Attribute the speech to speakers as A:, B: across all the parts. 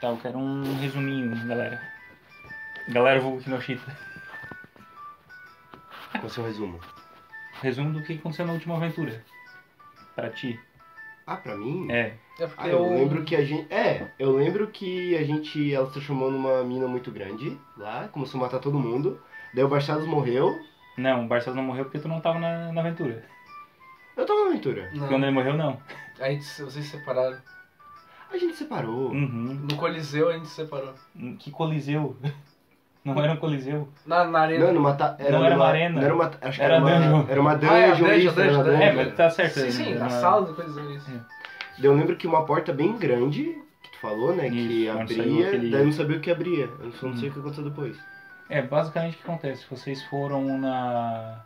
A: Tá, eu quero um resuminho, galera. Galera, vulgo Kinoshita.
B: Qual é o seu resumo?
A: Resumo do que aconteceu na última aventura. Pra ti.
B: Ah, pra mim?
A: É.
C: É porque
B: Ah, eu lembro que a gente. É, eu lembro que a gente. Ela se transformou numa mina muito grande lá, começou a matar todo mundo. Daí o Bastardos morreu.
A: Não, o Barcelos não morreu porque tu não tava na, na aventura.
B: Eu tava na aventura.
C: Não,
A: Quando ele morreu, não.
C: a gente, se- vocês se separaram.
B: A gente separou.
A: Uhum.
C: No Coliseu a gente se separou.
A: Que coliseu. Não era um coliseu.
C: Na, na
B: Não,
C: arena.
B: numa ta...
A: Não era
B: numa-
A: uma arena.
B: Não era uma. Acho que
A: Era
B: era,
A: dungeon.
B: uma. Era uma dungeon,
C: Ah, é, dungeon,
B: isso, era uma dungeon.
C: dungeon, dungeon.
A: É, mas tá certo.
C: sim, sim,
A: né?
C: na
A: Não-
C: sala do Coliseu. Isso.
B: Daí eu lembro que uma porta bem grande, que tu falou, né? que
A: Isso, onde saiu
B: abria.
A: aquele- Uhum.
B: Daí eu não sabia o que abria. Eu só não sei o que aconteceu depois.
A: É, basicamente o que acontece? Vocês foram na.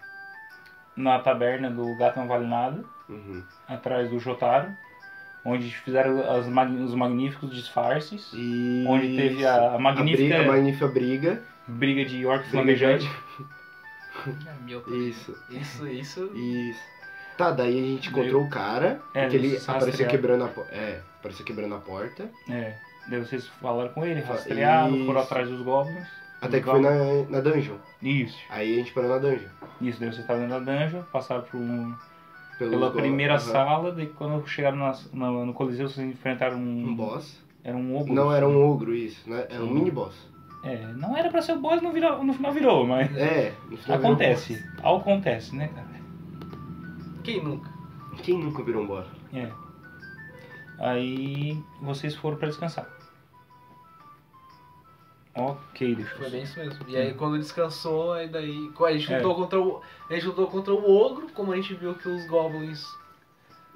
A: na taberna do Gato Não Vale Nada,
B: Uhum.
A: atrás do Jotaro, onde fizeram as mag- os magníficos disfarces,
B: E...
A: onde teve a, a magnífica
B: briga, a magnífica briga.
A: briga de York
B: Flamejante.
A: Flamejante.
C: Ah, meu Deus.
B: Isso.
C: Isso, isso.
B: Isso. Tá, daí a gente encontrou o cara,
A: É,
B: porque ele
A: eles
B: apareceu
A: rastrearam.
B: quebrando a porta. É, apareceu quebrando a porta.
A: É. Daí vocês falaram com ele, rastrearam,
B: Ah, Isso.
A: foram atrás dos goblins.
B: Até que foi na, na dungeon.
A: Isso.
B: Aí a gente parou na dungeon.
A: Isso, daí vocês estavam dentro da dungeon, passaram por um,
B: Pelos
A: pela
B: go-
A: primeira
B: Aham.
A: sala, daí quando chegaram na- no, no Coliseu, vocês enfrentaram
B: Um
A: um.
B: boss.
A: Era um ogro.
B: Não era um ogro isso, né? É um
A: Sim.
B: mini boss.
A: É, não era pra ser o boss, não virou, no final virou, mas.
B: É, no final virou um
A: Acontece. Acontece, né, cara?
C: Quem nunca?
B: boss. Quem nunca virou um boss?
A: É. Aí vocês foram pra descansar. Ok, deixa
C: Foi
A: eu
C: bem isso mesmo. E aí quando descansou, aí daí. A gente
A: É.
C: lutou contra o. A gente lutou contra o ogro, como a gente viu que os goblins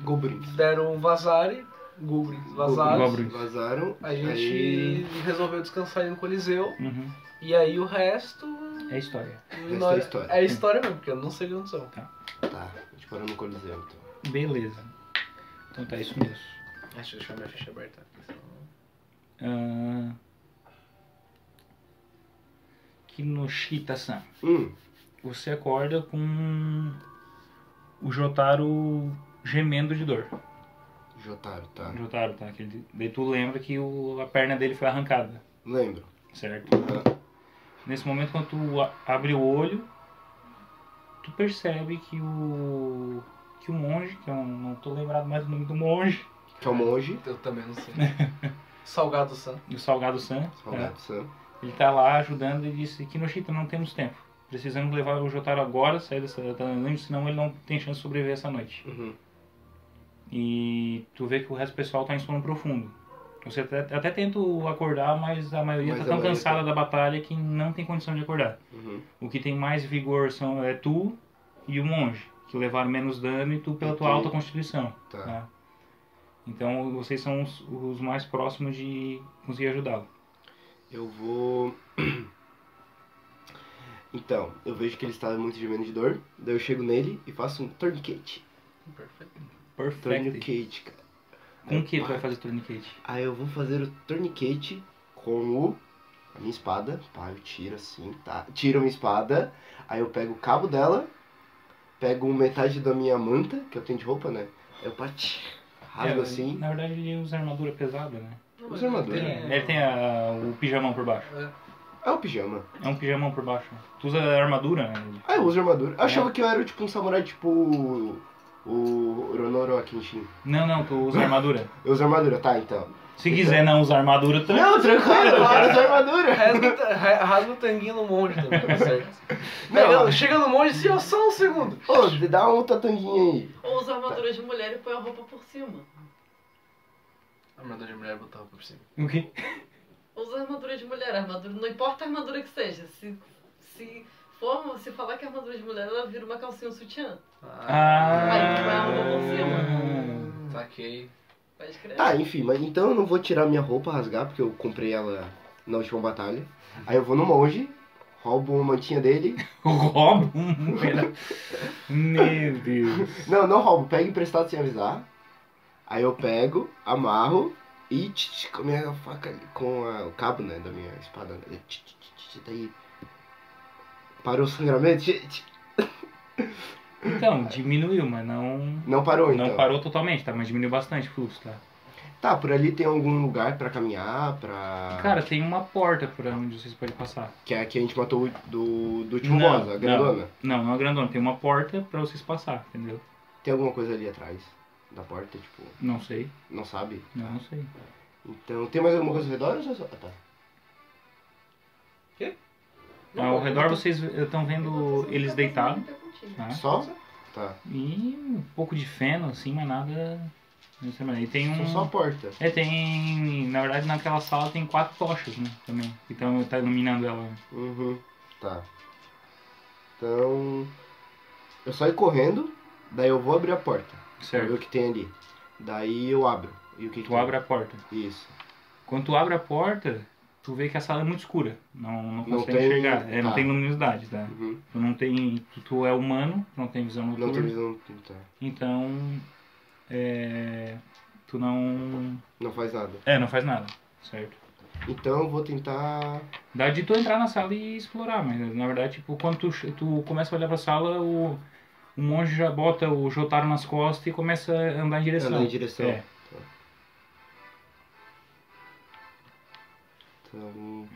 B: Goblins.
C: deram um vazar e. Goblins vazaram.
A: Goblins.
B: Vazaram.
C: A gente
B: Aí...
C: resolveu descansar ali no Coliseu.
A: Uhum,
C: E aí o resto.
A: É história.
B: é
C: nós-
B: história.
C: É história mesmo, porque eu não sei onde são.
B: Tá, a gente parou no Coliseu então.
A: Beleza. Então tá isso mesmo.
C: Deixa eu deixar minha ficha aberta aqui. senão-
A: Ah, Kinoshita-san.
B: Hum,
A: Você acorda com o Jotaro gemendo de dor.
B: Jotaro, tá.
A: O Jotaro, tá? Aquele... Daí tu lembra que o... a perna dele foi arrancada,
B: Lembro.
A: certo?
B: Aham.
A: Nesse momento, quando tu a- abre o olho, tu percebe que o que o monge, que eu não- não tô lembrado mais do nome do monge,
B: Que é o monge.
C: Eu também não sei. Salgado San.
A: o Salgado San,
B: Salgado Sam.
A: tá? ele tá lá ajudando e disse que Noshita não temos tempo. Precisamos levar o Jotaro agora, sair dessa dungeon, senão ele não tem chance de sobreviver essa noite.
B: Uhum.
A: E tu vê que o resto do pessoal tá em sono profundo. Você até, até tenta acordar, mas a maioria
B: Mas
A: tá
B: a
A: tão
B: maioria
A: cansada
B: tá.
A: da batalha que não tem condição de acordar.
B: Uhum.
A: O que tem mais vigor são é tu e o monge, que levaram menos dano e tu pela tua
B: Ok.
A: alta constituição.
B: Tá.
A: tá? Então vocês são os, os mais próximos de conseguir ajudá-lo.
B: Eu vou. Então, eu vejo que ele está muito gemendo de dor. Daí eu chego nele e faço um tourniquet.
C: Perfeito.
A: Perfeito.
B: Tourniquet, cara.
A: Com o que tu vai fazer tourniquete?
B: Aí eu vou fazer o tourniquet com o. A minha espada. Pá, eu tiro assim, tá? Tiro a minha espada. Aí eu pego o cabo dela. Pego um metade da minha manta, que eu tenho de roupa, né? Eu bati. Rasgo
A: É,
B: assim.
A: Na verdade ele usa armadura pesada, né?
C: Não,
B: Os
C: mas ele
B: armadores,
C: tem-
B: né?
A: Ele tem a- o pijamão por baixo.
C: É.
B: É o pijama.
A: É um pijamão por baixo. Tu usa a armadura, né?
B: Ah, eu uso armadura. Eu achava que eu era tipo um samurai tipo. o- O Ronoro Akinshin.
A: Não, não, tu usa armadura.
B: Eu uso armadura, tá, então.
A: Se quiser não usar armadura, tu...
B: Não, tranquilo, claro, usa armadura.
C: Rasga o ta- ra- Rasga o tanguinho no monge também, tá certo?
B: Não,
C: Pega- Chega no monge e ó, só um segundo.
B: ô, dá um tatanguinho aí.
D: Ou usa armadura de mulher e põe a roupa por cima.
C: Armador de mulher é botar a roupa por cima.
A: O quê?
D: Usa armadura de mulher, armadura, não importa a armadura que seja. Se, se for, se falar que é armadura de mulher, ela vira uma calcinha um sutiã.
C: Ah.
D: Vai,
C: é
D: vai,
A: Ah...
C: um
D: arrumou por
C: Saquei.
D: Pode crer.
B: Tá, enfim, mas então eu não vou tirar minha roupa, rasgar, porque eu comprei ela na última batalha. Aí eu vou no monge, roubo uma mantinha dele.
A: Ah, Rouba um pedaço. Meu Deus.
B: Não, não roubo, pego emprestado sem avisar. Aí eu pego, amarro e tch, tch, com a minha faca ali, com a- o cabo, né, da minha espada. né, tch, tch, tch, tch, daí parou o sangramento, gente.
A: Então, diminuiu, mas não.
B: Não parou, então.
A: Não parou totalmente, tá? Mas diminuiu bastante o fluxo, tá?
B: Tá, por ali tem algum lugar pra caminhar, pra.
A: Cara, tem uma porta por onde vocês podem passar.
B: Que é a que a gente matou o do, do último
A: Não,
B: boss, a
A: não.
B: grandona.
A: Não, não é grandona, tem uma porta pra vocês passar, entendeu?
B: Tem alguma coisa ali atrás da porta, tipo,
A: Não sei,
B: não sabe?
A: não, não sei.
B: Então, tem mais alguma coisa ao redor ou só- só. Ah, tá.
A: Ao redor vocês estão
D: um
A: vendo eles deitados, né?
B: Só? Tá.
A: E um pouco de feno, assim, mas nada. não sei mais. E tem
B: Então,
A: um.
B: só a porta.
A: É, tem. Na verdade, naquela sala tem quatro tochas, né? Também. Então tá iluminando ela.
B: Uhum. Tá. Então. Eu saio correndo, daí eu vou abrir a porta. Pra ver
A: Certo.
B: o que tem ali. Daí eu abro. E o que que
A: Tu
B: tem?
A: abre a porta.
B: Isso.
A: Quando tu abre a porta, tu vê que a sala é muito escura. Não, não
B: Não
A: consegue
B: tem-
A: enxergar. É, não
B: tá.
A: tem luminosidade, tá?
B: Uhum.
A: Tu não tem. Tu, tu é humano, tu não tem visão
B: Não tem
A: noturna.
B: visão. Tá.
A: Então. É. Tu não.
B: Não faz nada.
A: É, não faz nada. Certo.
B: Então eu vou tentar.
A: Dá de tu entrar na sala e explorar, mas na verdade, tipo, quando tu, che- tu começa a olhar pra sala, o, o monge já bota o Jotaro nas costas e começa a andar em direção.
B: Andar em direção.
A: É.
B: Então.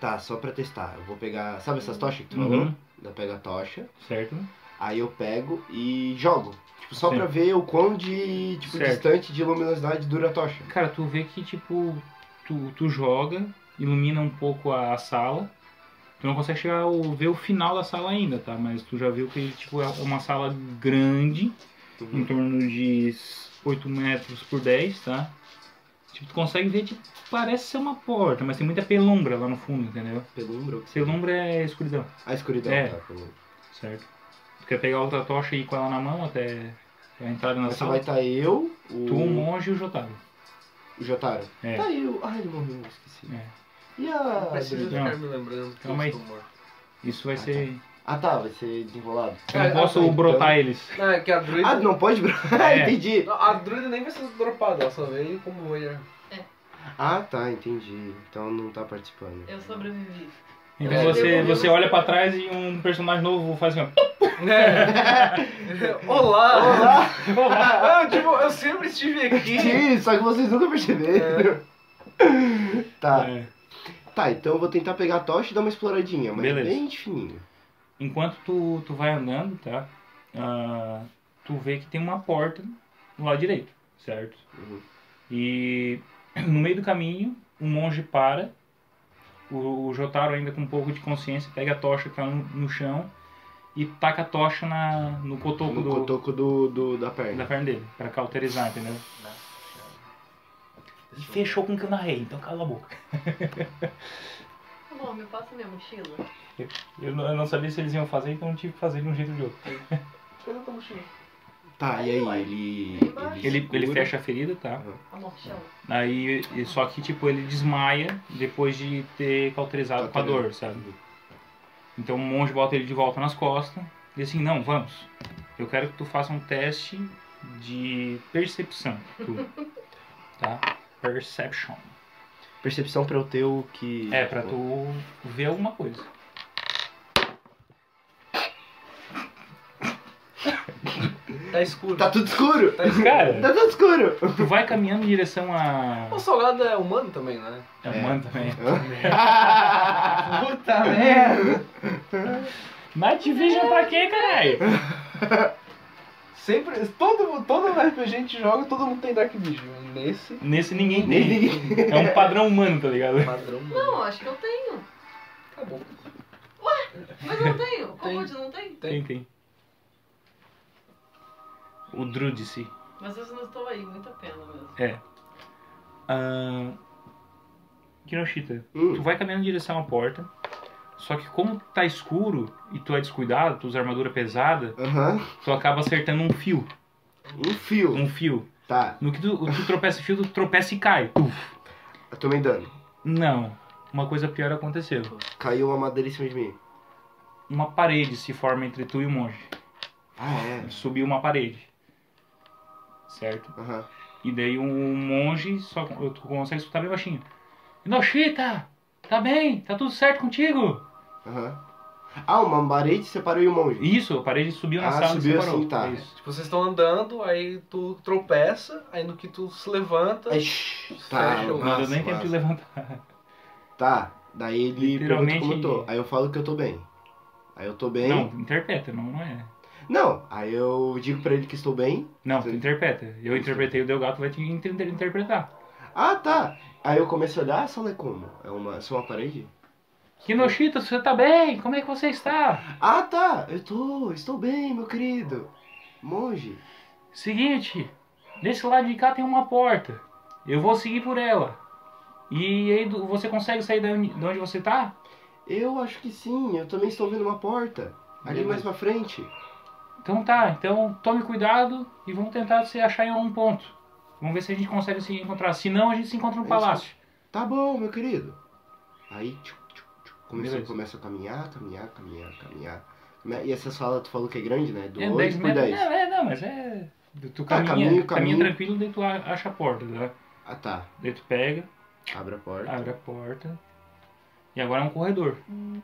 B: Tá, só pra testar. Eu vou pegar. Sabe essas tochas que tu falou?
A: Uhum.
B: Daí pega a tocha.
A: Certo?
B: Aí eu pego e jogo. Tipo, só
A: Sim.
B: pra ver o quão de, tipo,
A: Certo.
B: distante de luminosidade dura a tocha.
A: Cara, tu vê que, tipo, tu, tu joga, ilumina um pouco a, a sala. Tu não consegue chegar ao, ver o final da sala ainda, tá? Mas tu já viu que, tipo, é uma sala grande, em torno de 8 metros por 10, tá? Tipo, tu consegue ver, tipo, parece ser uma porta, mas tem muita penumbra lá no fundo, entendeu?
B: Penumbra?
A: Penumbra é escuridão,
B: um A escuridão,
A: É.
B: tá. penumbra.
A: certo? Tu quer pegar outra tocha e ir com ela na mão até a entrada na
B: Essa
A: sala?
B: vai estar eu, o,
A: Tu, o monge e o Jotaro.
B: o Jotaro.
A: É.
B: Tá eu. Ai, ele morreu, esqueci.
A: É.
B: E a.
C: Preciso
A: Não.
C: ficar me lembrando que
A: Calma
C: eu
A: aí.
C: estou morto.
A: Isso vai
B: Ah,
A: ser...
B: Ah tá, vai ser desenrolado.
A: Eu não
C: Ah,
A: posso
C: tá, então.
A: brotar eles.
C: Não, é que a druida.
B: Ah, não pode. Ah,
A: É.
B: entendi.
C: Não, A druida nem vai ser dropada, ela só veio como voyeur.
B: Ah, tá, entendi. Então não tá participando.
D: Eu sobrevivi.
A: Então
B: É,
A: você,
D: eu-
A: você olha pra trás e um personagem novo faz assim, ó.
C: Né? Olá!
B: Olá!
C: Ah, tipo, eu sempre estive aqui.
B: Sim, só que vocês nunca perceberam. Tá.
A: É.
B: Tá, então eu vou tentar pegar a tocha e dar uma exploradinha, mas
A: Beleza.
B: bem de fininho.
A: Enquanto tu, tu vai andando, tá? Ah, tu vê que tem uma porta no lado direito, certo?
B: Uhum.
A: E no meio do caminho, o monge para. O, o Jotaro, ainda com um pouco de consciência, pega a tocha que tá no, no chão e taca a tocha na, no cotoco,
B: No
A: do,
B: cotoco do, do- da
A: da
B: perna.
A: perna dele, pra cauterizar, entendeu? E fechou com o que eu narrei, então cala a boca.
D: Tá bom, me passa minha mochila.
A: Eu, não- eu não sabia se eles iam fazer, então eu tive que fazer de um jeito ou de outro.
C: Cadê tua mochila?
B: Tá, e aí? Ele.
D: embaixo.
A: Ele, ele
B: segura.
A: fecha a ferida, tá?
D: A morchão.
A: Aí, e- só que, tipo, ele desmaia depois de ter cauterizado com a dor, sabe? Então o monge bota ele de volta nas costas e assim, não, vamos. Eu quero que tu faça um teste de percepção, tu. tá? Perception.
B: Percepção pra eu ter o que.
A: É, pra tu ver alguma coisa.
C: Tá escuro.
B: Tá tudo escuro!
C: Tá escuro.
A: Cara,
B: Tá tudo escuro!
A: tu vai caminhando em direção a...
C: O salgado é humano também, né?
A: a mano também.
C: Puta merda!
A: Mas te veja pra quê, caralho?
C: Sempre, todo, todo RPG que a gente joga, todo mundo tem Dark Vision. Nesse,
A: Nesse ninguém tem. É um padrão humano, tá ligado?
C: padrão.
D: Não, acho que eu tenho.
C: Acabou.
D: Mas não tenho.
C: Tem.
D: Como de não tem?
A: Tem, tem. O Drudice.
D: Mas eu não estou aí, muita pena mesmo.
A: É. Ahn, Kinoshita, tu
B: Hum,
A: vai caminhando em direção à porta. Só que como tá escuro e tu é descuidado, tu usa armadura pesada,
B: Aham.
A: tu acaba acertando um fio.
B: Um fio.
A: Um fio.
B: Tá,
A: No que tu, tu tropeça o fio, tu tropeça e cai. Puf.
B: eu tomei dano.
A: Não. Uma coisa pior aconteceu.
B: Caiu uma madeira em cima de mim.
A: Uma parede se forma entre tu e o monge.
B: Ah, é.
A: Subiu uma parede. Certo?
B: Aham.
A: E daí um monge, só tu consegue escutar bem baixinho. Inoshita, tá bem? Tá tudo certo contigo?
B: Aham. Ah, uma parede separou e um monge.
A: Isso, a parede subiu na
B: Ah,
A: sala
B: subiu
A: e separou.
B: assim, tá.
A: Isso.
C: Tipo, vocês estão andando, aí tu tropeça, aí no que tu se levanta.
B: Aí, shh, tá,
C: Fecha o-
A: Não deu
B: massa,
A: nem tempo de
B: massa.
A: levantar.
B: Tá, daí ele pergunta
A: Literalmente-
B: como eu tô. Aí eu falo que eu tô bem. Aí eu tô bem.
A: Não, interpreta, não, não é.
B: Não, aí eu digo pra ele que estou bem.
A: Não,
B: Sim.
A: tu interpreta. Eu interpretei, o Delgato vai te inter- interpretar.
B: Ah, tá. Aí eu começo a olhar, a sala é como? É uma, só uma parede?
A: Kinoshita, você tá bem? Como é que você está?
B: Ah, tá. Eu tô, estou bem, meu querido. Monge.
A: Seguinte, desse lado de cá tem uma porta. Eu vou seguir por ela. E aí do- você consegue sair da onde- de onde você tá?
B: Eu acho que sim, eu também estou vendo uma porta. Ali
A: Beleza.
B: mais pra frente.
A: Então tá, então tome cuidado e vamos tentar se achar em algum ponto. Vamos ver se a gente consegue se encontrar. Se não, a gente se encontra no
B: É isso.
A: palácio.
B: Tá bom, meu querido. Aí tchuc, tchuc, tchuc, começa,
A: Beleza.
B: começa a caminhar, caminhar, caminhar, caminhar. E essa sala tu falou que é grande, né? Do
A: É
B: 8 por 10.
A: Não, é, não, mas é. Tu
B: Tá,
A: caminha,
B: caminho,
A: caminha,
B: caminho.
A: tranquilo, daí tu a- acha a porta, tá?
B: Ah tá.
A: Daí tu pega,
B: Abre a porta.
A: abre a porta. E agora é um corredor. Um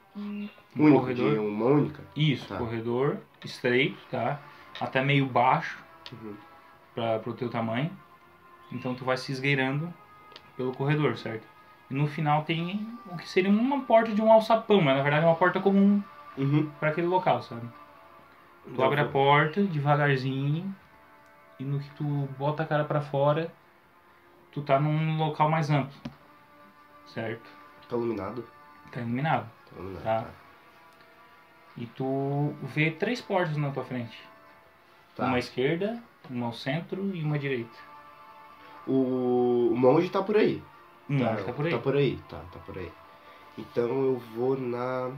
B: única,
A: corredor.
B: de uma única.
A: Isso,
B: Tá.
A: corredor estreito, tá? Até meio baixo
B: Uhum.
A: para pro teu tamanho. Então tu vai se esgueirando pelo corredor, certo? E no final tem o que seria uma porta de um alçapão, mas na verdade é uma porta comum
B: Uhum.
A: para aquele local, sabe? Tu
B: Tá
A: abre a
B: bom.
A: porta devagarzinho e no que tu bota a cara para fora, tu tá num local mais amplo, certo?
B: Tá iluminado?
A: Tá iluminado.
B: Tá iluminado.
A: Tá. E tu vê três portas na tua frente.
B: Tá.
A: Uma esquerda, uma ao centro e uma direita.
B: O... o monge tá por aí.
A: Não, tá, por aí.
B: Tá por aí, tá, tá por aí. Então eu vou na.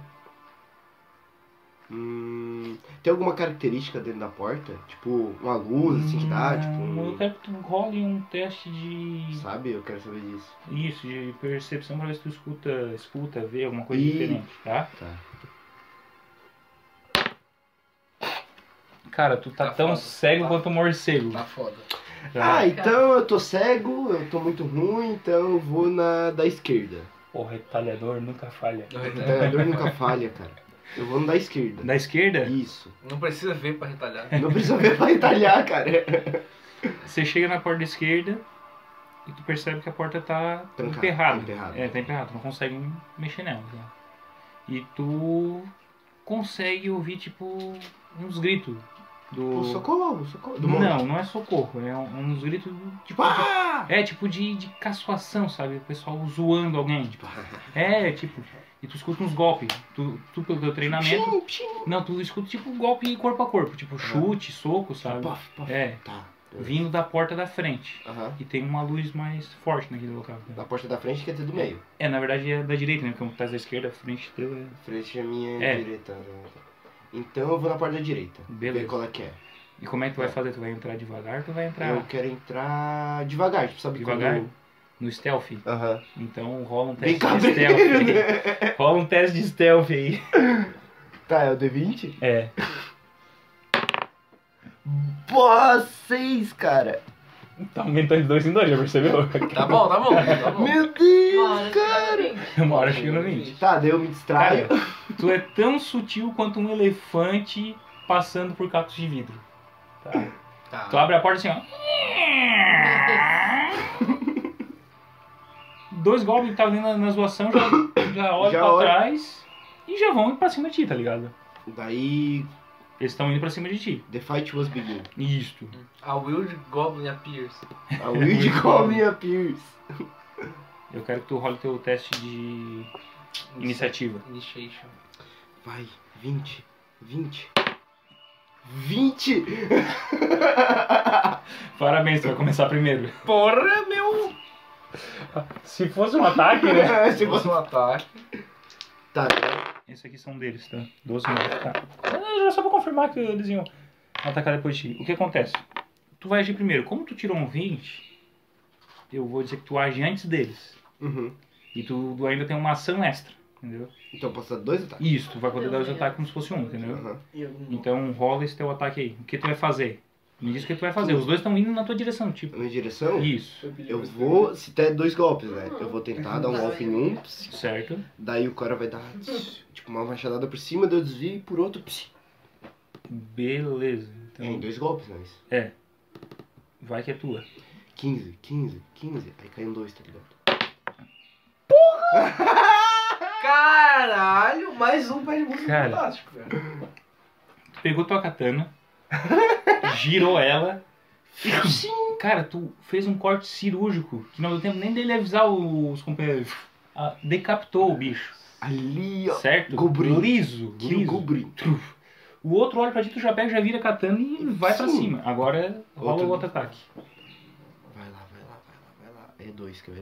B: Hum... Tem alguma característica dentro da porta? Tipo, uma luz assim que dá? Tipo,
A: Hum,
B: um-
A: Eu quero que tu role um teste de.
B: Sabe? Eu quero saber disso.
A: Isso, de percepção pra ver se tu escuta, escuta, vê alguma coisa
B: Ih.
A: diferente, tá?
B: Tá.
A: Cara, tu tá,
C: Tá
A: tão
C: foda.
A: cego quanto um morcego.
C: Tá foda.
A: Tá?
B: Ah, então eu tô cego, eu tô muito ruim, então eu vou na da esquerda.
A: O retalhador nunca falha.
B: O
C: então,
B: treinador nunca falha, cara. Eu vou no da esquerda.
A: Da esquerda,
B: Isso.
C: Não precisa ver pra retalhar.
B: Não precisa ver pra retalhar, cara. É,
A: você chega na porta esquerda e tu percebe que a porta tá
B: Trancada,
A: emperrada.
B: emperrada.
A: É, tá emperrada, tu não consegue mexer nela. tá? E tu consegue ouvir, tipo, uns gritos do.
B: Pô, socorro, socorro. Do monge.
A: Não, não é socorro, é um- uns gritos tipo.
B: Ah!
A: É tipo de, de caçoação, sabe? O pessoal zoando alguém. Tipo, é, tipo. E tu escuta uns golpes. Tu, tu pelo teu treinamento.
B: Pshim, pshim.
A: Não, tu escuta tipo um golpe corpo a corpo,
B: Tá.
A: tipo chute, soco, sabe?
B: Paf, paf.
A: É,
B: Tá.
A: vindo da porta da frente.
B: Aham.
A: E tem uma luz mais forte naquele local. né?
B: Na porta da frente quer dizer do meio.
A: É, na verdade é da direita, né? Porque como tu tá da esquerda, a frente teu é.
B: Frente é minha
A: É.
B: direita. né? Então eu vou na porta da direita.
A: Beleza.
B: Ver qual é que é.
A: E como é que tu vai fazer? Tu vai entrar devagar, tu vai entrar
B: Eu quero entrar devagar, tipo, sabe? quando-
A: devagar no stealth.
B: Aham.
A: Então rola um
B: Bem
A: teste de stealth.
B: cabreiro,
A: aí.
B: né?
A: Rola um teste de stealth aí.
B: Tá, é o D20?
A: É.
B: Pô, seis, cara.
A: Tá aumentando de 2 em 2, já percebeu?
C: Tá bom, tá bom, tá bom.
B: Meu
D: Uma
B: Deus,
D: hora
B: cara.
D: de
A: Uma hora chega no 20.
B: Tá, daí eu me
A: Cara,
B: distraio.
A: tu é tão sutil quanto um elefante passando por cacos de vidro. Tá.
C: Tá.
A: Tu abre a porta assim, ó. Dois goblins que estavam ali na, na zoação já, já olham
B: Já
A: pra
B: olha.
A: trás e já vão pra cima de ti, tá ligado?
B: Daí,
A: Eles estão indo pra cima de ti.
B: the fight was begin.
A: Isto.
C: A Wild Goblin appears.
B: A Weird Goblin appears.
A: Eu quero que tu role teu teste de iniciativa.
C: Initiation.
B: Vai, 20, 20. 20!
A: Parabéns, tu vai começar primeiro.
C: Porra, meu!
A: Se fosse um ataque, né?
B: Se
C: Se fosse
B: você-
C: um ataque.
B: Tá,
A: Esse aqui são deles, tá? 12 mais, tá? Era só pra confirmar que eles iam atacar depois de ti. O que acontece? Tu vai agir primeiro. Como tu tirou um 20, eu vou dizer que tu age antes deles.
B: uhum.
A: E tu, tu ainda tem uma ação extra, entendeu?
B: Então posso dar dois ataques?
A: Isso, tu vai poder dar os ataques como se fosse um, entendeu?
B: Aham.
C: E algum-
A: Então rola esse teu ataque aí. O que tu vai fazer? Me diz o que tu vai fazer. Os dois estão indo na tua direção, tipo.
B: Minha direção?
A: Isso.
B: Eu vou, se der dois golpes, né? Eu vou tentar dar um
D: Vai.
B: golpe em um, pss,
A: Certo?
B: daí o cara vai dar tss, tipo uma machadada por cima, daí eu desvio e por outro. pss.
A: Beleza.
B: É em
A: Então,
B: dois golpes, né? Isso.
A: vai que é tua.
B: 15, 15, 15. Aí caiu um dois, tá ligado?
C: Caralho, mais um pé de música
A: Cara.
C: fantástico, velho.
A: Tu pegou tua katana, girou ela. e tu-
B: assim.
A: Cara, tu fez um corte cirúrgico que não deu tempo nem dele avisar os companheiros. Ah, decapitou o bicho.
B: Ali, ó.
A: Certo?
B: Gobri.
A: Liso.
B: Que
A: liso.
B: gobri.
A: Truf. O outro olha pra ti, tu já pega, já vira a katana e vai pra
B: Sim.
A: cima. Agora rola
B: Outro-
A: o outro ataque.
B: Vai lá, vai lá, vai lá, vai lá. É dois, quer ver?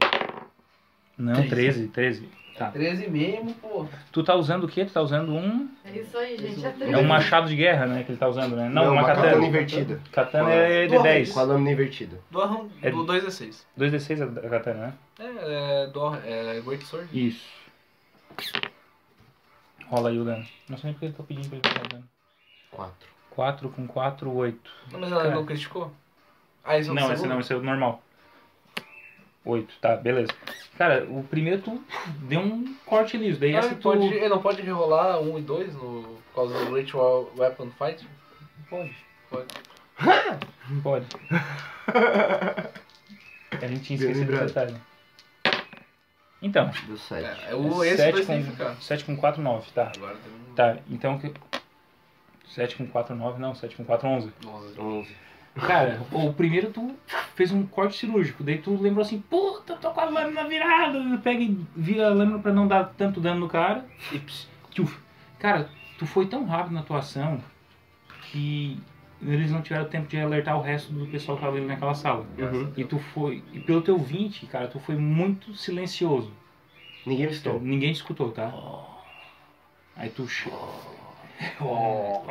A: Não, 13, 13. Tá.
C: 13 mesmo, porra.
A: Tu tá usando o quê? Tu tá usando um.
D: É isso aí, gente.
A: É um machado de guerra, né? Que ele tá usando, né? Não, uma, katana.
B: katana invertida.
A: Katana é de
C: Duas
A: 10.
B: Com a lâmina invertida.
C: Do, arran...
A: É-
C: do 2 a 6.
A: 2d6 a katana, né?
C: É, é, do arran- é Great Sword.
A: Isso. Rola aí o dano. Não sei nem porque eu tô pedindo pra ele rolar o dano.
B: Quatro.
A: 4 com 4, 8.
C: Não, mas ela
A: Cara.
C: não criticou? Ah, isso é o
A: Não, esse
C: segundo?
A: não, esse é o normal. 8, tá, beleza. Cara, o primeiro tu deu um corte liso, daí
C: Ah,
A: essa
C: ele
A: tu.
C: pode, ele não pode rerolar 1 e 2 no, por causa do Great Wa- Weapon Fight?
A: Pode.
C: Pode.
A: Pode. A gente tinha
B: Bem
A: esquecido
B: lembrado.
A: desse detalhe. Então,
B: Deu sete.
C: É, é o, esse
A: 7
C: 2 tem que ficar.
A: com, 7 com 4, 9, tá.
C: Agora tem um.
A: Tá, então. 7 com 4, 9, não, 7 com 4, 11.
C: Nossa.
B: Onze.
A: Cara, o primeiro tu fez um corte cirúrgico, daí tu lembrou assim, puta, tô com a lâmina virada, pega e vira a lâmina pra não dar tanto dano no cara. E ps, tchuf. Cara, tu foi tão rápido na tua ação que eles não tiveram tempo de alertar o resto do pessoal que tava ali naquela sala.
B: Uhum.
A: E tu foi, e pelo teu 20, cara, tu foi muito silencioso.
B: Ninguém me
A: Então,
B: estou.
A: ninguém te escutou, tá? Aí tu. che- Oh.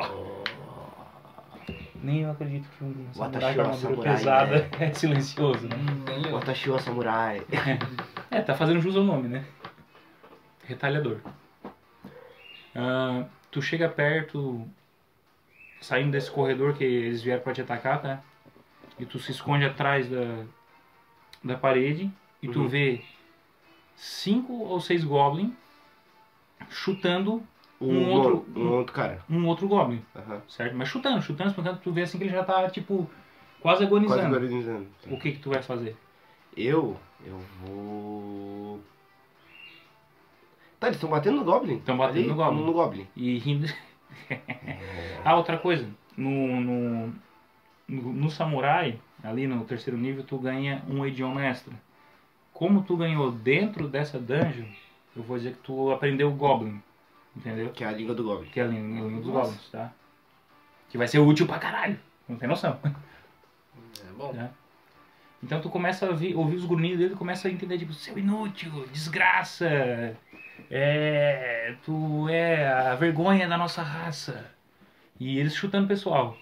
A: Nem eu acredito que um samurai
B: Watashi
A: com
B: wa
A: armadura
B: samurai,
A: pesada é silencioso, né?
C: Hum, Nem eu.
B: Watashi wa samurai.
A: É, tá fazendo jus ao nome, né? Retalhador. Ah, tu chega perto, saindo desse corredor que eles vieram pra te atacar, tá? E tu se esconde atrás da, da parede e tu
B: Uhum.
A: vê cinco ou seis goblins chutando
B: Um,
A: Um outro-
B: outro... um outro cara.
A: um outro goblin,
B: Aham.
A: certo? Mas chutando, chutando, espancando, tu vê assim que ele já tá, tipo, quase
B: Quase
A: agonizando.
B: organizando.
A: O que que tu vai fazer?
B: Eu? Eu vou. Tá, eles estão batendo no Goblin?
A: Tão batendo
B: Ali,
A: no Goblin.
B: No Goblin.
A: E rindo. ah, outra coisa. No, no, no, no samurai, ali no terceiro nível, tu ganha um idioma extra. Como tu ganhou dentro dessa dungeon, eu vou dizer que tu aprendeu o Goblin. Entendeu?
B: Que é a língua do Goblin.
A: Que é a língua, a língua dos
C: Nossa.
A: Goblins, tá? Que vai ser útil pra caralho. Não tem noção.
C: É bom.
A: Então tu começa a ouvir, ouvir os grunhidos dele, começa a entender, tipo, seu inútil, desgraça, é, tu é a vergonha da nossa raça. E eles chutando o pessoal.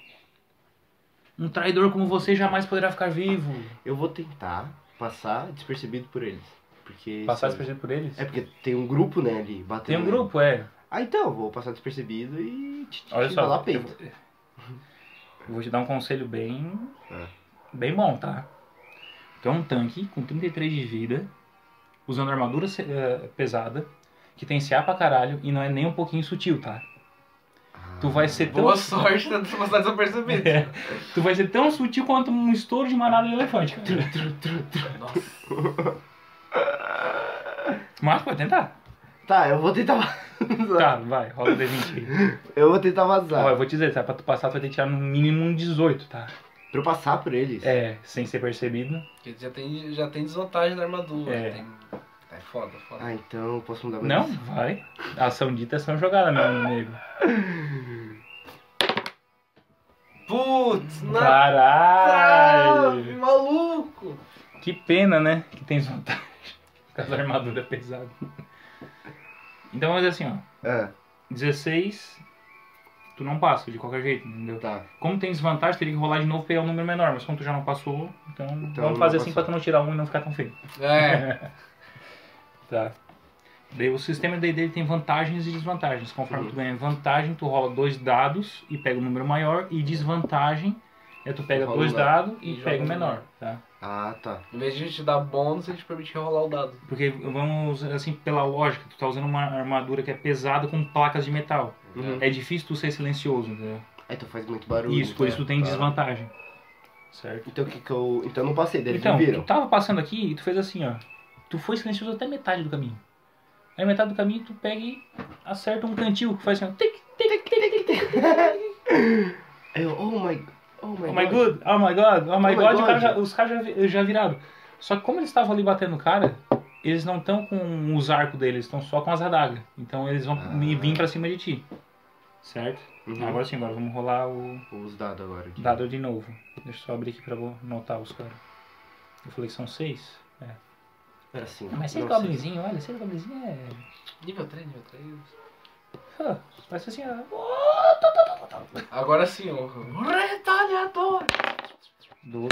A: Um traidor como você jamais poderá ficar vivo.
B: Eu vou tentar passar despercebido por eles. Porque.
A: Passar
B: sabe-
A: despercebido por eles?
B: É porque tem um grupo, né, ali batendo.
A: Tem um
B: né?
A: grupo, é.
B: Ah, então, eu vou passar despercebido e. te- te
A: Olha
B: dar
A: só.
B: lá peito.
A: Eu, eu vou te dar um conselho bem.
B: É.
A: Bem bom, tá? Tu é um tanque com 33 de vida, usando armadura se- eh, pesada, que tem CA pra caralho e não é nem um pouquinho sutil, tá? Tu vai ser tão.
C: Boa sorte na passar desapercebido.
A: Então- É. tu vai ser tão sutil quanto um estouro de manada de elefante. cara.
C: Nossa.
A: Mas pode tentar.
B: Tá, eu vou tentar vazar.
A: Tá, vai, rola o D20 aí.
B: Eu vou tentar
A: Ó,
B: vazar.
A: eu vou te dizer, tá? Pra tu passar, tu vai ter que tirar no mínimo um 18, tá?
B: Pra eu passar por eles.
A: É, sem ser percebido.
C: Porque já tem, já tem desvantagem da armadura.
A: É.
C: É, tem... é foda, foda.
B: Ah, então eu posso mudar mais
A: Não, vai. Ação dita, ação jogada, meu amigo.
C: Putz,
A: Tá.
C: na trave,
A: Caralho!
C: maluco!
A: Que pena, né? Que tem desvantagem. Por causa da armadura pesada. Então, mas assim, ó.
B: Ah,
A: 16, tu não passa de qualquer jeito, entendeu?
B: tá.
A: Como tem desvantagem, teria que rolar de novo e pegar um número menor. Mas como tu já não passou, então,
B: não
A: vamos fazer assim
B: passou.
A: pra tu não tirar um e não ficar tão feio.
C: É,
A: Tá. Daí o sistema daí dele tem vantagens e desvantagens. Conforme
B: Uhum.
A: um tu ganha vantagem, tu rola dois dados e pega o número maior. E desvantagem, É tu pega
B: Rola
A: dois
B: um
A: dados e,
C: E joga
A: pega o
C: um
A: menor,
C: dado.
A: tá?
B: Ah, tá.
C: Em vez de a gente dar bônus, a gente permite rolar o dado.
A: Porque vamos, assim, pela lógica, tu tá usando uma armadura que é pesada com placas de metal.
B: Uhum.
A: É difícil tu ser silencioso, entendeu?
B: É, tu faz muito barulho.
A: Isso, por isso tu tem
B: Tá.
A: desvantagem. Certo?
B: Então o que que eu. Então eu não passei, daí eles
A: Então,
B: me
A: tu
B: viram.
A: tava passando aqui e tu fez assim, ó. Tu foi silencioso até metade do caminho. Aí metade do caminho tu pega e acerta um cantil que faz assim, ó. Tic, tic, tic, tic, tic.
B: Aí eu, oh my. Oh my,
A: Oh my god, oh my god, oh my
B: Oh my
A: god, e o cara
B: God.
A: já- os caras já, vi- já viraram. Só que como eles estavam ali batendo o cara, eles não estão com os arcos deles, estão só com as adagas. Então eles vão
B: Ah.
A: me vir pra cima de ti. Certo?
B: Uhum.
A: Agora sim, agora vamos rolar o
B: Os dados agora. de-
A: dado de novo. Deixa eu só abrir aqui pra eu notar os caras. Eu falei que são seis. É.
B: Era assim.
A: Ah, Mas seis
B: não sei.
A: goblinzinhos, olha, seis goblinzinhos é.
C: Nível 3, nível 3.
A: Hã, Parece assim, ó.
C: Agora sim, o retalhador!
A: 12,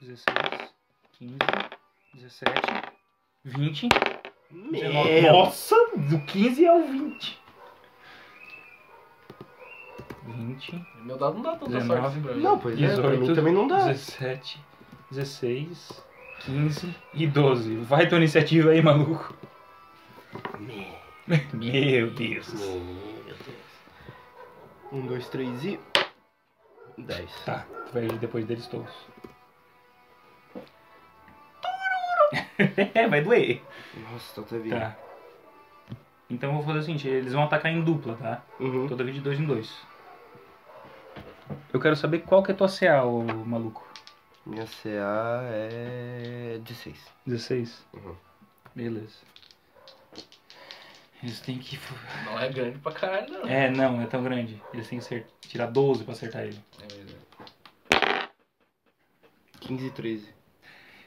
A: 16, 15, 17, 20.
B: Meu.
A: Nossa, do 15 ao 20. 20,
C: Meu dado não dá tanta
A: 19.
C: sorte assim pra mim.
B: Não, pois é, pra mim
A: 18,
B: também não dá.
A: 17, 16, 15 e 12. Vai tua iniciativa aí, maluco. Meu Deus.
B: Meu Deus. Um, dois, três e. Dez.
A: Tá, tu vai agir depois deles todos. É, vai doer.
B: Nossa, então tá vindo.
A: Tá. Então eu vou fazer o seguinte, eles vão atacar em dupla, tá?
B: Uhum.
A: Toda vez de dois em dois. Eu quero saber qual que é tua CA, ô maluco.
B: Minha CA é. 16.
A: 16?
B: Uhum.
A: Beleza. Eles têm que.
C: Não é grande pra caralho, não.
A: É, não, é tão grande. Eles têm que acer- tirar 12 pra acertar ele.
C: É verdade.
B: 15 e 13.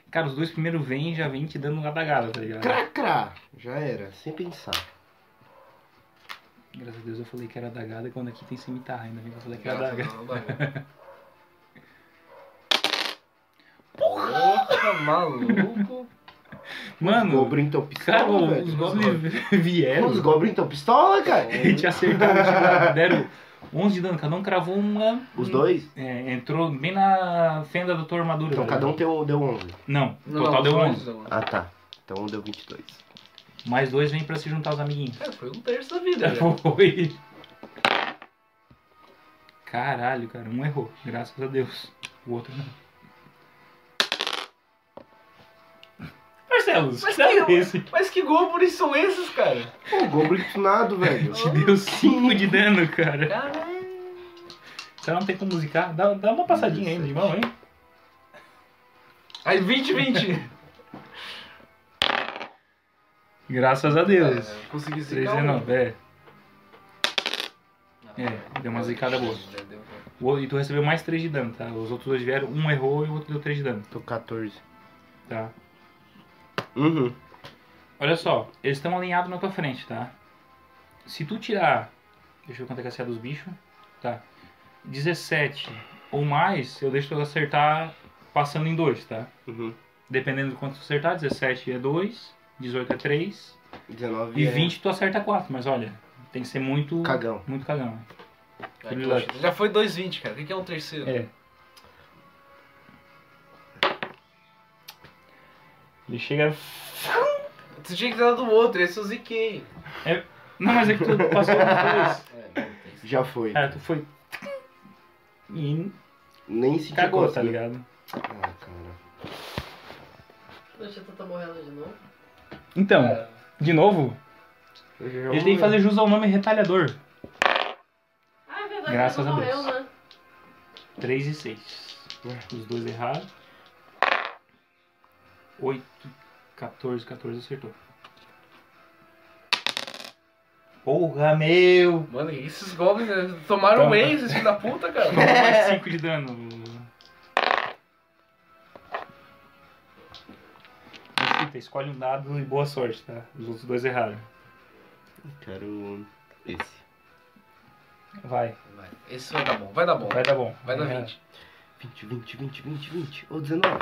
A: Cara, os dois primeiro vêm e já vêm te dando uma adagada, tá ligado?
B: Cracra! Já era, sem pensar.
A: Graças a Deus eu falei que era adagada quando aqui tem cimitarra. Ainda bem que eu falei que era
C: Graças a
A: adaga.
C: Deus, não dá. Porra, maluco!
B: Os
A: Mano,
B: Goblin então
A: cara,
B: pistola, velho.
A: os goblins vieram.
B: Os Goblin então pistola, cara.
A: E te acertou, te deram 11 de dano. Cada um cravou uma.
B: Os dois?
A: É, entrou bem na fenda da tua armadura.
B: Então
A: tá
B: cada um
A: ligado?
B: deu, deu 11.
A: Não,
C: Não,
A: total
C: não,
A: deu
C: dois,
A: 11.
C: não.
B: Ah tá. Então deu 22.
A: Mais dois vem pra se juntar aos amiguinhos.
C: Cara, foi um terço da
A: É.
C: vida. velho.
A: Foi. Caralho, cara. Um errou. Graças a Deus. O outro não. Marcelos,
C: Mas um
A: que dado
C: que-
A: é esse?
C: Mas que goblins são esses, cara?
B: Pô, Goblin tunado, velho.
A: Te deu 5 de dano, cara.
C: Caralho!
A: Será que não tem como musicar? Dá, dá uma passadinha aí de mão, hein?
C: Aí, 20, 20!
A: Graças a Deus.
C: É, consegui zicar
A: 3
C: um.
A: e 9, é.
C: Ah,
A: É, deu uma zicada boa.
C: Já deu, cara.
A: O outro- E tu recebeu mais 3 de dano, tá? Os outros dois vieram, um errou e o outro deu 3 de dano,
B: Tô 14.
A: tá?
B: Uhum.
A: Olha só, eles estão alinhados na tua frente, tá? Se tu tirar. Deixa eu ver quanto é que é a CA dos bichos. Tá. 17 ou mais, eu deixo tu acertar passando em 2, tá?
B: Uhum.
A: Dependendo do quanto tu acertar, 17 é 2, 18 é 3
B: 19
A: e um.
B: é
A: 20 tu acerta 4, mas olha, tem que ser muito.
B: Cagão.
A: Muito cagão. né?
C: Ai, poxa, Já foi 2,20, cara. O que que é um terceiro?
A: É. Ele chega.
C: Tu tinha que ter dado outro, esse eu ziquei.
A: Não, mas é que tu passou nos dois.
C: É,
B: Já foi.
A: Cara, tu foi. E
B: Nem se
A: cagou,
B: gosto,
A: tá
B: né?
A: ligado?
B: Ah, cara.
D: Deixa eu tentar morrendo de novo.
A: Então,
C: É,
A: de novo,
B: Eu já
A: ele tem que fazer jus ao nome retalhador.
D: Ah, é verdade,
A: Graças
D: ele não
A: a
D: morreu,
A: Deus.
D: né?
A: 3 e 6. Os dois erraram. 8, 14, 14 acertou. Porra, meu!
C: Mano, que esses goblins né, tomaram
A: Toma.
C: um ex, esses filhos da puta, cara.
A: Tomou mais 5 de dano. Escuta, escolhe um dado e boa sorte, tá? Os outros dois erraram.
B: Quero esse.
A: Vai,
C: Vai, Esse vai dar bom, vai dar bom.
A: vai dar É. bom.
C: Vai dar 20.
B: 20, 20, 20, 20, 20. Ou 19.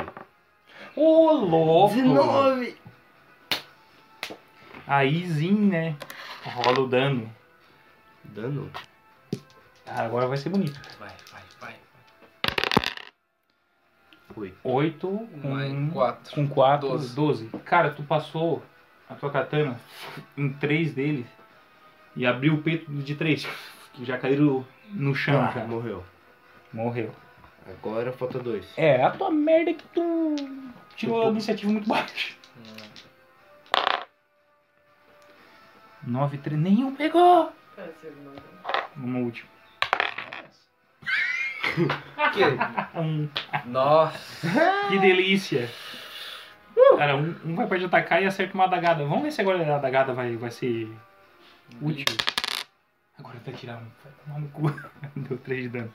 A: Ô, louco!
B: 19!
A: Aí sim, né? Rola o dano.
B: Dano.
A: Ah, agora vai ser bonito.
C: Vai, vai, vai. vai.
B: Oito.
A: 8 com
C: Um
A: um, Hum.
C: Mais quatro.
A: com 4,
C: Doze.
A: 12. Cara, tu passou a tua katana em três deles e abriu o peito de três, que já caíram no chão,
B: Ah,
A: cara.
B: morreu.
A: Morreu.
B: Agora falta dois.
A: É, a tua merda é que tu tirou a
B: Tipo-
A: iniciativa muito baixa. 9, 3, nenhum pegou!
D: Parece alguma coisa.
A: Uma última.
C: Que?
A: Ah, um.
C: Nossa.
A: Que delícia! Cara, um, um vai pra te atacar e acerta uma adagada. Vamos ver se agora a adagada vai, vai ser útil. Agora vai tirar um. Vai tomar no cu. Deu 3 de dano.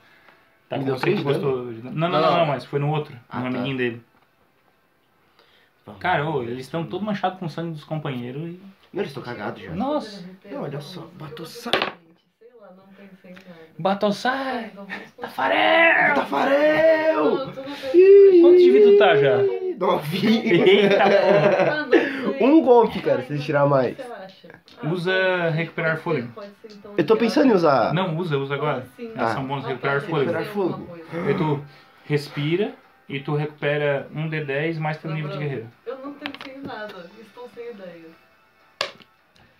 A: Tá
B: Me
A: com
B: deu
A: você
B: três
A: que
B: de
A: gostou de dano? Não, não, não,
C: Não.
A: não, mas foi no outro.
B: Ah,
A: no
B: tá.
A: amiguinho dele.
B: Vamos.
A: Cara, ô, eles estão todos manchados com o sangue dos companheiros e.
B: Não, eles estão cagados já.
A: Nossa.
B: Não, olha só, bateu sangue.
D: Sei lá, não pensei em nada. Ah,
A: Batossai!
D: então vamos continuar.
A: Tafarel!
B: Tafarel!
D: Não, tu não
B: Ih.
D: pensou.
A: Quanto de vida tu tá já?
B: Novinho.
A: Eita porra!
D: Ah, não sei.
B: Um golpe, cara, se eles tirar
D: O
B: mais.
D: é que você acha? Ah,
A: Usa
D: pode ser,
A: recuperar
D: pode ser,
A: fôlego.
D: pode ser, então,
B: Eu tô pensando em usar.
A: Não, usa, usa agora.
D: Sim. Ah,
A: Elas são bônus de recuperar
D: Pode
A: fôlego.
D: ser
B: fôlego.
D: alguma coisa.
A: E tu respira e tu recupera um D10 mais teu nível de guerreiro.
D: Eu não pensei em nada, estou sem ideias.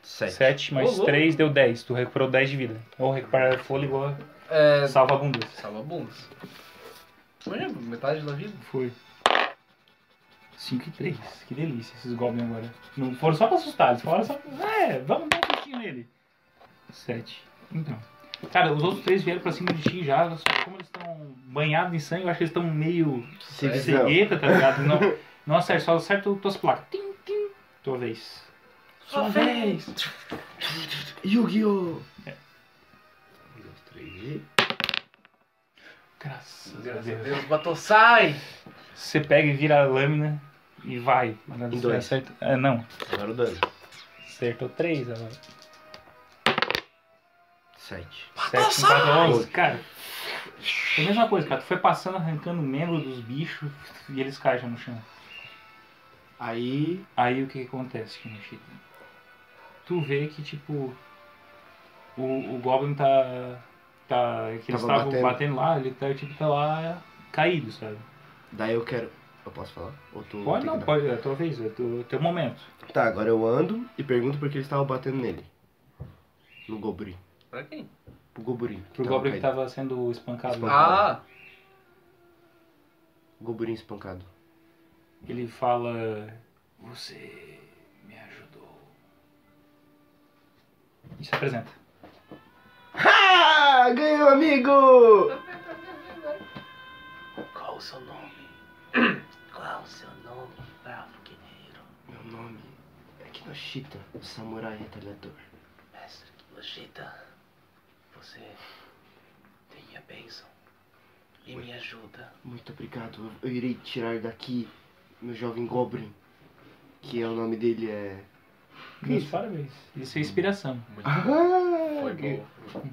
B: Sete.
A: 7
C: Ô,
A: mais
C: louco.
A: 3 deu 10. Tu recuperou 10 de vida. Ou recupera fôlego ou
C: É.
A: salva bundas.
C: Salva bundas. Olha, metade da vida.
A: Foi. 5 e 3. Que delícia esses goblins agora. Não foram só pra assustar, eles foram só. É, vamos dar um sustinho nele. 7. Então. Cara, os outros três vieram pra cima de ti já, só que como eles estão banhados em sangue, eu acho que eles estão meio
B: É, Não.
A: cegueta, tá ligado? Não, não acerta, só acerta tuas placas. Tim, tim. Tua vez.
D: Sua vez.
B: Yu-Gi-Oh! Um, dois, três e.
A: Graças,
C: Graças
A: a
C: a
A: Deus.
C: Deus, Batossai!
A: Você pega e vira a lâmina e vai.
B: Em dois.
A: Acerta- ah, não,
B: Agora o dano.
A: acertou três agora.
B: Sete.
A: Sete, empate, onze. Cara, é a mesma coisa, cara. Tu foi passando, arrancando o membro dos bichos e eles caem já no chão.
B: Aí.
A: Aí o que, que acontece, Kinoshita? Tu vê que, tipo, o, o Goblin tá. tá que eles
B: Tava
A: estavam batendo.
B: batendo.
A: lá, ele tá, tipo, tá lá caído, sabe?
B: Daí eu quero. Eu posso falar? Ou tu.
A: Pode
B: tem
A: não,
B: que
A: pode, é a tua vez, é o teu, teu momento.
B: dar? Tá, agora eu ando e pergunto por que eles estavam batendo nele. No Gobri.
C: Pra quem?
B: Pro Gobri.
A: Pro
B: Tava
A: Goblin que
B: caído.
A: tava sendo espancado.
B: Espancado.
C: Ah,
B: Goburinho espancado.
A: Ele fala: Você me ajudou. E se apresenta.
B: Ah! Ganhei um amigo!
C: qual o seu nome? Qual o seu nome, bravo guerreiro?
B: Meu nome é Kinoshita, o samurai retalhador.
C: Mestre Kinoshita, você tem minha bênção e me ajuda.
B: Muito obrigado. Eu eu irei tirar daqui meu jovem Goblin. Que é o nome dele é.
A: Meus parabéns. Isso é inspiração.
C: Muito
B: Ah!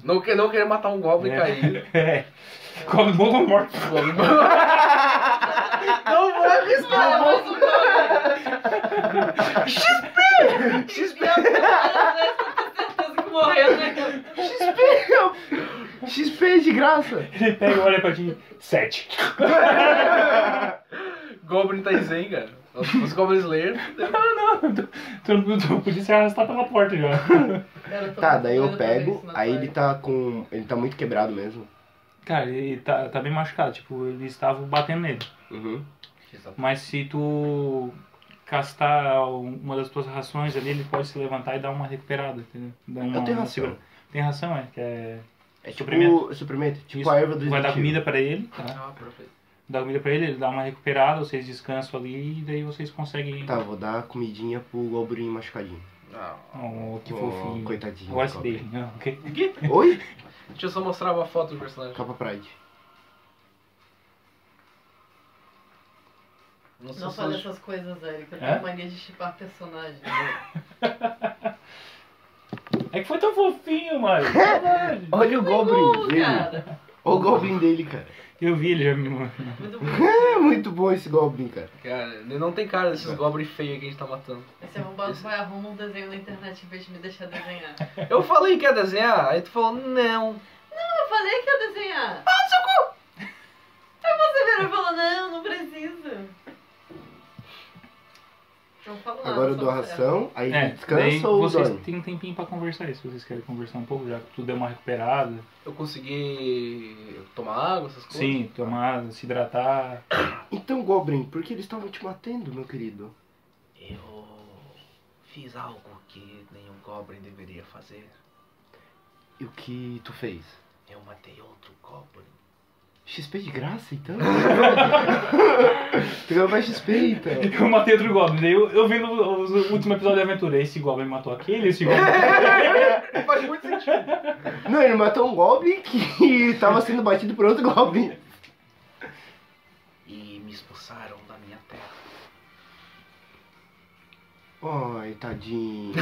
C: Não, que- não querer matar um goblin
A: É.
C: caído.
A: É. Come bom ou morto.
C: Goblin- não vou arriscar!
D: mais um nome! XP! Morrendo, né?
B: XP é de graça!
A: Ele pega e olha pra ti. Sete.
C: Goblin tá em zen, cara. Os, os Goblin Slayer.
A: Tu, tu, tu podia se arrastar pela porta já.
D: Cara, tô
B: Tá, daí eu
D: pensando
B: pego,
D: isso na
B: aí
D: tarde.
B: ele tá com. Ele tá muito quebrado mesmo.
A: Cara, ele tá, tá bem machucado. Tipo, eles estavam batendo nele.
B: Uhum.
A: Mas se tu castar um- uma das tuas rações ali, ele pode se levantar e dar uma recuperada, entendeu? Dar uma,
B: Eu tenho
A: uma
B: ração.
A: segura- Tem ração, é? Que é
B: É tipo.
A: Suprimento.
B: Suprimento. Tipo
A: isso.
B: a erva do
A: Vai dar
B: Resident
A: comida
B: Evil.
A: pra ele, tá?
C: Ah, perfeito.
A: Dá comida pra ele, ele dá uma recuperada, vocês descansam ali e daí vocês conseguem.
B: Tá, vou dar comidinha pro Goblin machucadinho.
A: Oh, que
B: Oh,
A: fofinho.
B: coitadinho,
A: Agora se
B: Goblin.
A: beijem, ah, ok?
B: Oi?
C: Deixa eu só mostrar uma foto do personagem.
B: Capa Pride.
C: Não sei
D: Não
C: se
D: fale
C: eu-
D: essas coisas, Eric. Eu
A: É?
D: tenho mania de chipar personagens.
A: É que foi tão fofinho, mano. Verdade.
B: Olha o Goblin
D: Uh,
B: dele.
D: cara!
B: Olha o Goblin dele, cara.
A: Eu vi ele já me mandou.
D: Muito bonito.
B: É muito bom esse Goblin, cara.
C: Cara, ele não tem cara desses Goblin feio que a gente tá matando.
D: Esse arrombado vai arrumar um desenho na internet em vez de me deixar desenhar.
C: Eu falei que ia desenhar, aí tu falou, não.
D: Eu falei que ia desenhar! Ah, socorro! Aí você cara falou, não, não precisa. Não falo nada.
B: Agora eu
D: só
B: dou a
D: observo.
B: ração, aí
A: É, daí
B: descansa ou
A: vocês
B: dorme?
A: têm um tempinho pra conversar aí, se vocês querem conversar um pouco, já que tudo deu uma recuperada.
C: Eu consegui tomar água, essas coisas?
A: Sim, tomar, se hidratar.
B: Então, Goblin, por que eles estavam te matando, meu querido?
C: Eu fiz algo que nenhum Goblin deveria fazer.
B: E o que tu fez?
C: Eu matei outro Goblin.
B: XP de graça, então? tu ganhou mais XP, então.
A: Eu matei outro Goblin, daí eu, eu vi no, no último episódio da aventura, esse Goblin matou aquele, esse Goblin...
C: Faz muito sentido.
B: Não, ele matou um Goblin que tava sendo batido por outro Goblin.
C: E me expulsaram da minha terra.
B: Oi, tadinho.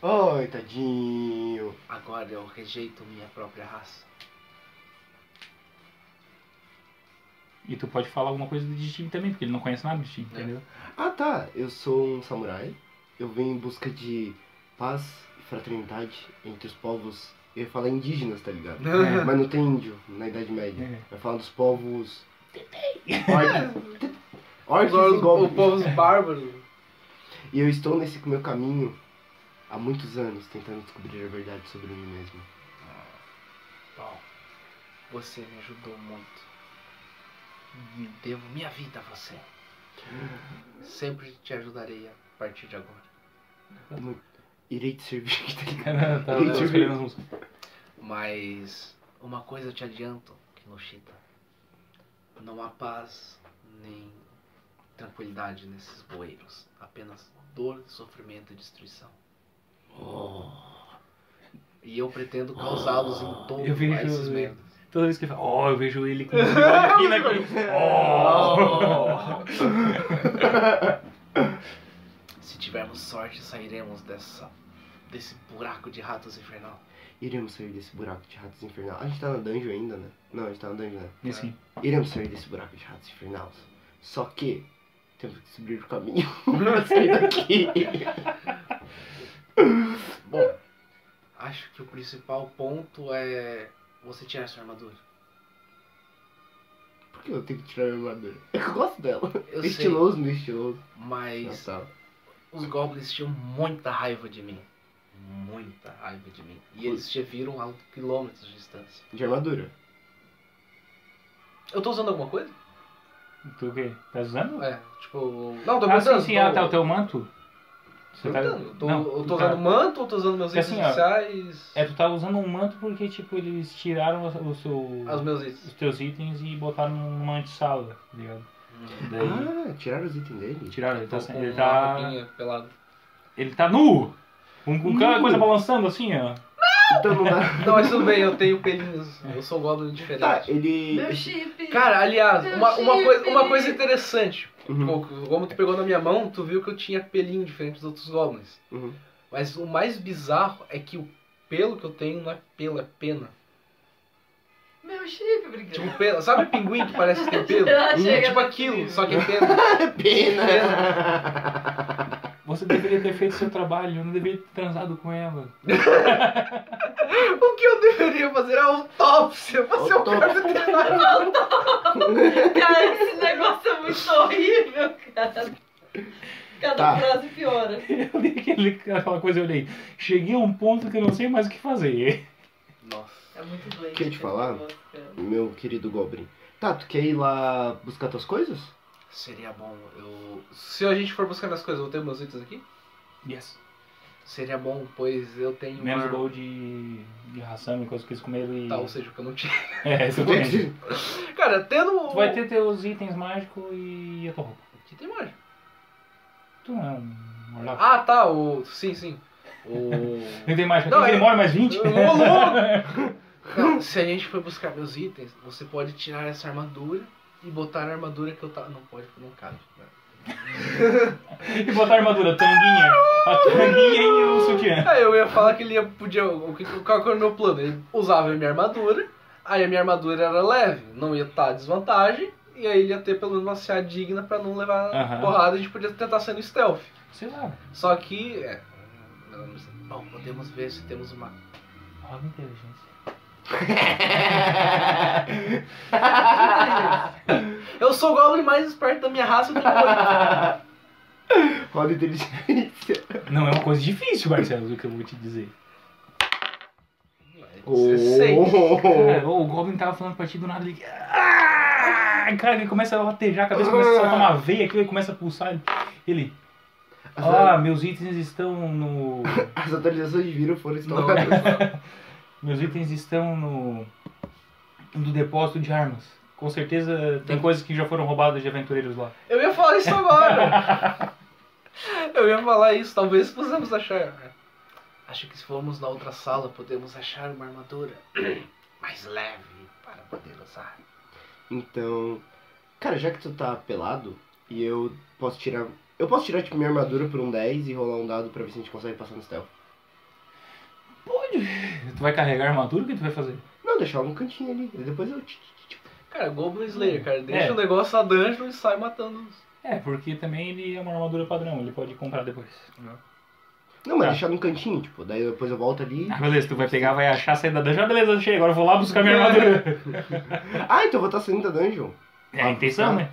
B: Oi, tadinho.
C: Agora eu rejeito minha própria raça.
A: E tu pode falar alguma coisa de time também, porque ele não conhece nada de time, entendeu?
B: Ah, tá. Eu sou um samurai. Eu venho em busca de paz e fraternidade entre os povos. Eu ia falar indígenas, tá ligado?
A: É.
B: Mas não tem índio na Idade Média.
A: É.
B: Vai falar dos povos. Orcs. Orcs
C: Agora
B: e
C: os,
B: goblins.
C: os povos bárbaros.
B: E eu estou nesse meu caminho há muitos anos tentando descobrir a verdade sobre mim mesmo.
C: Bom, você me ajudou muito. Me Devo minha vida a você. Sempre te ajudarei a partir de agora.
B: Irei te servir, tá ligado?
A: Cara, tá, tá escolhendo as músicas.
C: Mas uma coisa eu te adianto, Kinoshita. Não há paz nem tranquilidade nesses bueiros. Apenas dor, sofrimento e destruição.
A: Oh.
C: E eu pretendo causá-los em todo
A: Eu vejo-
C: a esses merdas.
A: Toda vez que ele fala, ó, eu vejo ele com o bigode aqui, né? Ó.
C: Se tivermos sorte, sairemos dessa, desse buraco de ratos infernal.
B: Iremos sair desse buraco de ratos infernal. A gente tá na dungeon ainda, né? Não, a gente tá na dungeon, né?
A: E assim,
B: Iremos sair desse buraco de ratos infernais. Só que temos que subir o caminho pra sair daqui.
C: Bom, acho que o principal ponto é você tirar sua armadura.
B: Por que eu tenho que tirar minha armadura? Eu gosto dela. É
C: Eu sei, É
B: estiloso, não estiloso.
C: mas
B: Ah, tá.
C: os goblins tinham muita raiva de mim. Muita raiva de mim. E eles te viram a quilômetros de distância.
B: De armadura.
C: Eu tô usando alguma coisa?
A: tu o quê? Tá usando?
C: É, tipo. Não, tô
A: Ah,
C: pensando.
A: sim, sim,
C: tô...
A: ah, tá, o teu manto? Você tá...
C: perguntando. Eu tô,
A: Não,
C: eu
A: tu
C: tô
A: tá-
C: usando um manto ou tô usando meus
A: É
C: itens
A: assim, ó.
C: iniciais?
A: É, tu tá usando um manto porque, tipo, eles tiraram o o seu...
C: Os meus itens.
A: os teus itens e botaram numa antessala, tá ligado?
C: É
A: Daí
B: Ah, tiraram os itens dele?
A: tiraram, ele
C: Tô
A: tá,
C: com
A: ele
C: uma
A: tá,
C: roupinha pelada.
A: ele tá nu! Com, com cada
B: Nu.
A: coisa balançando assim, ó.
B: Então não dá.
C: Não, mas tudo bem, eu tenho pelinhos.
A: É.
C: Eu sou um goblin diferente.
B: Tá, ele.
D: Meu chip.
C: Cara, aliás,
D: Meu
C: uma, uma,
D: chip.
C: coisa, uma coisa interessante.
B: Uhum,
C: Pô, como tu pegou na minha mão, tu viu que eu tinha pelinho diferente dos outros goblins.
B: uhum.
C: Mas o mais bizarro é que o pelo que eu tenho não é pelo, é pena.
D: Meu chip, obrigado.
C: Tipo, pelo. Sabe pinguim que parece que tem pelo?
D: Ela
C: É
D: chega
C: tipo
D: no
C: aquilo,
D: possível.
C: só que é pena.
B: Pena!
A: Você deveria ter feito seu trabalho, eu não deveria ter transado com ela.
C: O que eu deveria fazer é autópsia. Você é um
B: Autópsia.
C: cara veterinário.
D: Cara, esse negócio é muito horrível, cara. Cada
B: Tá.
D: frase piora.
A: Eu li aquele, aquela coisa, eu olhei. Cheguei a um ponto que eu não sei mais o que fazer.
C: Nossa.
D: É muito doente.
B: Quer te
D: esse
B: falar?
D: negócio, cara.
B: Meu querido Goblin. Tá, tu quer ir lá buscar tuas coisas?
C: Seria bom eu. Se a gente for buscar minhas coisas, eu tenho meus itens aqui?
A: Yes.
C: Seria bom, pois eu tenho.
A: Menos
C: uma-
A: gol de, de ração e coisas que eles comeram e...
C: Tá, ou seja, que eu não tinha.
A: É, exatamente.
C: Cara, tendo.
A: Tu vai ter teus itens mágicos e a tua roupa.
C: Que tem mais?
A: Tu não é um orlato.
C: Ah, tá, o. Sim, sim. O.
A: Não tem mágico.
C: Não,
A: Não,
C: é-
A: ele mora mais 20?
C: Ô, louco! Não, se a gente for buscar meus itens, você pode tirar essa armadura e botar a armadura que eu tava. Não pode, porque não cabe. né?
A: E botar a armadura, tanguinha. A tanguinha e o sutiã.
C: Aí eu ia falar que ele ia, podia. O que, qual que era o meu plano? Ele usava a minha armadura, aí a minha armadura era leve, não ia estar desvantagem, e aí ele ia ter pelo menos uma CA digna pra não levar
A: Aham.
C: porrada, a gente podia tentar sendo stealth.
A: Sei lá.
C: Só que. É, bom, podemos ver se temos uma
A: Roda inteligência.
C: Eu sou o Goblin mais esperto da minha raça do mundo.
B: Roda inteligência.
A: Não é uma coisa difícil, Marcelo, o que eu vou te dizer. Cara, ô, É, o Goblin tava falando pra ti do nada, ele... Ah! Cara, ele começa a latejar, a cabeça começa a soltar uma veia aqui, ele começa a pulsar, ele... ele ah, meus itens estão no...
B: As atualizações de vírus foram
C: Não.
B: instaladas.
A: Meus itens estão no... No depósito de armas. Com certeza tem coisas que já foram roubadas de aventureiros lá.
C: Eu ia falar isso agora. Eu ia falar isso, talvez possamos achar. Acho que se formos na outra sala, podemos achar uma armadura mais leve para poder usar.
B: Então, cara, já que tu tá pelado e eu posso tirar. Eu posso tirar tipo, minha armadura por um 10 e rolar um dado pra ver se a gente consegue passar no stealth.
A: Tu vai carregar a armadura? O que tu vai fazer?
B: Não, deixar ela no cantinho ali. E depois eu. ti- ti- ti-
C: Cara, Goblin Slayer, cara,
A: É.
C: deixa o negócio na dungeon e sai matando os.
A: É, porque também ele é uma armadura padrão, ele pode comprar depois.
B: Não, mas
A: Tá.
B: deixar no cantinho, tipo, daí depois eu volto ali.
A: Ah, beleza, tu vai pegar, vai achar, sair da dungeon. Ah, beleza, achei, agora eu vou lá buscar minha armadura.
B: Ah, então eu vou estar saindo da dungeon.
A: É a intenção, né?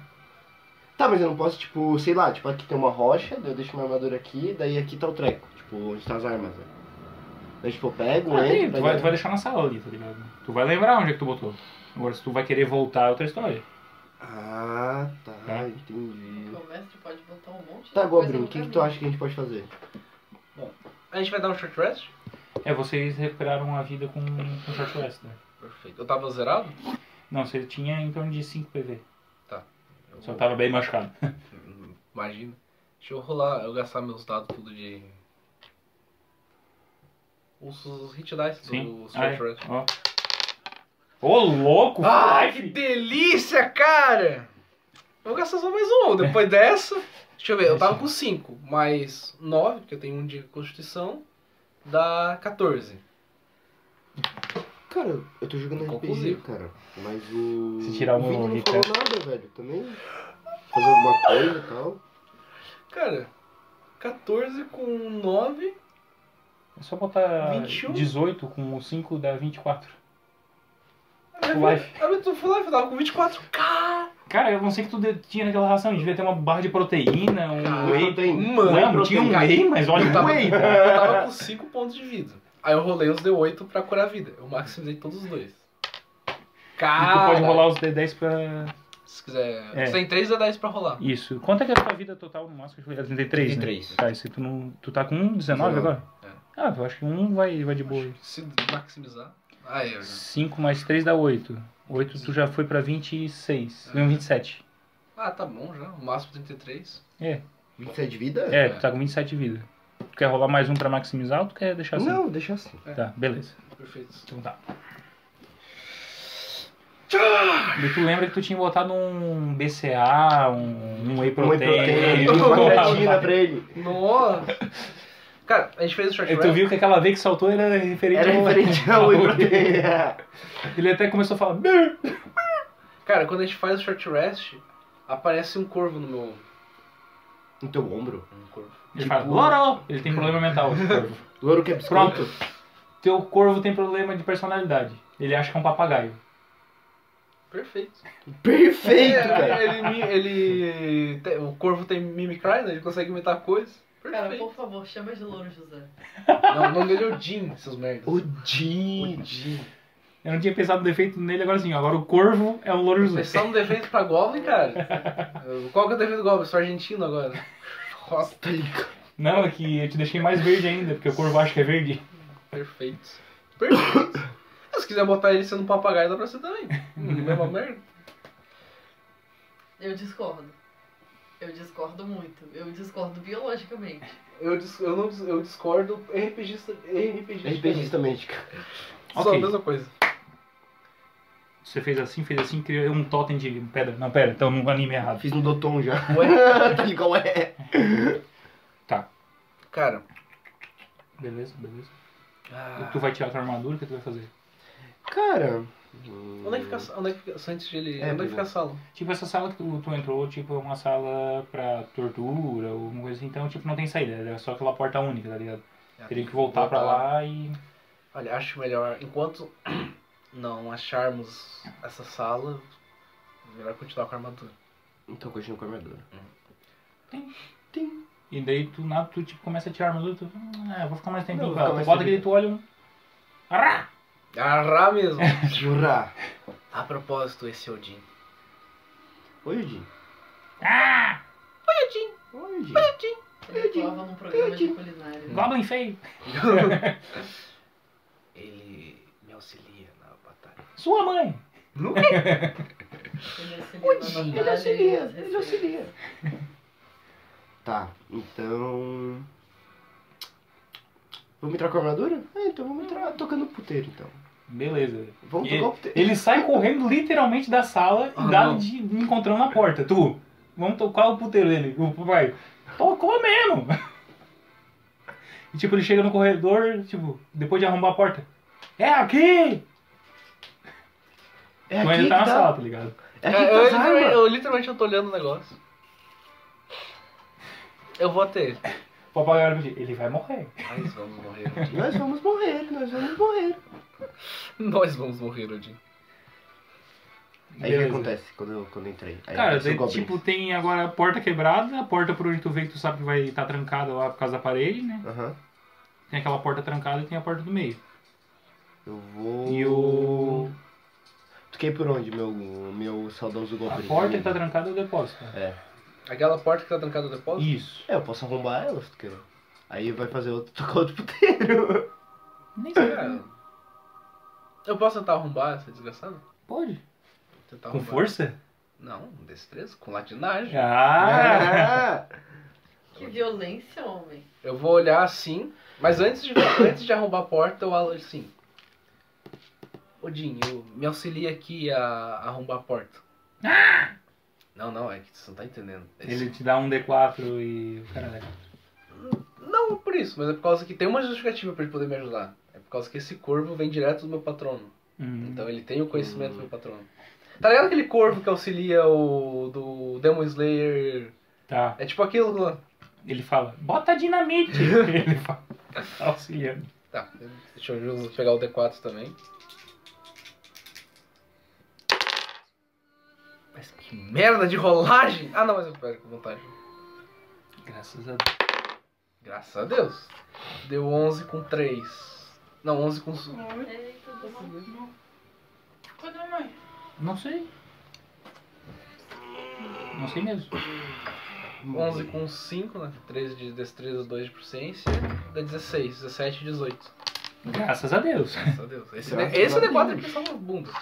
B: Tá, mas eu não posso, tipo, sei lá, tipo, aqui tem uma rocha, daí eu deixo minha armadura aqui, daí aqui tá o treco, tipo, onde tá as armas, né? Daí, tipo, eu pego,
A: Ah, tem,
B: entro,
A: tu, vai, tu vai deixar na sala ali, tá ligado? Tu vai lembrar onde é que tu botou. Agora, se tu vai querer voltar, é outra história.
B: Ah, tá,
A: Tá.
B: entendi.
D: O mestre pode botar um monte de
B: Hum. Tá,
D: coisa
B: Goblin,
D: no
B: o que, que tu
D: caminho.
B: acha que a gente pode fazer?
C: A gente vai dar um short rest?
A: É, vocês recuperaram a vida com, com short rest, né?
C: Perfeito. Eu tava zerado?
A: Não, você tinha em torno de 5 PV.
C: Eu-
A: Só tava bem machucado.
C: Imagina. Deixa eu rolar, eu gastar meus dados tudo de. Os, os hit dice
A: Sim.
C: do
A: Ah,
C: short
A: é.
C: rest.
A: Ó. Ô, louco!
C: Ai, que
A: five!
C: delícia, cara! Eu vou gastar só mais um. Depois dessa. Deixa eu ver, eu tava com 5, mais 9, porque eu tenho um de constituição, dá 14.
B: Cara, eu tô jogando RPG,
C: Conclusivo.
B: cara, mas o...
A: Se tirar um tá. uma
B: o Vini não
A: lolita.
B: falou nada, velho, também fazer alguma coisa e tal.
C: Cara, 14 com 9.
A: É só botar
C: 21.
A: 18 com o 5 dá 24.
C: Eu
A: Full life.
C: eu tô full life, eu tava com 24. Cara!
A: Cara, eu não sei o que tu de- tinha naquela ração. Devia ter uma barra de proteína, um
B: Ah,
A: whey.
B: não tem.
C: Mano,
A: não, tinha um whey, mas olha
C: Eu tava-
A: o whey. cara.
C: Eu tava com 5 pontos de vida. Aí eu rolei os D8 pra curar a vida. Eu maximizei todos os dois.
A: E
C: Cara!
A: tu pode rolar os D10 pra.
C: Se quiser.
A: É.
C: Você tem 3 D10 pra rolar.
A: Isso. Quanto é que é a tua vida total no máximo? Acho que foi 33.
B: 33.
A: Né? Tá, isso aí tu, não... tu tá com um 19 agora?
C: É.
A: Ah, eu acho que um vai, vai de boa.
C: Se maximizar. Ah, é.
A: 5 mais 3 dá 8. 8 tu já foi pra 26. Não, 27.
C: Ah, tá bom já. O máximo 33.
B: 27 de vida?
A: É, tu tá com 27 de vida. Tu quer rolar mais um pra maximizar ou tu quer deixar assim?
B: Não, deixa assim.
A: Tá, beleza.
C: Perfeito.
A: Então tá. E tu lembra que tu tinha botado um BCA, um, um whey
B: Uma
A: protein.
B: proteína, uma
A: Porra,
B: creatina pra ele.
C: Nossa! Cara, a gente fez o short
A: E tu
C: rest.
A: viu que aquela V que saltou era referente
B: Era
A: ao-
B: referente ao
A: um
B: whey proteína.
A: Ele até começou a falar. "Bê".
C: Cara, quando a gente faz o short rest, aparece um corvo no meu.
B: No teu ombro.
C: Um corvo.
A: Ele fala, Loro! Ele tem problema mental, esse corvo.
B: Louro que é biscoito.
A: Pronto. Teu corvo tem problema de personalidade. Ele acha que é um papagaio.
C: Perfeito.
B: Perfeito,
C: É,
B: cara.
C: ele, mi- ele te- O corvo tem mimicry, né? Ele consegue imitar coisa.
D: Cara,
C: Perfeito.
D: por favor, chama de louro, José.
C: Não, o nome dele é o Jim, seus merdas.
B: O Jim.
C: Jim.
A: Eu não tinha pensado no defeito nele agora sim. Agora o corvo é um louro
C: Vocês
A: José.
C: são um defeito pra Goblin, cara? Qual que é o defeito do Goblin? Eu sou argentino agora. Nossa,
B: Tá ligado?
A: Não, é que eu te deixei mais verde ainda, porque o corvo acha que é verde.
C: perfeito. Perfeito. Se quiser botar ele sendo um papagaio, dá pra ser também. Mesma merda.
D: Eu discordo. Eu discordo muito. Eu discordo biologicamente.
C: Eu, dis- eu, não, dis- eu discordo RPGista. RPGista.
B: RPGistamente, cara.
C: Só
A: Ok.
C: a mesma coisa.
A: Você fez assim, fez assim, criou um totem de pedra. Não, pera, então não anime errado.
B: Fiz no Doton já.
C: Ué,
B: tá ligado? É.
C: cara.
A: Beleza, beleza.
C: Ah,
A: Tu vai tirar tua armadura, o que tu vai fazer?
B: Cara.
C: Onde é que fica a sa- onde é que fica- só antes de ele.
B: É,
C: onde é que fica a sala?
A: Tipo, essa sala que tu, tu entrou, tipo, é uma sala pra tortura ou alguma coisa assim. Então, tipo, não tem saída. É só aquela porta única, tá ligado? Teria que voltar pra lá e...
C: Olha, acho melhor. Enquanto não acharmos essa sala, melhor continuar com a armadura.
B: Então continua com a armadura.
A: E daí tu, nada, tu tipo, começa a tirar a armadura, tu. "Hum, É, eu vou ficar mais tempo
B: Não,
A: em
B: vou
A: casa.
B: ficar
A: Tu
B: mais
A: bota
B: tempo.
A: aquele tu olha um. Ará!
C: Arrá mesmo!
B: Jura!
C: a propósito, esse Odin.
B: Oi, Jim.
A: Ah!
B: Oi, Jim.
D: Ele atuava num programa de culinária.
A: Goblin feio!
C: Ele me auxilia na batalha.
A: Sua mãe!
C: É,
D: Ele auxilia na
B: Oi, Ele
D: batalha,
B: auxilia,
D: às vezes
B: ele auxilia. Tá, então. Vamos entrar com a armadura? É, então vamos entrar tocando o puteiro então.
A: Beleza.
B: Vamos
A: E-
B: tocar o puteiro.
A: Ele sai correndo literalmente da sala
C: Ah,
A: e dá
C: não.
A: de, encontrando na porta. Tu, vamos tocar o puteiro dele. O pai, tocou mesmo. E tipo, ele chega no corredor, tipo, depois de arrombar a porta. É aqui!
B: É
A: tu ainda
B: aqui
A: tá na
B: que tá.
A: sala, tá ligado?
B: É aqui que
C: eu,
B: tá as
C: literalmente,
B: armas.
C: eu literalmente eu tô olhando o negócio. Eu vou até ele.
A: O papagaio vai pedir, ele vai morrer.
C: Nós vamos morrer, Odin.
B: Nós vamos morrer, nós vamos morrer.
C: Nós vamos morrer, Odin.
B: Aí o que
A: Beleza.
B: acontece quando eu, quando eu entrei? Aí
A: Cara,
B: apareceu
A: daí,
B: o Goblin.
A: tipo, tem agora a porta quebrada, a porta por onde tu vê que tu sabe que vai estar trancada lá por causa da parede, né?
B: Aham.
A: Tem aquela porta trancada e tem a porta do meio.
B: Eu vou.
A: E o.
B: Toquei por onde, meu, meu saudoso
A: A
B: Goblin?
A: porta que tá trancada é o depósito.
C: Aquela porta que tá trancada no depósito?
A: Isso.
B: É, eu posso arrombar ela se tu quer. Aí vai fazer outro, tocar outro puteiro. É.
A: Nem sei.
C: Cara, É. eu posso tentar arrombar essa desgraçada?
A: Pode.
C: Tentar
A: Com
C: arrombar.
A: força? É.
C: Não, um destreza, com latinagem.
A: Ah!
D: Que violência, homem.
C: Eu vou olhar assim, mas antes de, antes de arrombar a porta, eu falo assim. Odin, eu me auxilia aqui a, a arrombar a porta. Não, não, é que você não tá entendendo. Esse-
A: Ah! Ele te dá um D4 e o cara leva.
C: Não por isso, mas é por causa que tem uma justificativa pra ele poder me ajudar. É por causa que esse corvo vem direto do meu patrono.
A: Hum.
C: Então ele tem o conhecimento do meu patrono. Tá ligado aquele corvo que auxilia o do Demon Slayer?
A: Tá.
C: É tipo aquilo lá.
A: Ele fala, bota dinamite! ele fala, tá auxiliando.
C: Tá, deixa eu just- pegar o D4 também. Mas que merda de rolagem! Ah não, mas eu pego com vantagem.
A: Graças a Deus.
C: Graças a Deus. Deu 11 com 3. Não, 11 com... su-
D: Eita, do céu. tipo,
A: Cadê a mãe? Não sei. Não sei mesmo.
C: 11 com 5, né? 13 de destreza, 2 de proficiência. Dá 16, 17 e 18.
A: Graças a Deus.
C: Graças a Deus. Esse,
B: Graças
C: D- esse
B: a
C: D4
B: Deus.
C: aqui são umas bundas.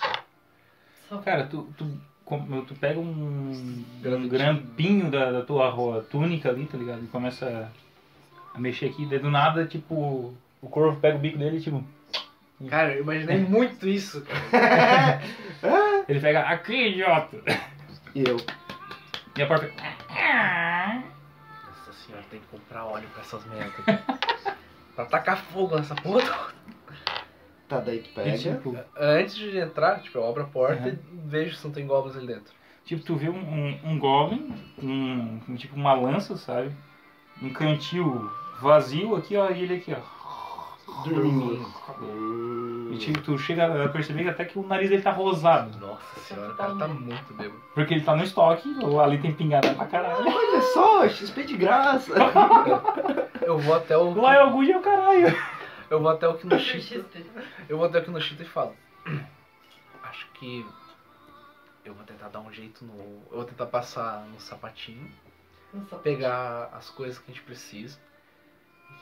D: Só
A: Cara, tu, tu, como- tu pega um, um
C: Gravitinho.
A: grampinho da, da tua ro- túnica ali, tá ligado? E começa a mexer aqui. Daí do nada, tipo, o corvo pega o bico dele e tipo...
C: Cara, eu imaginei muito isso. cara.
A: Ele pega, aqui, idiota!
B: E eu.
A: E a porta... "Ah."
C: Nossa senhora, tem que comprar óleo pra essas merdas. pra tacar fogo nessa porra.
B: Tá, daí tu
A: E,
B: pega.
A: tipo,
C: Antes de entrar, tipo, eu abro a porta e vejo se não tem goblins ali dentro.
A: tipo, tu vê um, um, um goblin com, com, tipo uma lança, sabe? Um cantil vazio aqui, ó, e ele aqui, ó.
B: Dormindo.
A: E tipo, tu chega a perceber que até que o nariz dele tá rosado.
C: Nossa senhora, o cara tá
A: um-
C: muito bêbado.
A: Porque ele tá no estoque, ou ali tem pingada pra caralho.
B: Olha só, XP de graça.
C: Eu vou até o.
A: Lá é o Good é o caralho.
C: Eu vou até o
D: não
C: Kinoshita. Eu vou até o Kinoshita e falo. Acho que. Eu vou tentar dar um jeito no. Eu vou tentar passar no sapatinho,
D: Não só
C: pegar as coisas que a gente precisa.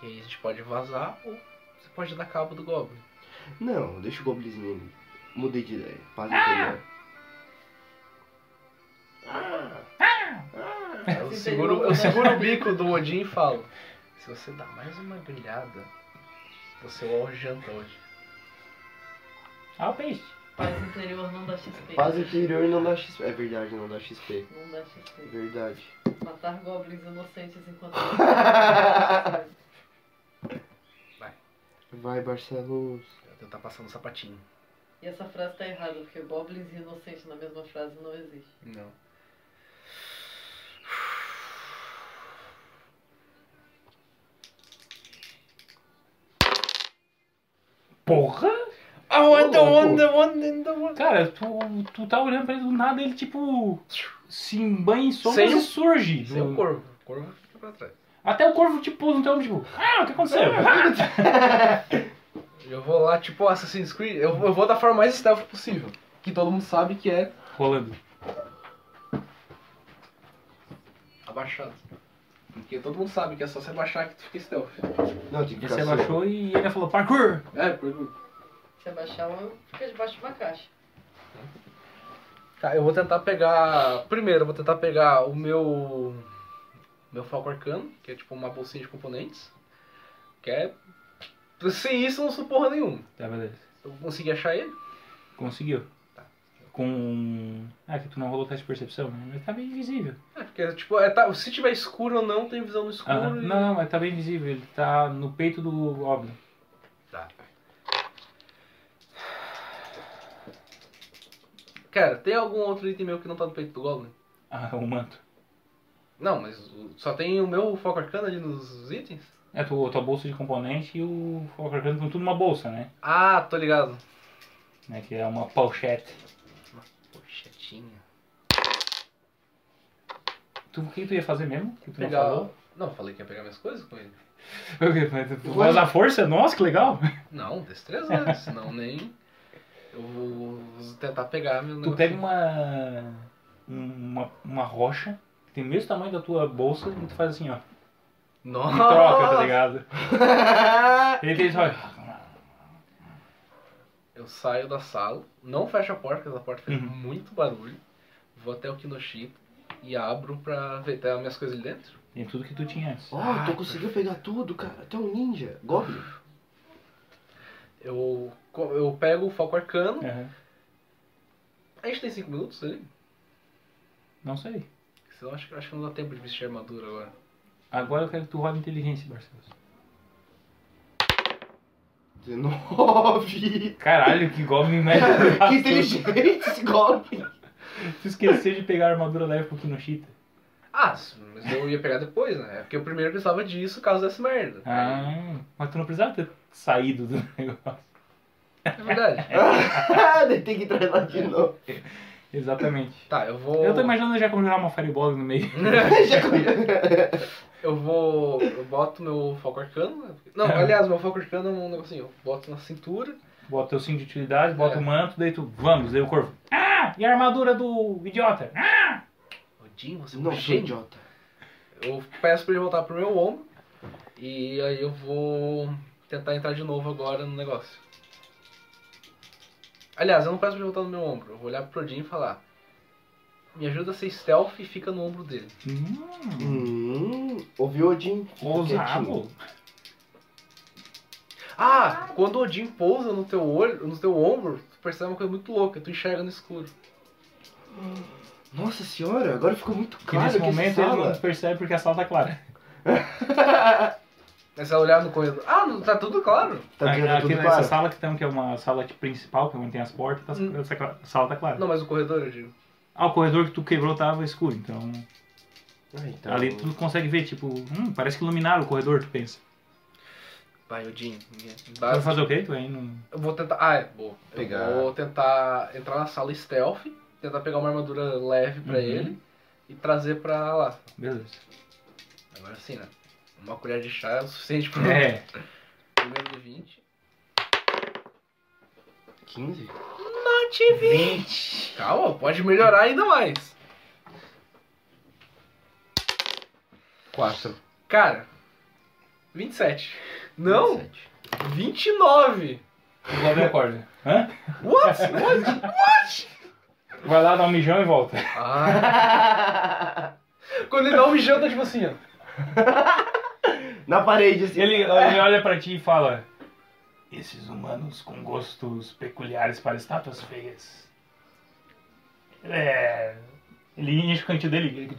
C: E aí a gente pode vazar ou você pode dar cabo do Goblin.
B: Não, deixa o goblinzinho ali. Mudei de ideia. Paz
A: Ah!
B: interior.
C: Eu seguro, eu seguro o bico do Odin e falo. Se você dá mais uma brilhada, você é o janta hoje.
A: Ah, o peixe.
D: Paz interior não dá XP.
B: Paz interior não dá XP. É verdade, não dá XP.
D: Não dá
B: É
D: XP.
B: verdade.
D: Matar goblins inocentes enquanto.
B: Vai, Barcelos.
C: Eu vou tentar passar no sapatinho.
D: e essa frase tá errada, porque goblins e inocentes na mesma frase não existe.
C: Não.
A: Porra!
C: I want the
B: Ô, louco.
C: one, the one, and the one.
A: Cara, tu, tu tá olhando pra ele do nada, ele tipo se embanha em sombras
C: Sem
A: e
C: o-
A: surge.
C: Sem o corvo. O corvo fica pra trás.
A: Até o corvo tipo pousa no teu ombro, tipo, ah, o que aconteceu?
C: É. Eu vou lá, tipo Assassin's Creed, eu, eu vou da forma mais stealth possível. Que todo mundo sabe que é
A: Rolando.
C: abaixado. Porque todo mundo sabe que é só se abaixar que tu fica stealth.
B: Não, tinha que
A: Ele se
B: ficar assim.
A: abaixou e ele falou, parkour!
C: É, porque...
D: Se abaixar, eu fica debaixo de uma caixa.
C: Tá, eu vou tentar pegar... Primeiro, eu vou tentar pegar o meu... Meu falco arcano, que é tipo uma bolsinha de componentes. Que é... Sem isso, eu não sou porra nenhuma.
A: Tá, beleza.
C: Eu consegui achar ele.
A: Conseguiu. Com. Ah, que tu não rolou o teste de percepção, né? Mas tá bem visível.
C: É, porque, tipo, é, tá, se tiver escuro ou não, tem visão no escuro.
A: Aham.
C: e-
A: Não, não, mas tá bem visível. Ele tá no peito do Goblin.
C: Tá. Cara, tem algum outro item meu que não tá no peito do Goblin?
A: Ah, o manto.
C: Não, mas o- só tem o meu foco arcano ali nos itens?
A: É tua, tua bolsa de componente e o foco arcano com tudo numa bolsa, né?
C: Ah, tô ligado.
A: né? Que é uma pochete.
C: Pochetinha.
A: Tu, o que tu ia fazer mesmo? Que tu não
C: Pegar.
A: falou?
C: Não, falei que ia pegar minhas coisas com ele.
A: O quê? Mas tu- tu vai usar força? Nossa, que legal!
C: Não, destreza, né? Senão nem. Eu vou tentar pegar meu
A: Tu
C: negócio.
A: pega uma, uma. uma rocha que tem o mesmo tamanho da tua bolsa e tu faz assim, ó. E
C: Nossa!
A: troca, tá ligado? Ele tem só.
C: Eu saio da sala, não fecho a porta, porque essa porta fez
A: Uhum.
C: muito barulho. Vou até o Kinoshita e abro pra ver tá, minhas coisas ali dentro.
A: Tem tudo que tu tinha antes.
B: Ó, eu tô conseguindo pegar tudo, cara. Até um ninja. Goblin.
C: Eu, co- eu pego o foco arcano.
A: Aham.
C: A gente tem 5 minutos ali?
A: Não sei.
C: Senão acho, que- acho que não dá tempo de vestir armadura agora.
A: Agora eu quero que tu roda inteligência, Barcelos.
B: 19.
A: Caralho, que Goblin médio.
B: que inteligente esse Goblin.
A: Tu esqueceu de pegar a armadura leve pro Kinoshita.
C: Ah, s- mas eu ia pegar depois, né? É porque eu primeiro precisava disso caso desse merda. Aí-
A: Ah, mas tu não precisava ter saído do negócio.
C: É verdade.
A: É.
B: Daí tem que entrar lá de novo.
A: Exatamente.
C: Tá, eu vou.
A: Eu tô imaginando já conjurar uma Fireball no meio.
B: Já conhe-
C: Eu vou. Eu boto meu foco arcano. né? Não,
A: É.
C: aliás, meu foco arcano é um negocinho. Eu boto na cintura.
A: Bota o cinto de utilidade, bota
C: É.
A: o manto, daí tu. Vamos, daí o corvo. Ah! E a armadura do idiota? Ah!
C: Odin, você é um
B: Não, sou
C: gênio.
B: idiota.
C: Eu peço pra ele voltar pro meu ombro. E aí eu vou tentar entrar de novo agora no negócio. Aliás, eu não peço pra ele voltar no meu ombro. Eu vou olhar pro Odin e falar. Me ajuda a ser stealth e fica no ombro dele.
A: Hum,
B: Hum, ouviu, Odin? Fica quietinho.
A: ousado.
C: Ah, quando o Odin pousa no teu olho, no teu ombro, tu percebe uma coisa muito louca, tu enxerga no escuro.
B: Nossa senhora, agora ficou muito
A: Que
B: claro
A: nesse
B: que
A: momento
B: essa
A: ele
B: sala...
A: não percebe porque a sala tá clara.
C: Aí você olhar no corredor. Ah, não, tá tudo claro.
B: Tá
A: Aqui-
B: vendo
A: aqui
B: tudo
A: nessa
B: claro?
A: sala que, tem, que é uma sala tipo, principal, que é onde tem as portas, tá-
C: Hum.
A: essa cla- sala tá clara.
C: Não, mas o corredor, eu digo.
A: Ah, o corredor que tu quebrou tava escuro, então,
B: Ah, então...
A: ali tu consegue ver, tipo, hum, parece que iluminaram o corredor, tu pensa.
C: Vai, Odin. me-
A: Tu
C: dá-
A: vai fazer o quê? Tu aí não...
C: Eu vou tentar. Ah, é, boa.
B: Pegar.
C: Eu vou tentar entrar na sala stealth, tentar pegar uma armadura leve pra
A: Uhum.
C: ele e trazer pra lá.
A: Beleza.
C: Agora sim, né? Uma colher de chá é o suficiente pra ele.
A: É,
C: primeiro de 20.
B: 15?
C: Note 20! Calma, pode melhorar ainda mais.
B: 4.
C: Cara, 27. Não,
B: 27.
C: 29!
A: o Goblin acorda. Hã?
C: What? What?
A: Vai lá, dá um mijão e volta.
C: Ah, quando ele dá um mijão, tá tipo assim, ó.
B: Na parede, assim.
A: Ele, ele olha pra ti e fala: Esses humanos com gostos peculiares para estátuas feias. É. Ele enche o cantinho dele.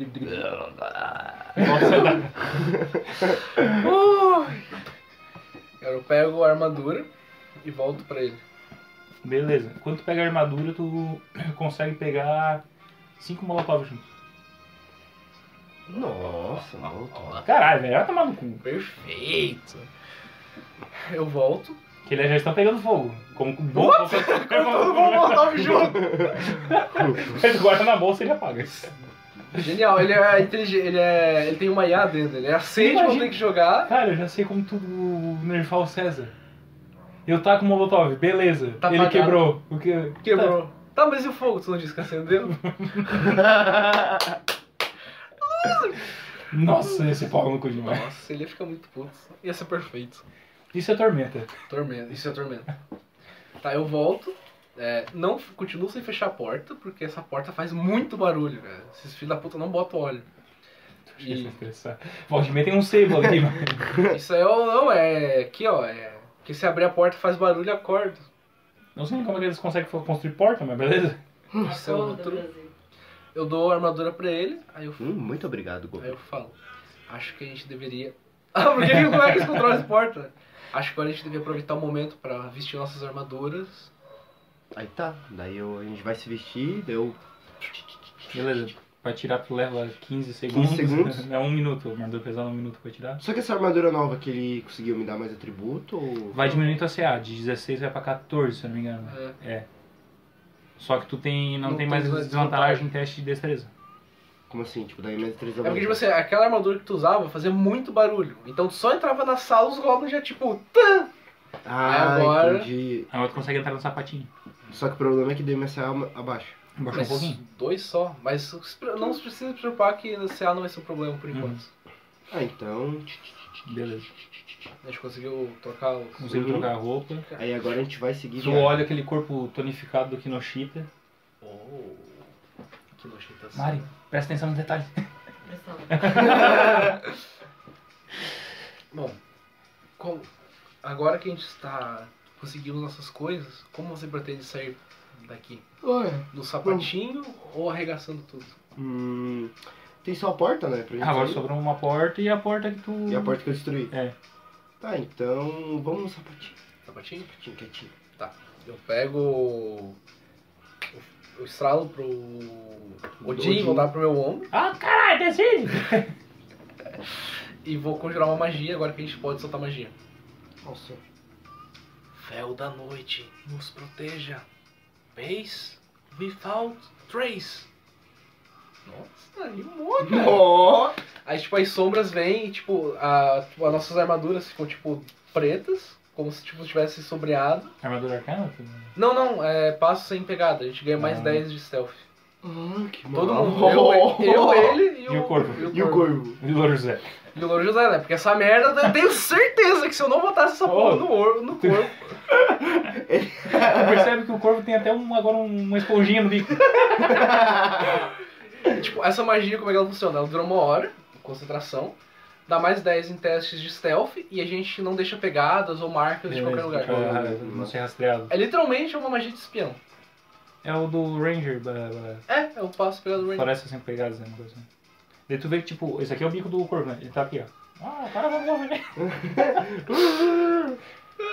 A: Nossa, dá-
C: Cara, eu pego a armadura e volto pra ele.
A: Beleza. Quando tu pega a armadura, tu consegue pegar cinco molotov juntos.
B: Nossa, maluco.
A: Caralho, velho, vai tomar no cu.
C: Perfeito. Eu volto.
A: Que eles já estão pegando fogo. Como com bom.
C: Eu não vou mortal junto.
A: Ele guarda na bolsa e ele apaga.
C: Genial, ele é inteligente, ele, é, ele tem uma IA dentro, ele acende quando
A: Imagina.
C: tem que jogar.
A: Cara, eu já sei como tu nerfar o César. Eu taco o Molotov, beleza.
C: Tá
A: ele
C: apagado.
A: quebrou. O que...
C: Quebrou. Tá, mas e o fogo? Tu não disse que acendeu?
A: Tá. Nossa, esse pau no cu demais.
C: Nossa, ele ia ficar muito puto. Ia ser perfeito.
A: Isso é tormenta.
C: Tormento, isso é tormento. Tá, eu volto. É, não, continuo sem fechar a porta, porque essa porta faz muito barulho, velho. Esses filhos da puta não botam óleo.
A: Isso é
C: E
A: estressar. Valdemir tem um sebo aqui, mano.
C: isso aí, ó, não, é. Aqui, ó, é. Que se abrir a porta faz barulho, acorda.
A: Não sei nem como é que eles conseguem construir porta, mas beleza.
C: Isso é outro. Eu dou a armadura pra ele, aí eu,
B: Hum, muito obrigado, Goku.
C: aí eu falo. Acho que a gente deveria. Ah, por que que- como é que eles controlam as portas? Acho que agora a gente deveria aproveitar o momento pra vestir nossas armaduras.
B: Aí tá, daí eu- a gente vai se vestir, deu
A: Beleza. Pra tirar tu leva 15 segundos.
B: segundos?
A: É um minuto. Mandou pesar um minuto pra tirar.
B: Só que essa armadura nova que ele conseguiu me dar mais atributo ou.
A: Vai diminuir tua CA. De 16 vai pra 14, se eu não me engano.
C: É,
A: É. Só que tu tem, não,
C: Não
A: tem
C: tem
A: mais
C: desvantagem.
A: desvantagem em teste de destreza.
B: Como assim? Tipo, daí mais três
C: É porque, tipo
B: avanços.
C: assim, aquela armadura que tu usava fazia muito barulho. Então tu só entrava na sala, os goblins já, tipo, tã!
B: Ah,
C: Agora-
B: entendi.
A: Agora tu consegue entrar no sapatinho.
B: Só que o problema é que deu minha CA abaixo.
A: Abaixou um
C: Mas
A: pouquinho.
C: dois só. Mas não se precisa se preocupar que no CA não vai ser um problema por
A: Uhum.
C: enquanto.
B: Ah, então.
A: Beleza.
C: A gente conseguiu trocar os.
A: Conseguiu
B: Uhum.
A: trocar a roupa.
B: Aí agora a gente vai seguir.
A: Tu
B: já.
A: olha aquele corpo tonificado do Kinoshita.
C: Oh, que tá nojeitação.
A: Mari, presta atenção no detalhe.
C: Bom, com- agora que a gente está conseguindo nossas coisas, como você pretende sair daqui?
B: Ué.
C: No sapatinho ou arregaçando tudo?
B: Hum, tem só a porta, né? Pra
C: Ah,
B: gente
A: Agora
B: sair.
A: sobrou uma porta e a porta que tu.
B: E a porta que eu destruí.
A: É.
B: Tá, então. Vamos no sapatinho.
C: Sapatinho?
B: Sapatinho quietinho.
C: Eu pego. o- Eu estralo pro. Odin,
B: Odin.
C: vou dar pro meu ombro
A: Ah, caralho, decide!
C: e vou conjurar uma magia agora que a gente pode soltar magia.
B: Nossa.
C: Véu da noite, nos proteja. Base without trace. Nossa, rimou, cara.
B: Ó!
C: Aí, tipo, as sombras vêm e, tipo, a, tipo, as nossas armaduras ficam, tipo, pretas, como se, tipo, tivesse sombreado.
A: Armadura arcana? tu-
C: Não, não, é passo sem pegada, a gente ganha mais
A: Ah.
C: 10 de stealth.
B: Ah, que
C: Todo
B: mal.
C: mundo, eu, eu, ele e o...
A: E o corvo.
B: E o corvo.
A: Vilor José.
C: E o Louro José, né? Porque essa merda, eu tenho certeza que se eu não botasse essa
A: Oh.
C: porra no, or- no corpo...
A: Tu percebe que o corvo tem até um, agora um- uma esponjinha no bico.
C: tipo, essa magia, como é que ela funciona? Ela dura uma hora, concentração, dá mais 10 em testes de stealth e a gente não deixa pegadas ou marcas de qualquer lugar.
A: Ah, não ser rastreado.
C: É literalmente uma magia de espião.
A: É o do Ranger, da- da-
C: É, eu passo pegando o Ranger.
A: floresta sem pegadas, é uma coisa assim. Daí tu vê que, tipo, esse aqui é o bico do corvo, né? Ele tá aqui, ó. Ah, o cara vai morrer.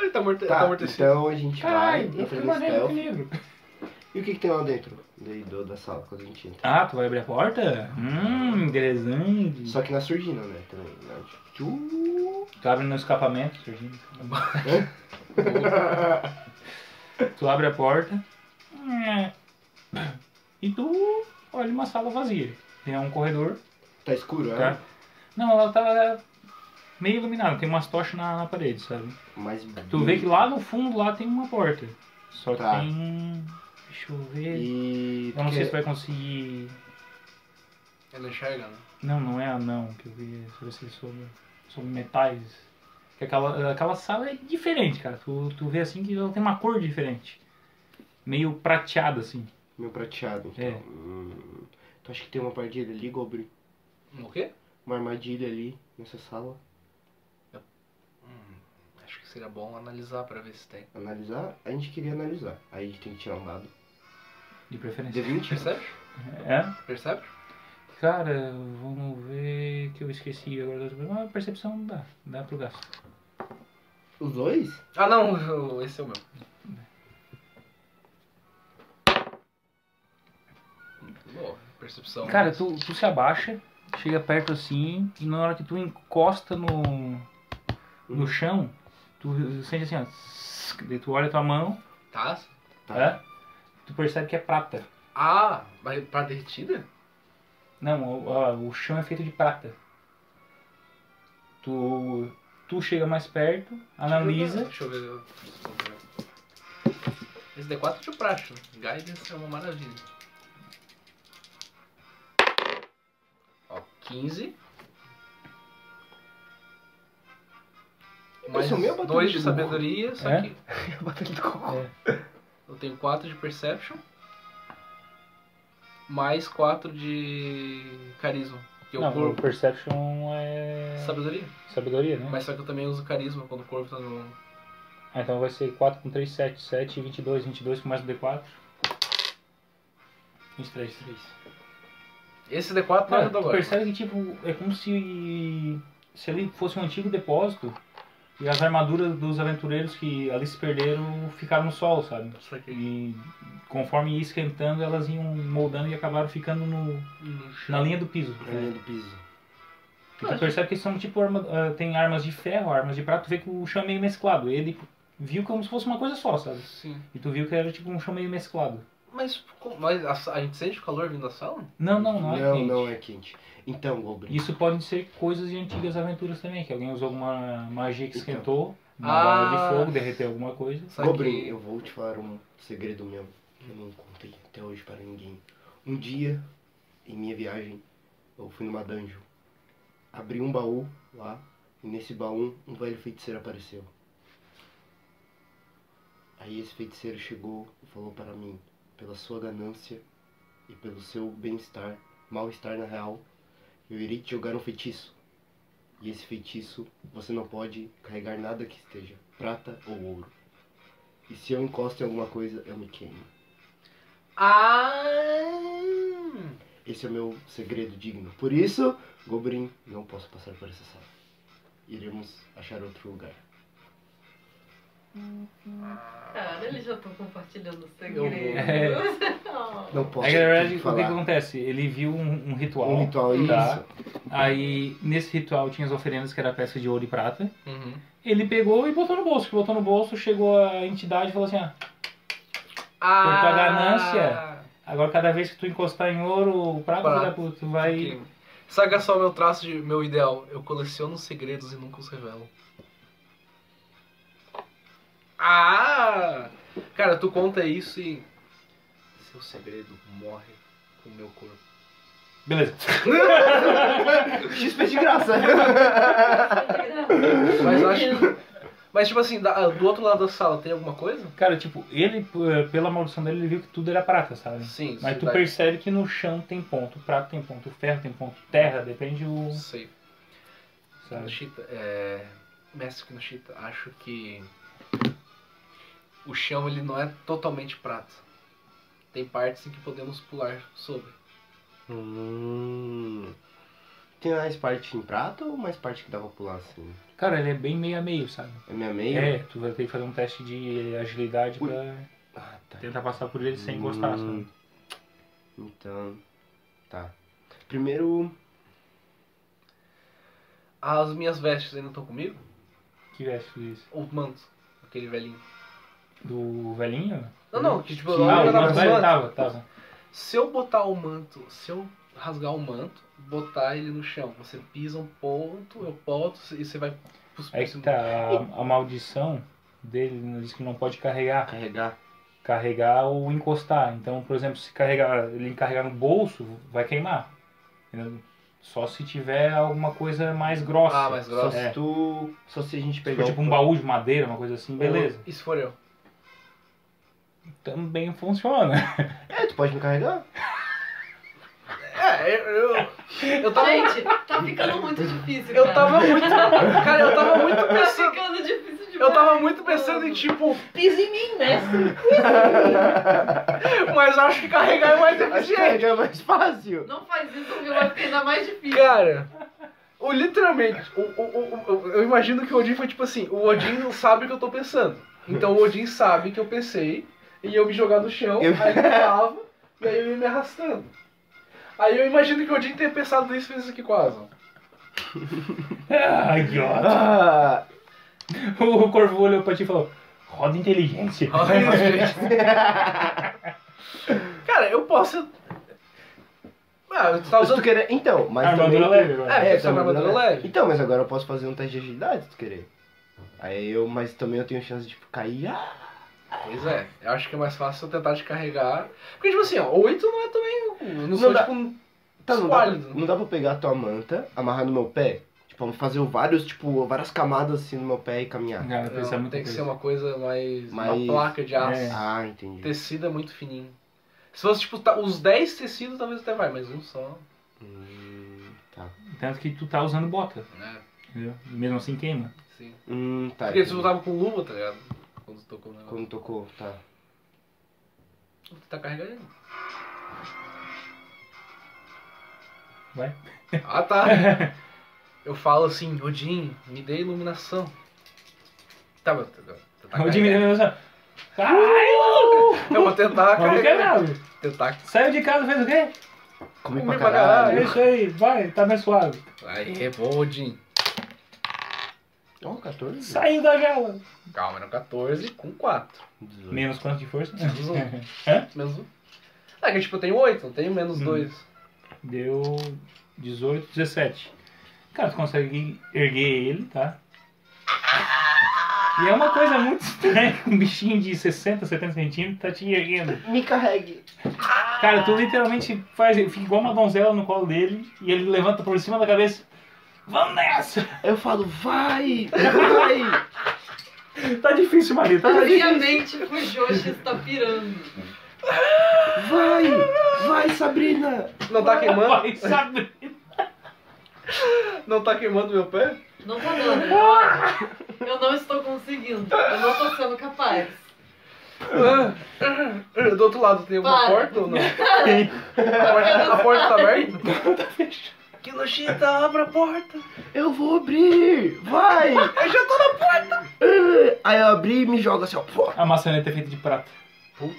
C: Ai, tá, morte... tá
B: Tá,
C: amortecido.
B: então a gente vai,
A: Caralho, eu
B: entra
A: fiquei
B: no
A: maneiro que
B: stealth.
A: livro.
B: E o que, que tem lá dentro daí do, da sala quando a gente entra?
A: Ah, tu vai abrir a porta? Hum, interessante.
B: Só que na surdina, né? Também. né? Tipo, tchu.
A: Tu abre no escapamento, Serginho.
B: Tá
A: tu abre a porta. E tu olha uma sala vazia. Tem um corredor,
B: Tá escuro, é?
A: tá? Não, ela tá meio iluminada, tem umas tochas na, na parede, sabe?
B: Mas
A: Tu vê que lá no fundo lá tem uma porta. Só que
B: Tá.
A: tem. um- Deixa eu ver.
B: E
A: Eu não sei
B: quer-
A: se vai conseguir.
C: Ele não enxerga, né?
A: Não, não é anão, que eu vi sobre, esse- sobre, sobre metais. Que aquela, aquela sala é diferente, cara. Tu, tu vê assim que ela tem uma cor diferente. Meio prateada, assim.
B: meu prateado, então.
A: É.
B: Hum, tu acha que tem uma armadilha ali, Goblin?
C: O quê?
B: Uma armadilha ali nessa sala?
C: Hum, acho que seria bom analisar pra ver se tem.
B: Analisar? A gente queria analisar. Aí a gente tem que tirar um dado.
A: De preferência.
B: D20?
C: Percebe?
A: É?
C: Percebe?
A: Cara, vamos ver que eu esqueci agora. Ah, percepção dá. Dá pro gasto.
B: Os dois?
C: Ah, não, eu- esse é o meu. Boa, percepção.
A: Cara, tu, tu se abaixa,
B: Hum, Uhum.
A: chega perto assim, e na hora que tu encosta no, no chão, tu Tu sente assim, ó. Daí tu olha tua mão,
C: Tá?
A: tá? Tu percebe que é prata.
C: Ah, mas pra derretida?
A: Não, o- ó, o chão é feito de prata. Tu, tu chega mais perto, analisa.
C: Deixa eu ver. eu- Esse D4 é de praxe. né? Guidance é uma maravilha. Ó, 15. Mais
B: Impressão minha, bateu
C: dois
B: de
C: de
B: novo.
C: sabedoria, só
A: É?
C: que
B: Batalha do cocô.
C: eu tenho 4 de perception. Mais 4 de carisma. Porque
A: não,
C: o corpo.
A: o Perception é
C: Sabedoria?
A: sabedoria, né?
C: Mas só que eu também uso carisma quando o corpo tá no.
A: Ah, então vai ser 4 com 3, 7, 7 e 22, 22 com mais um D4. 23, 3.
C: Esse D4 não
A: Cara,
C: ajuda
A: tu
C: agora.
A: percebe que tipo, é como se se ali fosse um antigo depósito e as armaduras dos aventureiros que ali se perderam ficaram no solo, sabe?
C: Isso aqui.
A: E conforme ia esquentando, elas iam moldando e acabaram ficando no,
C: No chão.
A: na linha do piso.
B: Linha do piso.
A: E tu percebe que são tipo arma, ah, tem armas de ferro, armas de prata, tu vê que o chão é meio mesclado. Ele viu como se fosse uma coisa só, sabe?
C: Sim.
A: E tu viu que era tipo um chão meio mesclado.
C: Mas, como- mas a, a gente sente o calor vindo da sala?
A: Não, não, não é
B: não,
A: quente.
B: não é quente. Então, Goblin.
A: Isso pode ser coisas de antigas aventuras também, que alguém usou alguma magia que
B: Então.
A: esquentou, uma
C: Ah.
A: bola de fogo, derreteu alguma coisa.
C: Só
B: Goblin,
C: que-
B: eu vou te falar um segredo meu que eu não contei até hoje para ninguém. Um dia, em minha viagem, eu fui numa dungeon. Abri um baú lá, e nesse baú um velho feiticeiro apareceu. Aí esse feiticeiro chegou e falou para mim, pela sua ganância e pelo seu bem-estar, mal-estar na real, eu irei te jogar um feitiço. E esse feitiço, você não pode carregar nada que esteja prata ou ouro. E se eu encosto em alguma coisa, eu me queimo.
C: Ah!
B: Esse é o meu segredo digno. Por isso, Goblin, não posso passar por essa sala. Iremos achar outro lugar.
D: Cara, Ah, eles já estão compartilhando
C: Eu
D: segredos.
C: É.
D: Oh.
B: Não posso.
A: Aí, na
B: tenho
A: verdade, o É
B: que
A: que, que
B: falar.
A: acontece? Ele viu um, um ritual.
B: Um ritual é
A: tá?
B: isso.
A: Aí, nesse ritual, tinha as oferendas que era peça de ouro e prata.
C: Uhum.
A: Ele pegou e botou no bolso. Botou no bolso, chegou a entidade e falou assim: ah,
C: Ah!
A: tua ganância, agora cada vez que tu encostar em ouro ou prata,
C: Prata.
A: filha da puta, tu vai.
C: Que- Saca só meu traço de meu ideal. Eu coleciono segredos e nunca os revelo. Ah! Cara, tu conta isso e. Seu segredo morre com o meu corpo.
A: Beleza.
B: XP de graça.
C: Mas eu acho. Mas tipo assim, da- do outro lado da sala tem alguma coisa?
A: Cara, tipo, ele, p- pela maldição dele, ele viu que tudo era prata, sabe?
C: Sim,
A: Mas tu
C: cidade.
A: percebe que no chão tem ponto, prata tem ponto, ferro tem ponto, terra, depende do.
C: Sei.
A: Sabe?
C: Kinoshita, é... Mestre Kinoshita, acho que o chão ele não é totalmente prato. Tem partes em que podemos pular sobre.
B: Hum. Tem mais parte em prata ou mais parte que dá pra pular assim?
A: Cara, ele é bem meio a meio, sabe?
B: É minha meia?
A: É, tu vai ter que fazer um teste de agilidade
B: Ui.
A: pra
B: Ah, tá.
A: tentar passar por ele sem encostar,
B: Hum.
A: sabe?
B: Então. Tá. Primeiro.
C: As minhas vestes ainda estão comigo?
A: Que veste isso?
C: O manto, aquele velhinho.
A: Do velhinho?
C: Não, não, que tipo,
B: Ah,
C: eu
B: o
A: Ah,
C: não
A: o
B: manto
C: tava
A: não,
C: com
A: velho
C: manto.
A: tava, tava.
C: Se eu botar o manto, se eu rasgar o manto, botar ele no chão, você pisa um ponto, eu boto e você vai pros
A: Aí que tá, a, a maldição dele ele diz que não pode carregar.
B: Carregar.
A: Carregar ou encostar. Então, por exemplo, se carregar, ele carregar no bolso, vai queimar. Entendeu? Só se tiver alguma coisa mais grossa.
C: Ah, mais
B: Só
C: grossa.
A: É.
B: se tu. Só se a gente
A: Tipo,
B: pegar.
A: tipo
B: o
A: um baú de madeira, uma coisa assim, beleza.
C: E se for eu?
A: Também funciona.
B: É, tu pode me carregar?
C: É, eu. Eu, eu tava.
D: Gente, tá ficando muito difícil.
C: Eu
D: cara.
C: tava muito. Cara, eu tava muito
D: Tá
C: pensando.
D: ficando difícil demais.
C: Eu tava muito pensando em tipo,
D: Pisa em mim, mestre.
C: mas acho que carregar é mais
B: Acho que
C: eficiente.
B: carregar é mais fácil.
D: Não faz isso, viu? Vai ficar ainda mais difícil.
C: Cara, o, literalmente, o, o, o- o- eu imagino que o Odin foi tipo assim: o Odin não sabe o que eu tô pensando. Então o Odin sabe que eu pensei e eu me jogar no chão,
B: Eu-
C: aí eu tava, e aí eu ia me arrastando. Aí eu imagino que o Odin tenha pensado nisso e fez isso aqui quase.
A: ah, idiota.
B: Ah,
A: O Corvo olhou pra ti e falou: roda inteligência.
C: Cara, eu posso. Ah, tu tá
B: Mas se
C: usando.
B: tu querer. Então, mas.
A: Armadura
B: também...
A: leve agora.
C: É,
B: É,
C: essa é uma armadura leve.
B: Então, mas agora eu posso fazer um teste de agilidade se tu querer. Aí eu, mas também eu tenho chance de tipo, cair. Ah,
C: Pois é, eu acho que é mais fácil eu tentar te carregar. Porque, tipo assim, ó, 8 não é também. Eu não, sou,
B: dá.
C: tipo, um-
B: tá, não, dá pra,
C: Esquálido.
B: não dá pra pegar a tua manta, amarrar no meu pé? Tipo, fazer vários, tipo, várias camadas assim no meu pé e caminhar.
A: Cara,
C: Não,
A: pensar
C: tem
A: muita
C: que
A: coisa.
C: ser uma coisa mais.
B: Mais-
C: Uma placa de aço.
A: É.
B: Ah, entendi.
C: Tecido é muito fininho. Se fosse, tipo, tá- os 10 tecidos, talvez até vai, mas um só.
B: Hum, tá.
A: Tanto que tu tá usando bota,
C: né?
A: entendeu? Mesmo assim queima.
C: Sim.
B: Hum, tá.
C: Porque eles
B: entendi.
C: usavam com luva, tá ligado? Quando tocou o negócio.
B: Quando tocou, tá.
C: Tu tá carregando ele.
A: Vai.
C: Ah tá. Eu falo assim, Odin, me dê iluminação. Tá, mas tu, tu tá
A: O Jimmy
C: carregando.
A: deu Caralho,
C: Eu vou tentar
A: maluco
C: carregar.
A: quebrado.
C: Tentar.
A: Saiu de casa, fez o quê?
B: Comi
C: Comi
A: É
B: pra
C: pra
B: caralho.
A: isso aí, vai, tá mais suave.
C: Aê, bom, Odin.
B: Ó, 14.
A: Saiu da jaula.
C: Calma, era um 14 com 4.
B: 18.
A: Menos quanto de força?
C: Menos um. Menos um. Ah, que tipo, eu tenho 8, não tenho menos
A: Hum.
C: 2.
A: Deu 18, 17. Cara, tu consegue erguer ele, tá? E é uma coisa muito estranha que um bichinho de 60, 70 centímetros tá te erguendo.
B: Me carregue.
A: Cara, tu literalmente faz, fica igual uma donzela no colo dele e ele levanta por cima da cabeça. Vamos nessa!
B: Eu falo, vai, vai.
A: Tá difícil, Maria, tá
D: Minha
A: difícil.
D: mente Fujoshi está pirando.
B: Vai! Vai, Sabrina!
C: Não tá queimando?
A: Vai, sabe?
C: Não tá queimando meu pé?
D: Não tá dando. Eu não estou conseguindo. Eu não tô sendo capaz.
C: Ah, ah, ah. Do outro lado tem uma
D: Para.
C: porta ou não? A porta, a porta tá aberta? Kinoshita, abre a porta!
B: Eu vou abrir! Vai! Eu já tô na porta! Aí eu abri e me joga assim, ó. pô.
A: A maçaneta é feita de prata.
C: Putz.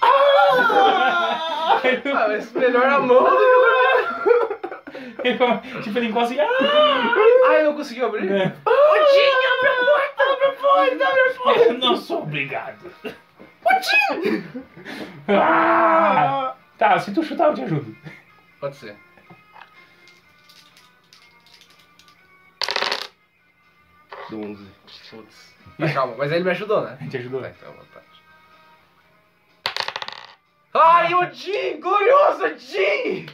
C: Ah, mas melhor a mão do que
A: Ele- tipo, ele encosta e. Ah!
C: o Ah, eu não consegui abrir?
A: É.
C: Odinho!
A: Eu não sou obrigado. Ah! Tá, se tu chutar, eu te ajudo.
C: Pode ser.
B: Do 11.
C: Putz. Tá, calma, mas ele me ajudou, né?
A: Te ajudou,
C: Tá,
A: né?
C: então à vontade. Ai, Odin! Glorioso Odin!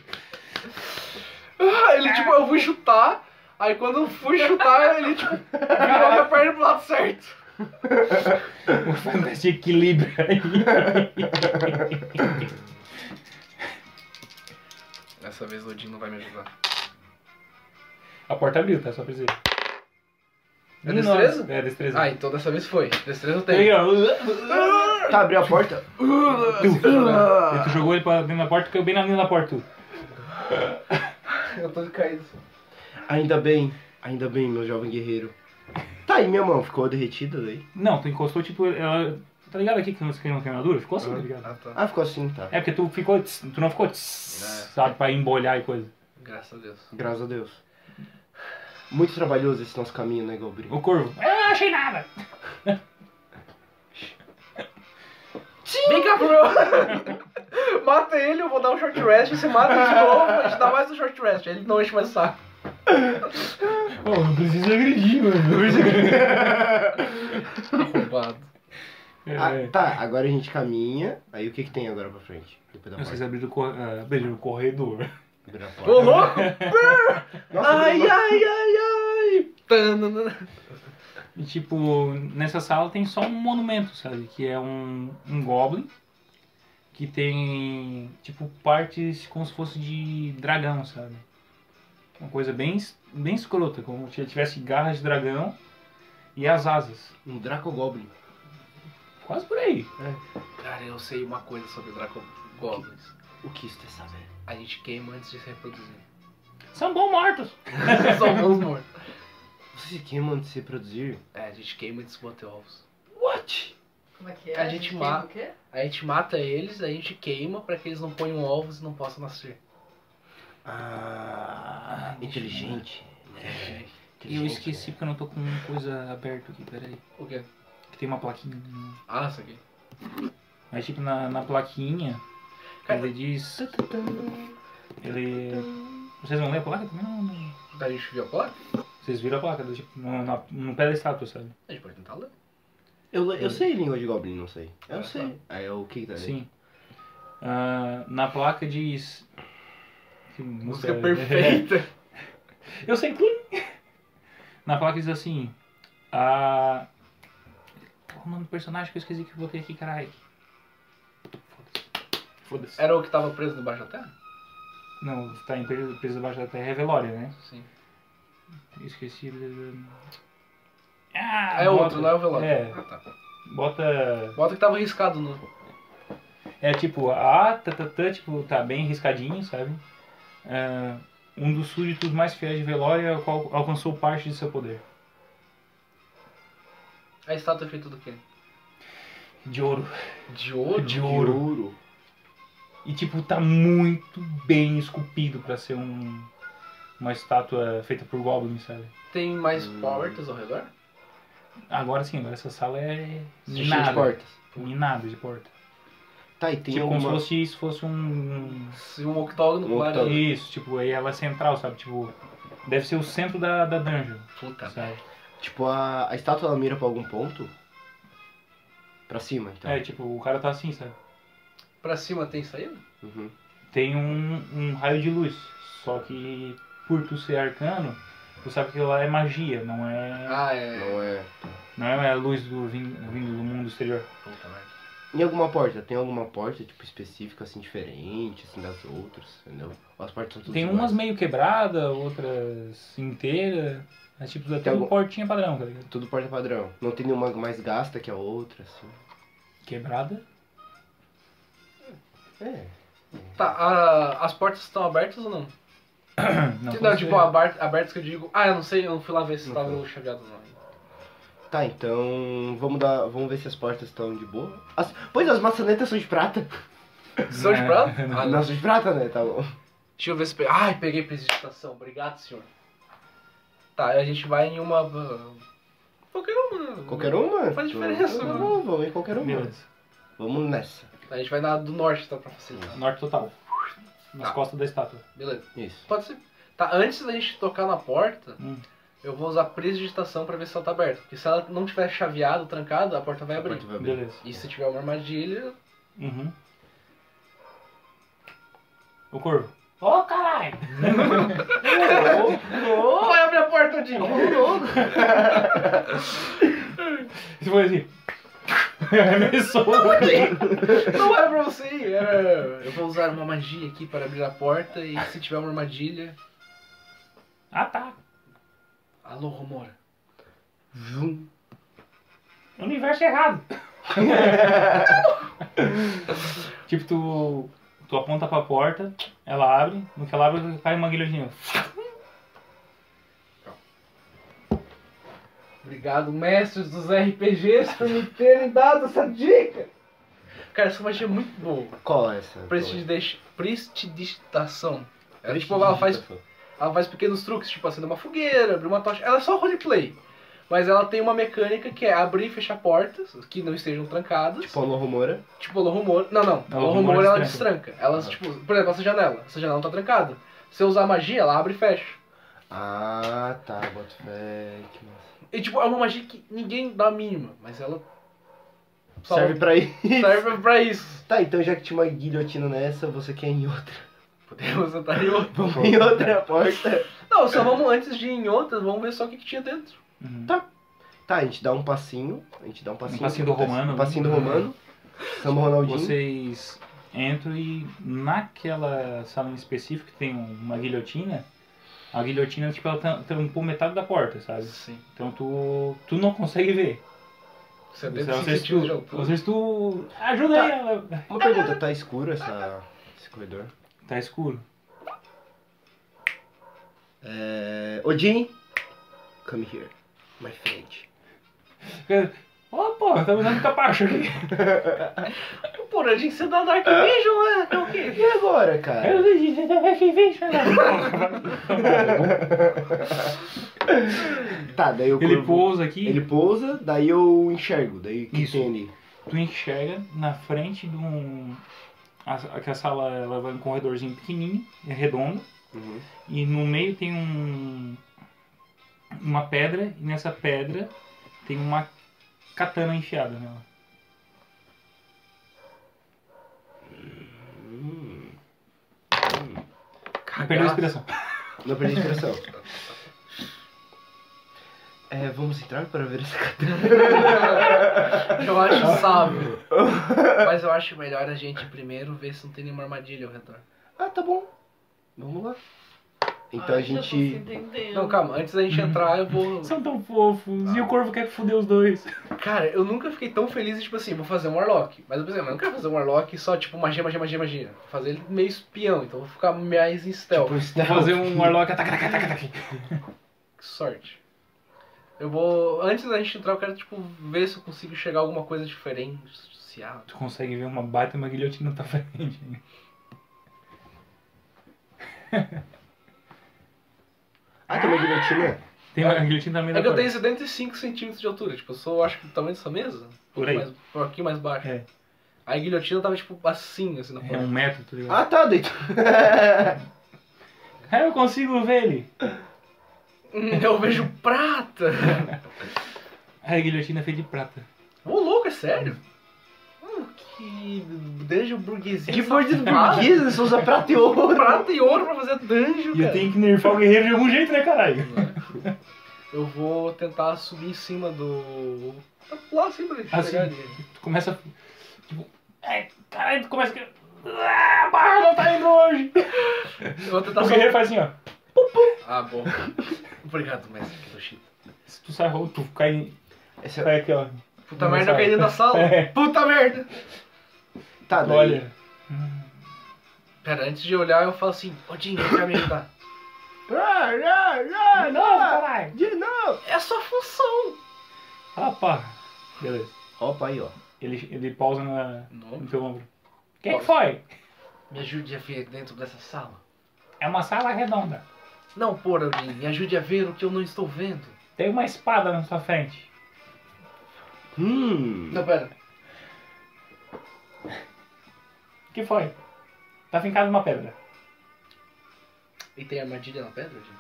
C: Ah, Ele, tipo, eu fui chutar, aí quando eu fui chutar, ele, tipo, virou minha perna pro lado certo.
A: O Fantasy equilibra aí.
C: Dessa vez o Odin não vai me ajudar.
A: A porta abriu, tá? Só pra dizer.
C: É destreza?
A: É, destreza.
C: Ah, então dessa vez foi. Destreza eu
A: Aí,
C: tenho.
A: ó.
B: Tá, abriu a porta.
A: Aí tu jogou ele pra dentro da porta, caiu bem na linha da porta. tu.
C: Eu tô caído.
B: Ainda bem, ainda bem, meu jovem guerreiro. Tá, e minha mão ficou derretida daí?
A: Não, tu encostou, tipo, ela. Tá ligado aqui que você caiu na queimadura? Ficou assim, tá ligado?
C: Ah, tá.
B: Ah, ficou assim, tá.
A: É porque tu ficou. tss, Tu não ficou. tss, Sabe, pra embolhar e coisa.
C: Graças a Deus.
B: Graças a Deus. Muito trabalhoso esse nosso caminho, né, Galbri?
A: O corvo. É, Eu não achei nada!
C: Vem cá pro meu. Mata ele, eu vou dar um short rest, você mata ele de novo, a gente dá mais um short rest. Ele não enche mais o saco.
A: Pô, não precisa agredir, mano. Não precisa agredir.
C: Roubado.
A: É,
C: É.
B: Ah, tá, agora a gente caminha. Aí o que que tem agora pra frente? Depois da
A: Vocês
B: porta.
A: abriram o, cor- ah, abriram o corredor.
B: Abriu a
C: é- Ô,
B: porta.
C: louco!
B: Nossa,
C: ai,
B: abriu uma-
C: ai, ai, ai! Tanana.
A: E, tipo, nessa sala tem só um monumento, sabe? Que é um, um goblin. Que tem, tipo, partes como se fosse de dragão, sabe? Uma coisa bem, es- bem escrota, como se ele tivesse garras de dragão e as asas.
B: Um Draco Goblin.
A: Quase por aí.
C: Cara, eu sei uma coisa sobre Draco Goblins.
B: O que isso é quer saber?
C: A gente queima antes de se reproduzir.
A: São bom mortos.
C: São bons mortos.
B: Você queima antes de se produzir?
C: É, a gente queima antes de botar ovos.
B: What?
D: Como é que é?
C: A gente
D: tem
C: ma-
D: o quê?
C: A gente mata eles, a gente queima pra que eles não ponham ovos e não possam nascer.
B: Ah, inteligente.
A: E eu
B: inteligente,
A: esqueci
B: né?
A: porque eu não tô com coisa aberta aqui, peraí.
C: O quê?
A: Que tem uma plaquinha. né?
C: Ah, isso aqui.
A: Mas tipo, na, na plaquinha,
C: Cara,
A: ele diz.
B: é.
A: Ele. Vocês vão ler a placa também? Não, não.
C: a gente viu a placa?
A: Vocês viram a placa, do tipo, no, na, no pé da estátua, sabe?
C: A gente pode tentar ler.
B: Eu, eu sei língua de Goblin, não sei. Eu
C: Ah,
B: sei. Aí é o que que tá ali?
A: Sim. Ah, na placa diz. Que
C: Música perfeita.
A: Eu sei que. Na placa diz assim. A. Qual o nome do personagem que eu esqueci que eu botei aqui, caralho? Foda-se. Foda-se.
C: Era o que tava preso debaixo da terra?
A: Não, tá em preso preso debaixo da terra é velório, né?
C: Sim.
A: Eu Esqueci. Ah,
C: é
A: bota-
C: outro, não é o velório.
A: É.
C: Ah, tá.
A: Bota.
C: Bota que tava riscado no.
A: É tipo, a tá, tá, tá, tipo, tá bem riscadinho, sabe? Ah, um dos súditos mais fiéis de velório é o qual alcançou parte de seu poder.
C: A estátua é feita do quê?
A: De ouro.
C: De ouro?
A: De
B: De
A: ouro.
B: ouro.
A: E tipo, tá muito bem esculpido pra ser um, uma estátua feita por Goblin, sabe?
C: Tem mais
B: Hum.
C: portas ao redor?
A: Agora sim, agora essa sala é
B: Cheio de
A: minada.
B: portas.
A: Minada de porta.
B: Tá, e tem
A: tipo,
B: alguma...
A: como se fosse, se fosse um.
C: Se um octógono
B: Um
C: com várias.
B: octógono.
A: Isso, tipo, aí ela é central, sabe? Tipo, deve ser o centro da, da dungeon,
C: Puta.
A: sabe?
B: Tipo, a, a estátua ela mira pra algum ponto? Pra cima, então.
A: É, tipo, o cara tá assim, sabe?
C: Pra cima tem saída?
B: Uhum.
A: Tem um, um raio de luz, só que por tu ser arcano, tu sabe que lá é magia, não é,
C: Ah, é.
B: Não é...
A: não é a luz do, vin- vindo do mundo exterior.
C: Puta merda.
B: Em alguma porta? Tem alguma porta, tipo, específica, assim, diferente, assim, das outras, entendeu? Ou As portas são todas
A: Tem
B: iguais?
A: umas meio quebrada, outras inteiras. Mas tipo, até uma
B: algum-
A: portinha padrão, tá ligado?
B: Tudo porta padrão. Não tem nenhuma mais gasta que a outra, assim.
A: Quebrada.
B: É.
C: Tá, a- as portas estão abertas ou não?
A: Não,
C: Não,
A: pode
C: tipo,
A: ser.
C: abar- abertas que eu digo. Ah, eu não sei, eu não fui lá ver se
B: Não
C: tava
B: foi.
C: chaveado ou não.
B: Tá, então vamos dar, vamos ver se as portas estão de boa. As, pois as maçanetas são de prata.
C: São de
A: Não.
C: prata?
B: Ah,
C: Ah,
B: não
C: não.
B: são de prata, né? Tá bom.
C: Deixa eu ver se. pe- Ai, peguei precipitação. Obrigado, senhor. Tá, a gente vai em uma. Qualquer uma. né?
B: Qualquer um? uma?
C: Faz diferença,
B: Tá
C: né?
B: bom, vamos em qualquer uma.
A: Beleza.
B: Vamos nessa.
C: A gente vai na do norte, tá? Pra facilitar.
A: Norte total. Nas
C: Tá.
A: costas da estátua.
C: Beleza.
B: Isso.
C: Pode ser. Tá, antes da gente tocar na porta,
A: Hum.
C: eu vou usar presdigitação pra ver se ela tá aberta. Porque se ela não tiver chaveado, trancada, a porta vai
B: A
C: abrir.
B: porta vai abrir.
A: Beleza.
C: E se tiver uma armadilha.
A: Uhum. O corvo. Ô caralho!
C: Oh, vai abrir a porta, Dinho!
A: Isso foi assim. Arremessou.
C: Não é pra você ir. é- Eu vou usar uma magia aqui para abrir a porta e se tiver uma armadilha.
A: ah tá.
C: Alô, Romora.
B: Vum.
A: Universo é errado. tipo, tu. Tu aponta pra porta, ela abre, no que ela abre cai uma guilhotina.
C: Obrigado, mestres dos RPGs, por me terem dado essa dica. Cara, essa magia é muito boa.
B: Qual é essa?
C: Prestidis- Prestidigitação. Ela, tipo, ela faz,
B: Tá
C: ela faz pequenos truques, tipo acender uma fogueira, abrir uma tocha. Ela é só roleplay. Mas ela tem uma mecânica que é abrir e fechar portas que não estejam trancadas.
B: Tipo, a Romora.
C: Tipo, Alô Rumor. Não, não.
A: Alô,
C: Alô
A: Rumor
C: Rumor ela
A: destranca.
C: destranca. Ela,
B: Ah.
C: tipo, por exemplo, essa janela. Essa janela não tá trancada. Se eu usar magia, ela abre e fecha.
B: Ah, tá. Boto fé. Que massa.
C: E, tipo, é uma magia que ninguém dá a mínima, mas ela. só
B: Serve pra ir.
C: serve pra isso.
B: Tá, então já que tinha uma guilhotina nessa, você quer ir em outra.
C: Podemos entrar tá em outra.
B: Vamos em outra porta.
C: Não, só vamos antes de ir em outras, vamos ver só o que, que tinha dentro.
A: Uhum.
B: Tá, a gente dá um passinho. A gente dá um passinho.
A: passinho do romano,
B: Um passinho do
A: né?
B: romano. Samba Ronaldinho.
A: Vocês entram e naquela sala em específico que tem um, uma guilhotina, a guilhotina tipo, ela tam- tampou metade da porta, sabe?
C: Sim.
A: Então tu, tu não consegue ver. Não
C: 75
A: sei se tu,
C: centímetros de
A: não
C: altura.
A: sei se tu Tá. ajuda aí. ela-
B: Uma pergunta, tá escuro essa, esse corredor?
A: Tá escuro.
B: É... Odin, come here, my friend.
A: Ô Ó, pô, tá me dando capacho aqui.
C: Porra, Tipo, a gente se dá Dark Vision, né? É o quê?
B: E agora, cara? Tá, daí eu
A: Ele
B: curvo-
A: pousa aqui,
B: Ele pousa, daí eu enxergo. Daí o que
A: Isso.
B: tem ali?
A: tu enxerga na frente de um. A, que a sala ela vai um corredorzinho pequenininho, é redondo,
B: Uhum.
A: e no meio tem um. Uma pedra, e nessa pedra tem uma katana enfiada nela. Perdeu a
C: Cagaço.
A: inspiração.
B: Não perdi a inspiração. É, vamos entrar para ver essa
C: Eu acho sábio. Mas eu acho melhor a gente primeiro ver se não tem nenhuma armadilha ao redor.
B: Ah, tá bom. Vamos lá. Então
D: Ai,
B: a
D: Ah, já tô se
B: gente. tipo,
D: entendendo.
C: Não, calma, antes da gente entrar, eu vou.
A: São tão fofos, e o corvo quer foder os dois.
C: Cara, eu nunca fiquei tão feliz, tipo assim, vou fazer um Warlock. Mas eu pensei, mas eu não quero fazer um Warlock só, tipo, magia, magia, magia, magia. Vou fazer ele meio espião, então eu vou ficar mais em stealth.
B: Tipo,
A: Vou
B: stealth.
A: fazer um Warlock ataca, ataca, ataca, ataca. Tipo-
C: Que sorte. Eu vou. Antes da gente entrar, eu quero, tipo, ver se eu consigo chegar a alguma coisa diferente. Se há.
A: Tu consegue ver uma bata e uma guilhotina na tua frente.
B: Ah, tem uma guilhotina.
A: Tem uma guilhotina também
C: É
A: na
C: que eu
A: tua
C: tenho 75 centímetros de altura, tipo, eu sou, acho que do tamanho dessa mesa.
A: Por aí.
C: Mais, um pouquinho mais baixo.
A: É.
C: A guilhotina tava, tipo, assim, assim, na
A: É
C: porta.
A: um metro, tá ligado?
B: Ah, tá, deito.
A: Ah, eu consigo ver ele. um-
C: Hum, Eu vejo prata!
A: A guilhotina é feita de prata.
C: Ô, louco, é sério? Hum, que danjo burguesinho.
B: que bandido
C: safado.
B: burguês, eles só usa prata e ouro.
C: Prata e ouro pra fazer danjo,
A: E eu
C: cara.
A: tenho que nerfar o guerreiro de algum jeito, né, caralho?
C: Eu vou tentar subir em cima do... Pra pular assim pra ele
A: Assim.
C: chegar ali.
A: Tu começa. Tipo. Ai, caralho, tu começa. que- Ah, a barra não tá indo hoje.
C: Eu vou tentar
A: O
C: subir.
A: guerreiro faz assim, ó.
C: Ah, bom. Obrigado, mestre Kitoshi.
A: Se tu sai, tu cai,
B: Esse é-
A: cai aqui, ó.
C: Puta
A: Não
C: merda, eu
A: sabe.
C: caí dentro da sala.
A: É.
C: Puta merda.
B: Tá,
A: Tu
B: daí.
A: olha.
C: Pera, antes de olhar, eu falo assim, ô Jim, vem cá me ajudar.
B: Ah, ah, ah,
A: Ah, não,
B: não,
A: caralho.
B: De novo.
C: É a sua função.
A: Ah, pá. Beleza.
B: Opa, aí, ó.
A: Ele, ele pausa na,
C: Não.
A: no teu ombro. Quem que foi?
C: Me ajude a ver dentro dessa sala.
A: É uma sala redonda.
C: Não, porra, Jim, me ajude a ver o que eu não estou vendo.
A: Tem uma espada na sua frente.
B: Hum.
C: Não, pera.
A: O que foi? Tá fincada numa pedra.
C: E tem armadilha na pedra, Jim?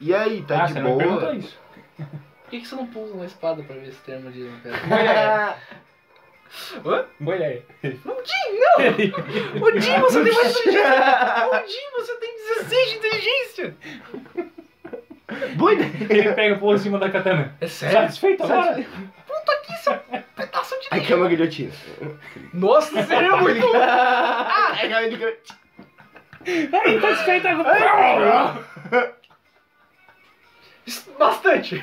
B: E aí, tá
A: ah,
B: de
A: você não perguntou
B: boa?
A: isso.
C: Por que, que você não pousa uma espada pra ver se tem armadilha na pedra?
A: Boa ideia.
C: Não, Jim, não! Ô, Jim, você tem mais inteligência! Ô, Jim, você tem 16 de inteligência!
B: Boa
A: Ele
B: ideia.
A: pega o pulo em cima da katana.
C: É sério?
A: Tá Satisfeito agora?
C: Pedaço tá de...
B: Aqui é uma guilhotina.
C: Nossa, seria muito
B: Ah, é uma guilhotina.
A: Ai, tá satisfeito agora.
C: Bastante!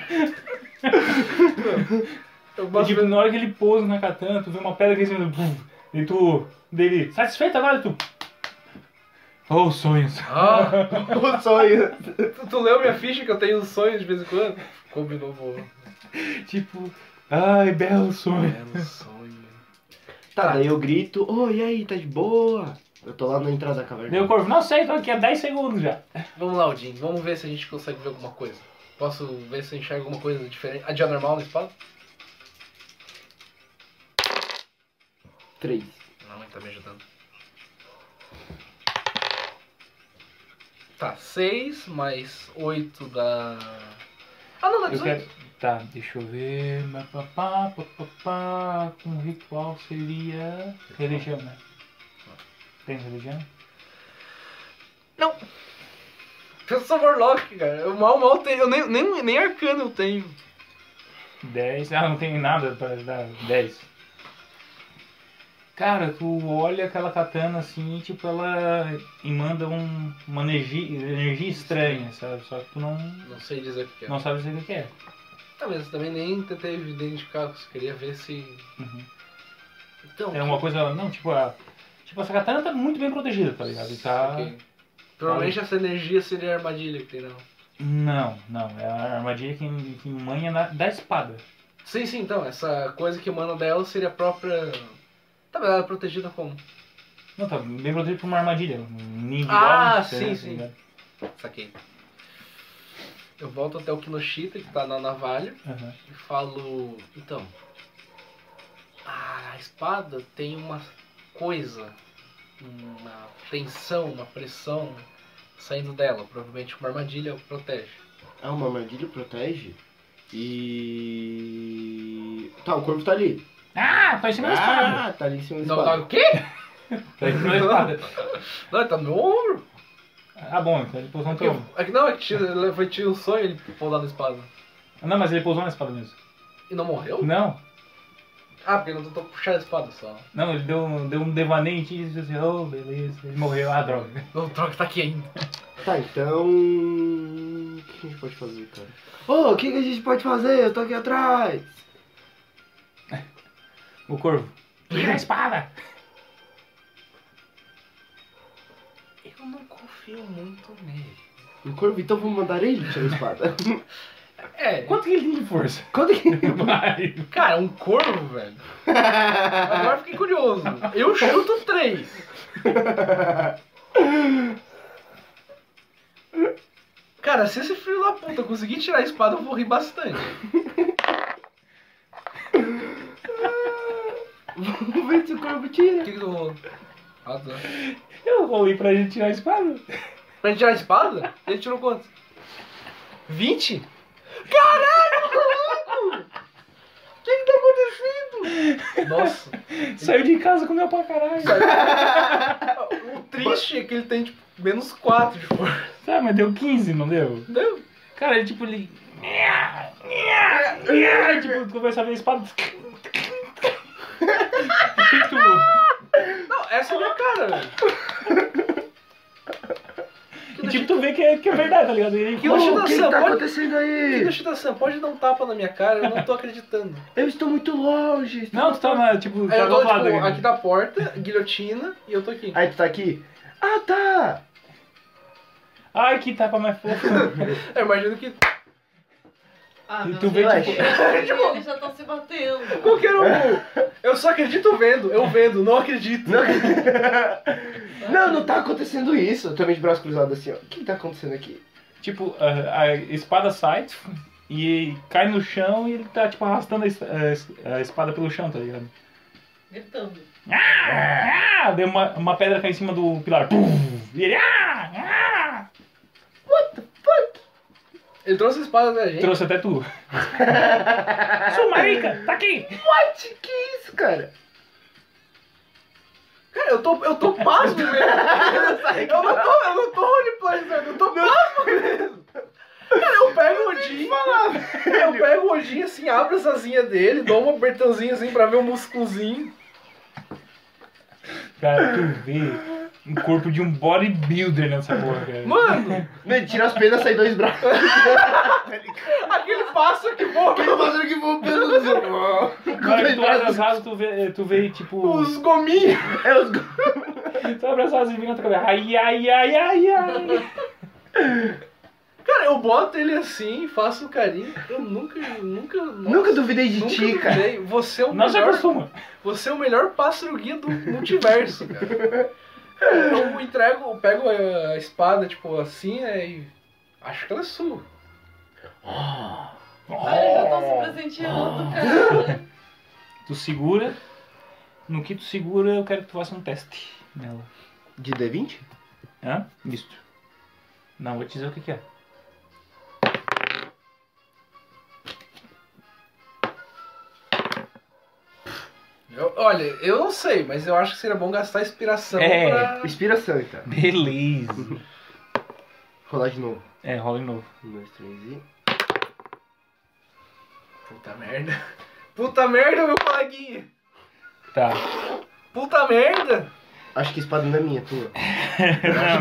C: Eu
A: E,
C: gosto
A: tipo,
C: de-
A: na hora que ele pousa na katana, tu vê uma pedra que ele E tu. Dele. Satisfeito agora? E tu. Oh, sonhos.
C: Ah,
B: O um sonho.
C: tu, tu leu minha ficha que eu tenho sonhos de vez em quando? Combinou, vou.
A: Tipo. Ai, belo sonho.
C: Belo um sonho.
B: Tá, daí eu grito, ô, e aí, tá de boa? Eu tô lá na entrada da caverna.
A: Deu o corvo. Não sei, tô aqui há 10 segundos já.
C: Vamos lá, Odin, vamos ver se a gente consegue ver alguma coisa. Posso ver se eu enxergo alguma coisa diferente? A de anormal na espada?
B: Três.
C: Não, ele tá me ajudando. Tá, 6 mais 8 da. Ah, não, dá
A: Eu
C: 18.
A: quero. Tá, deixa eu ver. Pá, pá, pá, pá, pá, pá. Um ritual seria. Religião, né? Tem religião?
C: Eu sou Warlock, cara. Eu mal, mal tenho. Eu nem, nem, nem arcano eu tenho.
A: 10. Ah, não tem nada pra dar 10. Cara, tu olha aquela katana assim e tipo, ela emanda um, uma energia, energia estranha, sabe? Só que tu não,
C: Não sei dizer o que é.
A: não sabe dizer o que é.
C: Talvez eu também nem tentei identificar, eu só queria ver se.
A: Uhum.
C: Então.
A: É uma coisa, não, tipo, a, tipo, essa katana tá muito bem protegida, tá ligado? E Tá...
C: ok. Provavelmente essa energia seria a armadilha que tem, não.
A: Não, não. É a armadilha que, que manha na- da espada.
C: Sim, sim, então, essa coisa que emana dela seria a própria. Tá, mas ela é protegida como?
A: Não, tá bem protegido por uma armadilha. Um ninho
C: Ah,
A: igual,
C: sim,
A: né, tá
C: sim.
A: ligado?
C: Saquei. Eu volto até o Kinoshita, que tá na navalha,
A: Aham.
C: e falo. Então. A espada tem uma coisa, uma tensão, uma pressão saindo dela. Provavelmente uma armadilha protege.
B: Ah, uma armadilha protege. E. Tá, o corpo tá ali.
A: Ah, tá em cima da espada.
B: Ah, tá ali em cima da
C: Não, não,
B: espada.
C: o quê?
A: Tá em cima da espada.
C: Não, ele tá no meu ombro.
A: Ah, bom, então ele pousou no
C: É que,
A: teu.
C: eu- é que não, é que tira, ele foi tiro um sonho ele pousar na espada.
A: Ah, Não, mas ele pousou na espada mesmo.
C: E não morreu?
A: Não,
C: Ah, porque ele não tentou puxar a espada só.
A: não, ele deu, um- deu um devaneio em ti e disse assim, oh, beleza. Ele morreu, ah, droga.
C: Não, droga, tá aqui ainda.
B: Tá, então. O que a gente pode fazer, cara? Ô, o que, que a gente pode fazer? Eu tô aqui atrás!
A: O corvo. Tira a espada!
C: Eu não confio muito nele.
B: O corvo, então vamos mandar ele tirar a espada.
C: É,
A: Quanto que ele tem de força?
B: Quando que.
A: Vai.
C: cara, um corvo, velho. Agora eu fiquei curioso. Eu chuto três. Cara, se esse filho da puta conseguir tirar a espada, eu vou rir bastante.
B: vamos ver se o corvo
C: O
B: tira.
C: que que tu rolou? Ah, tá.
A: Eu vou ir pra gente tirar a espada.
C: Pra gente tirar a espada? Ele tirou quanto? 20?
B: O que, que tá acontecendo?
C: Nossa.
A: Saiu de casa, comeu pra caralho.
C: O triste é que ele tem, tipo, menos 4 de força.
A: Tá, mas deu 15, não deu?
C: Deu.
A: Cara, ele tipo, ele... Tipo, começa a ver a espada... Muito bom.
C: Não, essa é a minha cara, velho.
A: E tipo, tu vê que é, que é verdade, tá ligado? Ele,
C: Que hoje
B: Ô,
C: não
B: o que, que
C: sei,
B: tá
C: pode-
B: acontecendo aí?
C: Kinoshita-san, pode dar um tapa na minha cara, eu não tô acreditando.
B: Eu estou muito longe. estou
A: Não,
B: muito
A: tu tá na, tipo,
C: Aí
A: tá
C: eu
A: do
C: tô,
A: outro lado.
C: tipo,
A: né?
C: aqui da porta, guilhotina, e eu tô aqui.
B: Aí tu tá aqui? Ah, tá!
A: Ai, que tapa mais fofo.
C: Eu imagino que
D: Ah,
A: E
D: meu
A: tu vê,
D: Deus,
A: tipo-
D: eles- eles já estão se batendo.
C: qualquer um. Eu só acredito vendo, eu vendo, não acredito.
B: Não, não, não tá acontecendo isso. Eu também de braço cruzado assim, ó. O que, que tá acontecendo aqui?
A: tipo, a, a espada sai e cai no chão e ele tá, tipo, arrastando a, es- a es- a espada pelo chão, tá ligado?
D: Gritando.
A: Ah, deu uma, uma pedra cai em cima do pilar. Puf! E ele. Ah! ah,
C: Ele trouxe a espada da gente.
A: Trouxe até tu. Sou marica, tá aqui!
B: What? Que isso, cara?
C: Cara, eu tô, eu tô pasmo mesmo. Eu não tô, eu não tô roleplay, velho. Eu tô pasmo mesmo. Cara, eu pego o Odin. Eu pego o Odin assim, abro essa asinha dele, dou uma apertãozinha assim pra ver o musculozinho.
A: Cara, tu vê um corpo de um bodybuilder nessa porra, cara.
C: Mano,
B: Mano, tira as penas, sai dois braços.
C: aquele passo que bom.
B: Ele fazendo que vou pelos
A: Na hora que tu abre as
B: irmãos.
A: asas, tu vê, tu vê tipo.
C: Os gominhos.
B: É os go-
A: Tu abre as asas e vira na tua cabeça. Ai, ai, ai, ai, ai.
C: Cara, eu boto ele assim, faço um carinho. Eu nunca, nunca,
B: Nunca duvidei de
C: nunca
B: ti, cara.
C: duvidei. Você é o
A: Não se
C: melhor,
A: acostuma.
C: você é o melhor pássaro guia do multiverso, cara. Eu entrego, eu pego a espada tipo assim, né, e acho que ela é sua.
D: Ah, eles já estão se presenteando, cara.
A: Tu segura. No que tu segura, eu quero que tu faça um teste nela.
B: De D20?
A: Hã? Isto. Não, vou te dizer o que, que é.
C: Eu- olha, eu não sei, mas eu acho que seria bom gastar inspiração
A: É.
C: pra.
B: Inspiração, então.
A: Beleza.
B: Rolar de novo.
A: É, rola de novo.
B: Um, dois, três e.
C: Puta merda. Puta merda, meu coleguinha.
A: Tá.
C: Puta merda.
B: Acho que a espada não é minha, tua.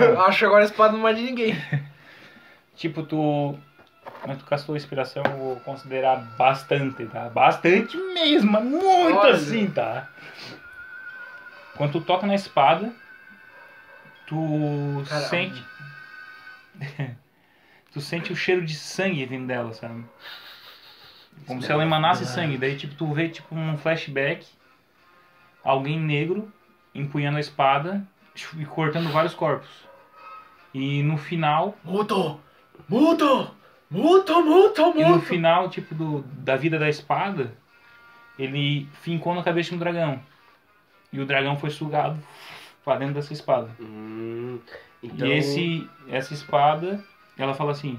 C: Eu acho que agora a espada não é de ninguém.
A: Tipo, tu. Mas tu castou a inspiração, eu vou considerar bastante, tá? Bastante mesmo, mas muito
C: Olha.
A: assim, tá? Quando tu toca na espada, tu
C: Cara,
A: sente. tu sente o cheiro de sangue vindo dela, sabe? Como se ela emanasse sangue. Daí, tipo, tu vê, tipo, um flashback. Alguém negro empunhando a espada e cortando vários corpos. E no final,
C: Muto! Muto! Muto, muto,
A: E no
C: muto!
A: final, tipo, do, da vida da espada, ele fincou na cabeça de um dragão. E o dragão foi sugado pra dentro dessa espada.
B: Hum, então,
A: E esse, essa espada, ela fala assim,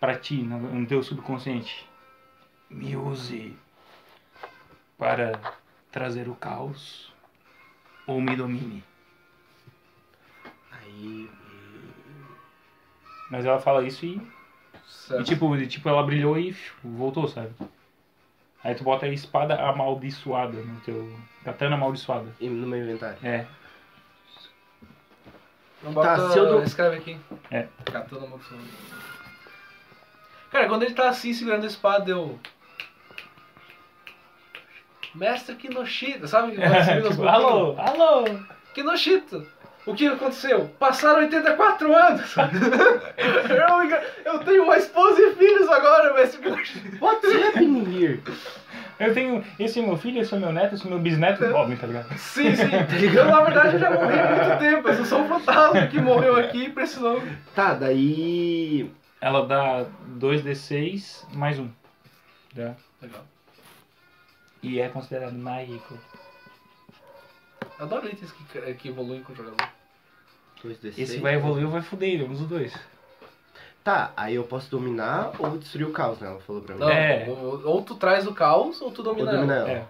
A: pra ti, no, no teu subconsciente, me use para trazer o caos ou me domine.
B: Aí.
A: Mas ela fala isso e, e, tipo, e, tipo, ela brilhou e fiu, voltou, sabe? Aí tu bota a espada amaldiçoada no teu... Katana amaldiçoada.
B: e No meu inventário.
A: É,
C: Não
B: Tá,
C: bota,
B: se eu dou-
C: escreve aqui.
A: É.
C: Catando uma opção. Cara, quando ele tá assim segurando a espada, eu. Mestre Kinoshita, sabe? Quando ele segura os
A: tipo,
C: botões?
A: alô, alô!
C: Kinoshita! O que aconteceu? Passaram 84 anos! eu, me engan- eu tenho uma esposa e filhos agora, mestre Kinoshita!
B: What's happening here?
A: Eu tenho. Esse é meu filho, esse é meu neto, esse é meu bisneto. Bob, tá ligado?
C: Sim, sim! Eu, na verdade, eu já morri há muito tempo, eu sou só um fantasma que morreu aqui e precisou.
B: Tá, daí.
A: Ela dá 2d6 mais um. Tá?
C: Legal.
A: E é considerado mágico.
C: Eu adoro itens que, que evoluem com o jogador.
B: dois D6.
A: Esse vai evoluir ou vai fuder ele, um dos dois.
B: Tá, aí eu posso dominar ou destruir o caos, né? Ela falou pra mim.
C: Não,
A: É.
C: ou, ou tu traz o caos ou tu
B: Ou
C: domina.
B: dominar
C: ela.
B: ela.
A: É.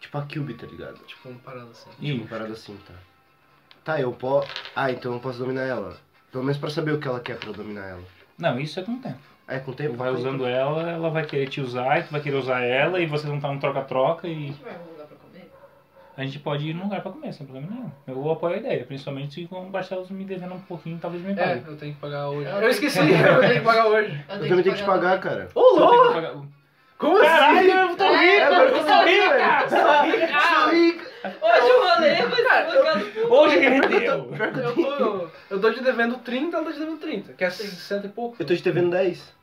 B: Tipo a Cube, tá ligado?
C: Tipo, uma parada assim.
A: E
B: Uma parada assim, tá. Tá, eu posso. Ah, então eu posso dominar ela. Pelo menos pra saber o que ela quer pra eu dominar ela.
A: não, isso é com o tempo.
B: Ah, é com o tempo?
A: Tu vai
B: Tá,
A: usando ela, ela vai querer te usar, e tu vai querer usar ela, e vocês vão estar no troca-troca
D: A
A: e
D: gente vai em algum lugar pra comer?
A: a gente pode ir num lugar pra comer, sem problema nenhum. Eu apoio a ideia, principalmente se com o Barcelos me devendo um pouquinho, talvez me
C: É,
A: pague.
C: eu tenho que pagar hoje.
D: Eu
C: Eu esqueci, eu tenho que pagar hoje.
B: Eu também tenho que te pagar, cara.
C: Ô,
A: Só tem
C: louco!
A: que pagar-
C: Como
A: Caralho,
C: assim?
A: eu tô rico,
B: agora
A: eu
B: eu tô
A: tô
B: rico,
A: rico,
B: velho.
A: cara!
D: Ah, hoje o rolê vai ser bancado por
A: Hoje rendeu!
B: Pior que eu
C: Eu
B: tenho.
C: tô, eu tô te devendo 30, ela tá te devendo 30. Quer 60 e pouco?
B: Eu tô te devendo 10.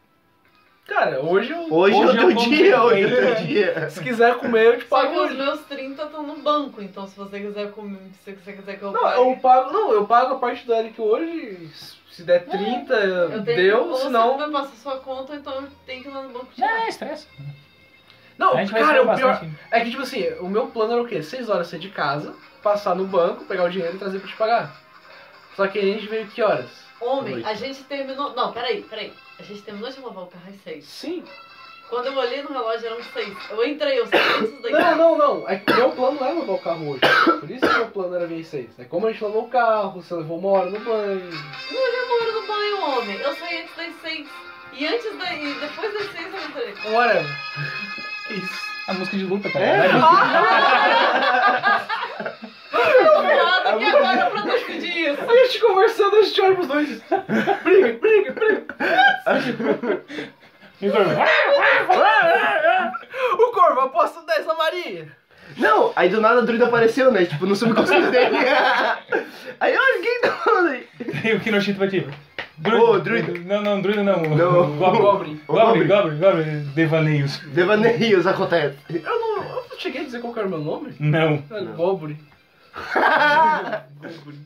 C: Cara, hoje eu.
A: Hoje
B: Hoje, é o
A: eu
B: teu
A: como
B: dia, hoje é o
C: bem.
B: teu dia.
C: Se quiser comer, eu te
D: Só
C: pago
D: que os
C: hoje.
D: meus 30 estão no banco, então se você quiser comer, se você quiser que eu
C: Não,
D: pague,
C: eu pago. Não, eu pago a parte do Eric hoje. Se der 30,
D: É, eu tenho que-
C: deu,
D: ou
C: se
D: Ou
C: não.
D: você passa sua conta, então eu tenho que ir lá no banco tirar.
A: Já é estresse.
C: Não,
A: A gente vai
C: cara,
A: ser
C: o pior.
A: bastante.
C: É que, tipo assim, o meu plano era o quê? 6 horas sair de casa, passar no banco, pegar o dinheiro e trazer pra te pagar. Só que a gente veio que horas?
D: Homem, a
B: Oito.
D: gente terminou... Não, peraí, peraí. A gente terminou de lavar o carro às seis.
C: Sim.
D: Quando eu olhei no relógio eram seis. Eu entrei, eu saí antes da
C: Não, não, não. É que o meu plano não é levar o carro hoje. Por isso que o meu plano era vir às 6. É como a gente lavou o carro, você levou uma hora no banho.
D: hora do banho, homem. Eu saí antes das seis. E antes da... E depois das seis eu entrei.
C: um Whatever. Isso.
A: A música de luta, tá cara.
B: É?
C: Ah!
D: Claro que agora pra despedir isso.
C: A gente conversando, a gente olha pros dois. Briga, briga, briga.
A: Igor,
C: O Corvo, aposta 10 na Maria.
B: Não, aí do nada a druida apareceu, né? Tipo, no subconsciente dele. aí, olha, quem tá falando aí?
A: e o Kinoshito vai te. Druida.
B: Ô, druida.
A: Não, não, druida não.
B: Não.
A: Goblin.
C: Goblin.
A: Goblin, Goblin, Goblin, devaneios.
B: Devaneios acontece.
C: Eu não, eu não cheguei a dizer qual que era o meu nome.
A: Não.
C: É
B: Não.
C: Goblin.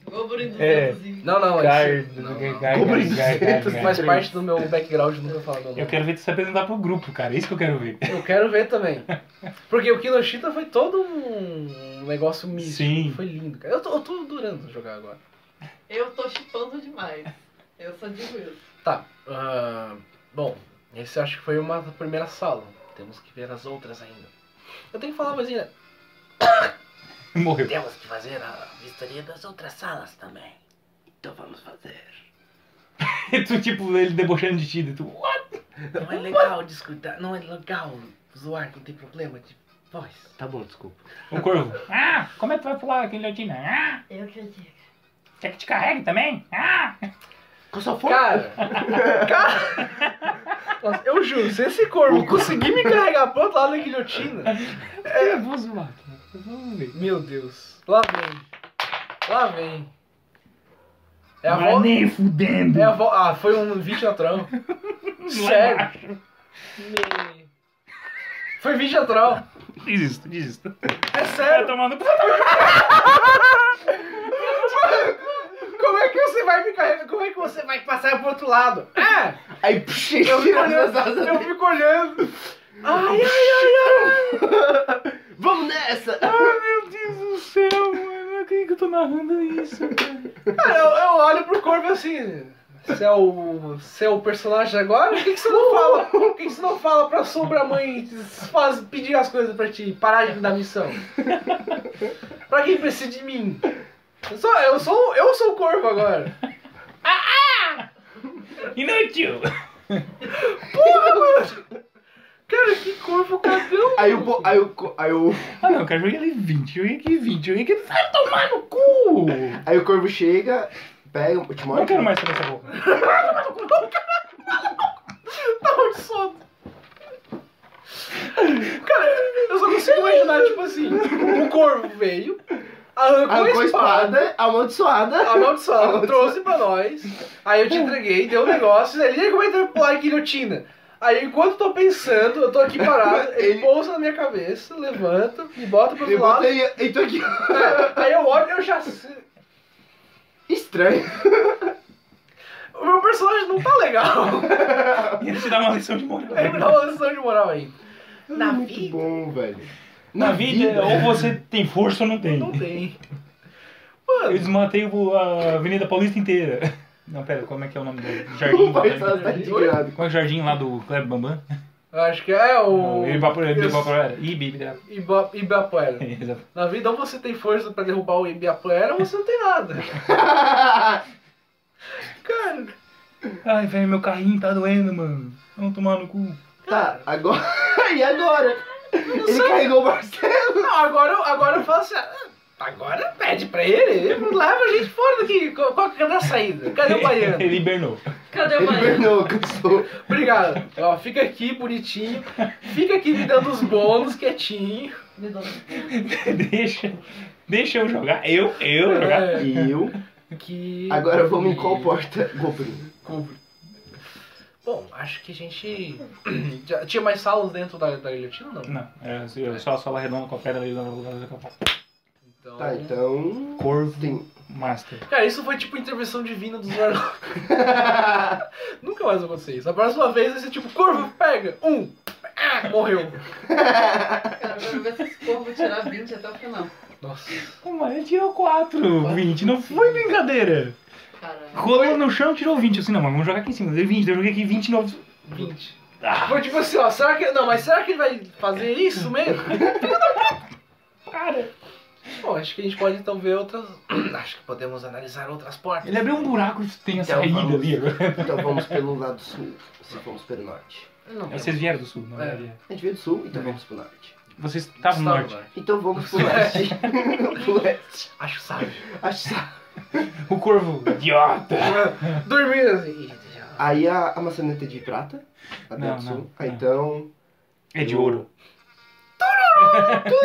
D: Goblin do
A: É.
D: dedozinho.
C: Não, não, é
A: Guard,
C: isso. Não,
A: guard,
C: não.
A: guard, guard, guard,
C: Isso
A: guard.
C: faz parte do meu background, nunca falo meu nome.
A: Eu quero ver tu se apresentar pro grupo, cara. É isso que eu quero ver.
C: Eu quero ver também. Porque o Kinoshita foi todo um negócio místico.
A: Sim.
C: Foi lindo, cara. Eu tô, eu tô adorando jogar agora.
D: Eu tô chipando demais. Eu só digo isso.
C: Tá. ah, bom, esse acho que foi uma da primeira sala. Temos que ver as outras ainda. Eu tenho que falar, mas ainda.
A: Morreu.
C: Temos que fazer a vistoria das outras salas também. Então vamos fazer.
A: E tu, tipo, ele debochando de ti. e Tu, what?
C: Não é legal discutir. Não é legal zoar quem tem problema de voz.
B: Tá bom, desculpa.
A: O corvo. Ah, como é que tu vai pular aquele latina? Ah,
D: Eu que digo.
A: quer que te carregue também? Ah.
B: Com sua força.
C: Cara! Cara! Nossa, eu juro, se esse corvo conseguir me carregar pro outro lado da guilhotina.
A: Eu vou zoar. cara. Vamos ver.
C: Meu Deus. Lá vem. Lá vem. É a
A: Vai
C: volta.
A: nem fudendo.
C: É a vo... Ah, foi um 20 natural.
A: Lá
C: Sério.
A: embaixo.
C: Me- Foi Vigia Troll.
A: Desisto, desisto.
C: É
A: Vai
C: sério.
A: tomar no cu.
C: Como é que você vai me carregar? Como é que você vai passar pro outro lado? É!
B: Aí, puxa, ele
C: Eu fico
B: tira as
C: olhando.
B: asas
C: Eu
B: dele.
C: fico olhando. Ai, ai, ai, ai.
B: Vamos nessa!
A: Ah, meu Deus do céu, mano. Por que que eu tô narrando isso, cara?
C: Cara, eu, eu olho pro corvo assim. Você é o. Você é o personagem agora? Por que, que você não fala? Por que, que você não fala pra sombra mãe faz, pedir as coisas pra ti? Parar de me dar missão? pra quem precisa de mim? Eu sou, eu sou, eu sou o corvo agora.
A: Inútil!
C: Porra, mano! Cara, que corvo cagão!
B: Aí o. po- Aí o. co- Aí o,
A: Ah não, cara, joguei ali 20, joguei aqui 20, joguei aqui. Vai tomar no cu!
B: aí o corvo chega, pega. Te
A: Não
B: morde.
A: quero mais saber essa boca.
C: Tá muito sono. Cara, eu só consigo imaginar, tipo assim, o corvo veio, arrancou
B: Arrancou
C: a
B: a
C: espada,
B: espada, amaldiçoada.
C: amaldiçoado,
B: Amaldiçoado.
C: trouxe pra nós. Aí eu te entreguei, deu um negócio, ele nem comentou pular a guilhotina. Aí enquanto eu tô pensando, eu tô aqui parado, ele,
B: Ele-
C: pousa na minha cabeça, levanta, me bota pro
B: Ele
C: outro lado.
B: bota aí. Então aqui.
C: É, Aí eu olho e eu já. sei-
B: Estranho.
C: O meu personagem não tá legal.
A: E ele te dá uma lição de moral.
C: Aí me dá uma lição de moral aí. Na
B: Muito
C: vida.
B: bom, velho.
A: Na vida, é ou você tem força ou não tem.
C: Não tem. Mano.
A: Eu desmatei o- a Avenida Paulista inteira. Não, pera, como é que é o nome do jardim?
B: O
A: lá?
B: Barçala tá indignado.
A: Qual é o jardim lá do Kleber Bambam?
C: Eu acho que é o.
A: Ibapora- Ibapora- Ibibira.
C: Iba- Ibirapuera.
A: né? Exato.
C: Na vida, ou você tem força pra derrubar o Ibirapuera, ou você não tem nada. Cara,
A: Ai, velho, meu carrinho tá doendo, mano. Vamos tomar no cu.
B: tá, agora. E agora? Ele
C: sei.
B: carregou o Marcelo.
C: não, agora, eu- agora eu falo assim. ah, Agora pede pra ele, ele leva a gente fora daqui. Qual qual que é a saída? Cadê o baiano?
A: Ele hibernou.
D: Cadê o
B: Ele
D: banheiro?
B: pernou, cansou.
C: Obrigado. Ó, fica aqui bonitinho. Fica aqui me dando os bônus quietinho.
D: Me dá um-
A: deixa, deixa eu jogar. Eu, eu jogar.
C: É,
B: E eu.
C: que...
B: Agora vamos em qual porta? Goblin.
C: Cubo. Bom, acho que a gente. já tinha mais salas dentro da, da guilhotina ou não?
A: Não, é eu só a sola redonda com a pedra ali no
C: Então.
B: Tá, então.
A: Corvo
B: Tem.
A: Master.
C: Cara, isso foi tipo intervenção divina dos Warlocks. Nunca mais vai acontecer isso. A próxima vez vai ser tipo, corvo, pega! Um! Ah, morreu.
D: Cara, eu quero ver se esse corvo tirar 20 até o final.
C: Nossa.
A: Mano, ele tirou 4, 20. Não foi brincadeira.
D: Caralho.
A: Rolou no chão, tirou 20. Assim, não, mas vamos jogar aqui em cima. Deu 20, eu joguei aqui 29.
C: 20.
A: Ah,
C: Foi tipo assim, ó, será que. Não, mas será que ele vai fazer isso mesmo?
A: cara.
C: Bom, acho que a gente pode então ver outras. acho que podemos analisar outras portas.
A: Ele abriu um buraco e tem a
B: Então,
A: saída
B: vamos.
A: ali agora.
B: Então vamos pelo lado sul. Se vamos pelo norte.
C: Não,
A: Vocês vieram do sul, na verdade.
B: A gente veio do sul, então
A: É.
B: vamos pro norte.
A: Vocês estavam no norte.
B: Então vamos pro leste. pro leste.
C: Acho sábio.
B: Acho que- tá.
A: O corvo. Idiota.
C: Dormindo assim.
B: Aí a, a maçaneta é de prata. Lá
A: Não,
B: dentro do
A: não,
B: sul. Ah,
A: não.
B: então.
A: É de ouro.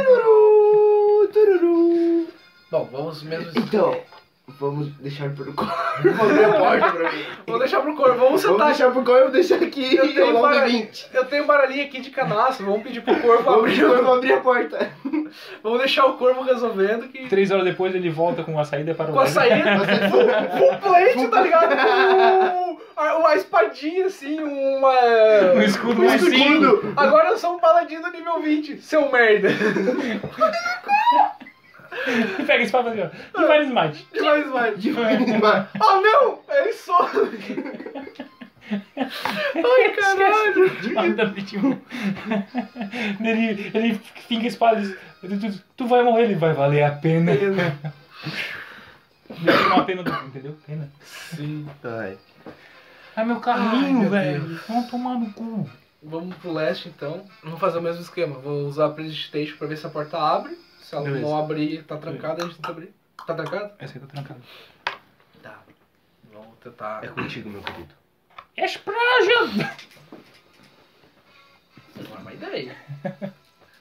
B: Tururu! Tururu!
C: Bom, vamos mesmo. assim.
B: Então, vamos deixar pro corpo. Vamos tá a porta pra mim.
C: Vou deixar pro corvo, vamos
B: Vamos
C: sentar.
B: deixar pro corpo, vou deixar aqui.
C: Eu tenho
B: Eu logo
C: para-
B: 20.
C: Eu tenho um baralhinho aqui de canastra, vamos pedir pro corvo
B: Vamos
C: abrir.
B: pro corpo abrir a porta.
C: Vamos deixar o corvo resolvendo que.
A: Três horas depois ele volta com a saída para o
C: Com a
A: lado.
C: saída.
B: Você-
C: Full plate, tá ligado? Com um, a- uma espadinha assim, uma.
A: Um escudo
B: Um
A: mais cinco.
B: escudo.
C: Agora eu sou um paladino nível 20, seu merda.
A: Pega esse papo aqui, ó. E vai no smite.
C: Demais, mais.
B: De uma-
C: Oh não! Ele só. Ai, caralho!
A: Nada, tipo, ele, ele finca a espada e diz, tu, tu vai morrer, ele vai valer a pena. Ele uma pena do entendeu? Pena.
C: Sim.
B: Ai.
A: Ai, meu
C: Ai,
A: carrinho,
C: meu
A: velho. Vamos tomar no cu.
C: Vamos pro leste então. Vamos fazer o mesmo esquema. Vou usar a Presiditation pra ver se a porta abre. Se ela
A: Beleza.
C: não abrir, tá trancada, a gente tenta abrir. Tá trancada?
A: Essa aí tá trancada.
C: Tá. Vamos tentar.
B: É contigo, meu querido.
A: És praja!
C: É uma má ideia.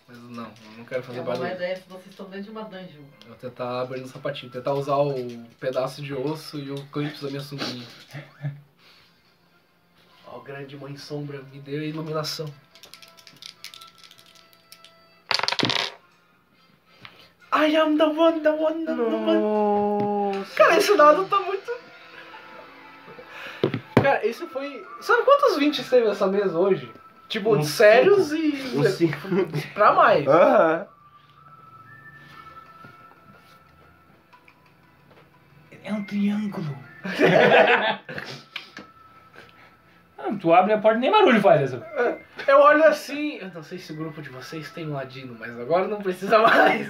C: Mas não, eu não quero fazer
D: É uma má
C: barulho.
D: ideia se vocês estão dentro de uma dungeon.
C: Eu vou tentar abrir no sapatinho, tentar usar o pedaço de osso e o clipe da minha sunguinha. Ó, grande mãe sombra me deu a iluminação. I am the one, the one, the one.
B: Nossa.
C: Cara, esse dado tá muito. Cara, esse foi. Sabe quantos 20 teve essa mesa hoje? Tipo,
A: Uns
C: sérios e.
B: Uns cinco.
C: pra mais.
B: Aham.
A: É um triângulo. Ah, tu abre a porta e nem barulho faz essa.
C: Eu olho assim. Eu não sei se o grupo de vocês tem um ladino, mas agora não precisa mais.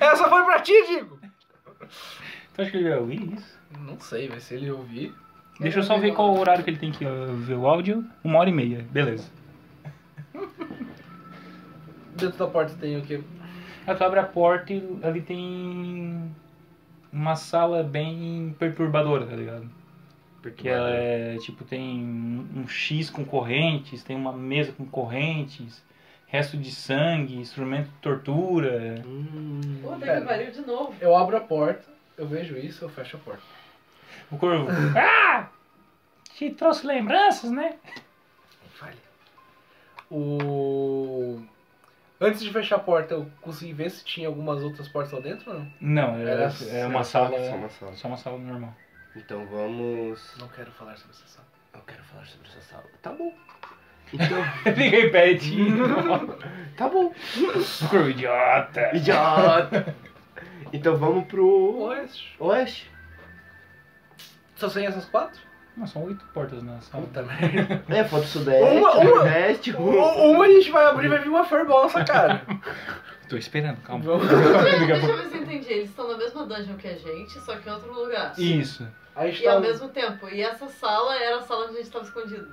C: essa foi pra ti, Digo!
A: Tu acha que ele vai ouvir isso?
C: Não sei, mas se ele ouvir.
A: Deixa eu só ver qual o horário que ele tem que uh, ver o áudio. Uma hora e meia, beleza.
C: Dentro da porta tem o quê?
A: Aí Ah, tu abre a porta e ali tem uma sala bem perturbadora, tá ligado? Porque ela é, tipo, tem um um X com correntes, tem uma mesa com correntes, resto de sangue, instrumento de tortura.
B: Hum.
D: Puta
C: Pera.
D: que pariu de novo.
C: Eu abro a porta, eu vejo isso, eu fecho a porta.
A: O corvo. ah! Te trouxe lembranças, né?
C: Vale. O. Antes de fechar a porta, eu consegui ver se tinha algumas outras portas lá dentro ou não?
A: Não, era,
C: Era-
A: era uma
C: era
A: sala.
B: Só É uma sala.
A: Só uma sala normal.
B: Então vamos.
C: Não quero falar sobre essa sala.
B: Eu quero falar sobre essa sala. Tá bom. Então,
A: Ele repete.
B: tá bom.
A: O corvo idiota.
B: Idiota. Então vamos pro
C: Oeste.
B: oeste.
C: Só tem essas quatro?
A: Não, são oito portas na sala.
C: Puta merda.
B: É, foto sudeste,
C: Uma- uma-
B: nordeste.
C: U- Uma a gente vai abrir e vai vir uma ferbosa, cara.
A: Tô esperando, calma.
C: Vamos.
D: Gente, deixa eu ver se eu entendi. Eles estão na mesma dungeon que a gente, só que em outro lugar.
A: Isso,
C: A gente
D: E
C: tá-
D: ao mesmo tempo. E essa sala era a sala onde a gente tava escondido.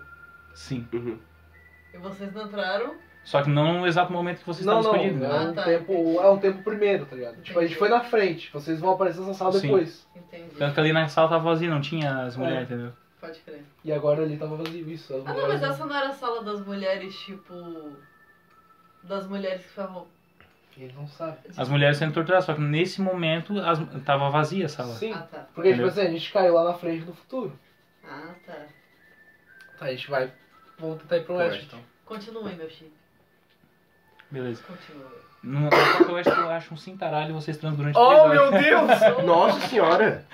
A: sim.
B: Uhum.
D: E vocês não entraram.
A: Só que não no exato momento que vocês
C: Não,
A: estavam
C: não,
A: escondidos. né?
C: é um,
D: Ah, tá.
C: tempo, é um tempo primeiro, tá ligado? Tipo, a gente foi na frente, vocês vão aparecer nessa sala
A: Sim.
C: depois.
D: Entendi.
A: Tanto que ali na sala tava vazia, não tinha as mulheres,
C: É.
A: entendeu?
D: Pode crer.
C: E agora ele tava fazendo isso. as
D: Ah, não,
C: mulheres-
D: mas essa não era a sala das mulheres, tipo. Das mulheres que ferrou.
C: Ele não sabe.
A: As mulheres sendo torturadas, só que nesse momento as, tava vazia a sala.
C: Sim.
D: Ah, tá.
C: Porque, tipo
A: Entendeu?
C: assim, a gente caiu lá na frente do futuro.
D: Ah, tá.
C: Tá, a gente vai. Vamos tentar ir pro oeste,
B: Oeste.
C: então.
D: Continuem, meu filho.
A: Beleza.
D: Continuem.
A: No quarto oeste eu acho um cintaralho e vocês transam durante três
C: Oh,
A: horas.
C: meu Deus!
B: Nossa senhora!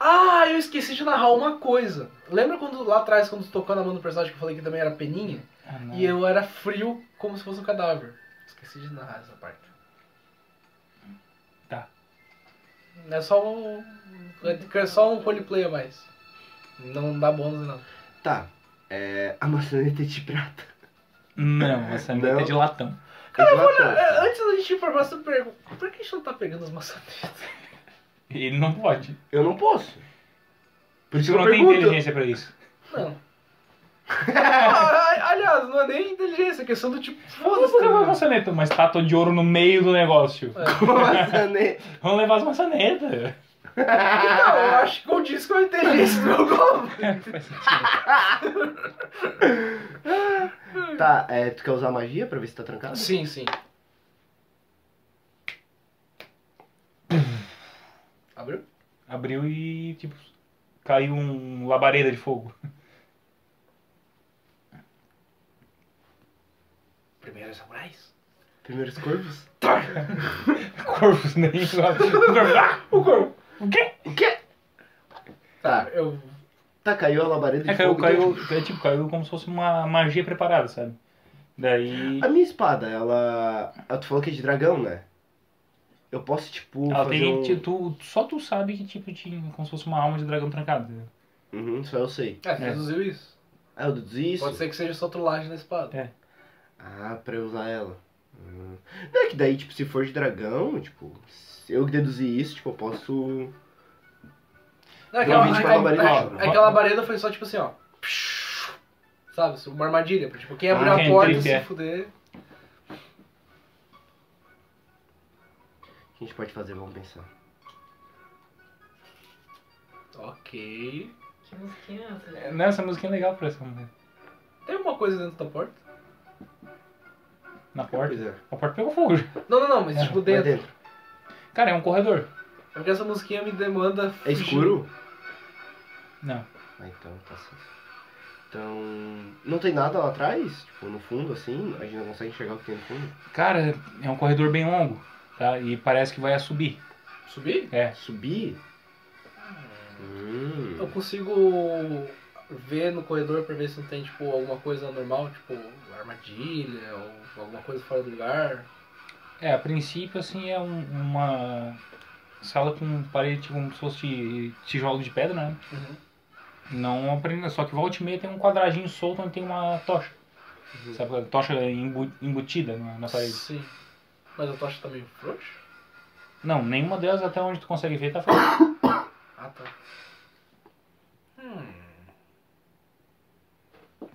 C: Ah, eu esqueci de narrar uma coisa. Lembra quando lá atrás, quando tu tocou na mão do personagem que eu falei que também era peninha?
A: Ah, não.
C: E eu era frio como se fosse um cadáver. Esqueci de narrar essa parte.
A: Tá.
C: É só um. É só um roleplay a mais. Não dá bônus não.
B: Tá, é, a maçaneta é de prata.
A: Não, essa meta é
B: Não.
A: de latão.
B: Cara, eu
C: É, antes da gente ir pra próxima pergunta, por que a gente não tá pegando as maçanetas?
A: Ele não pode.
B: Eu não posso. Por isso
A: Tu
B: que eu
A: não tem
B: pergunto.
A: inteligência pra isso.
C: Não. Ah, Aliás, não é nem inteligência, é questão do tipo,
A: Vamos
C: foda-se.
A: levar uma
C: tá ligado?
A: maçaneta, uma estátua de ouro no meio do negócio.
C: É.
B: Uma é- maçaneta.
A: Vamos levar as maçanetas.
C: Então, eu acho que eu disse que eu inteligência do meu golpe.
B: Tá, é, tu quer usar magia pra ver se tá trancado?
C: Sim, sim. Abriu?
A: Abriu e, tipo, caiu um labareda de fogo.
C: Primeiro samurais.
B: Primeiros corvos?
A: Corvos nem. O corvo. O quê?
B: O quê? Tá,
C: Eu.
B: tá, caiu a labareda de
A: É, caiu,
B: fogo.
A: caiu, é, tipo, caiu como se fosse uma magia preparada, sabe? Daí.
B: A minha espada, ela... ah, Tu falou que é de dragão, né? Eu posso, tipo,
A: Ela
B: fazer
A: tem,
B: um...
A: ti- tu, só tu sabe que tipo tinha como se fosse uma alma de dragão trancada. entendeu?
B: Uhum, só eu sei.
C: É, reduziu isso.
B: Ah, eu deduzi isso?
C: Pode ser que seja só trollagem na espada.
B: Ah, pra eu usar ela. Hum. Não é que daí, tipo, se for de dragão, tipo... se eu deduzi isso, tipo, eu posso...
C: Não, é aquela,
A: Não,
C: aquela,
B: labareda,
C: aquela-
A: ó.
C: aquela labareda foi só tipo assim, ó. Sabe, assim, uma armadilha. pra, Tipo, quem abrir
B: Ah,
C: a
A: quem
C: porta
A: tripé.
C: se fuder.
B: O que a gente pode fazer? Vamos pensar.
C: Ok.
D: Que musiquinha é essa?
A: É, Não, essa musiquinha é legal pra essa mulher.
C: Tem alguma coisa dentro da porta?
A: Na porta.
B: Pois é.
A: A porta pegou fogo. já.
C: Não, não, não, mas
A: É,
C: tipo
B: Vai
C: dentro.
B: dentro.
A: Cara, é um corredor.
C: É porque essa musiquinha me demanda.
B: É
C: fugir.
B: escuro?
A: Não.
B: Ah, então, tá certo. Então... Não tem nada lá atrás? Tipo, no fundo, assim? A gente não consegue enxergar o que tem no fundo?
A: Cara, é um corredor bem longo, tá? E parece que vai a subir.
C: Subir?
A: É.
B: Subir? Hum.
C: Eu consigo ver no corredor pra ver se não tem, tipo, alguma coisa normal, tipo, armadilha ou alguma coisa fora do lugar.
A: É, a princípio, assim, é um- uma sala com parede tipo, como se fosse tijolo de pedra, né?
C: Uhum.
A: Não aprende, só que volta e meia tem um quadradinho solto onde tem uma tocha.
C: Uhum.
A: Sabe, a tocha embu- embutida na, na parede.
C: Sim. Mas a tocha tá meio frouxa?
A: Não, nenhuma delas até onde tu consegue ver tá fora.
C: Ah, tá. Hum.
A: Oh,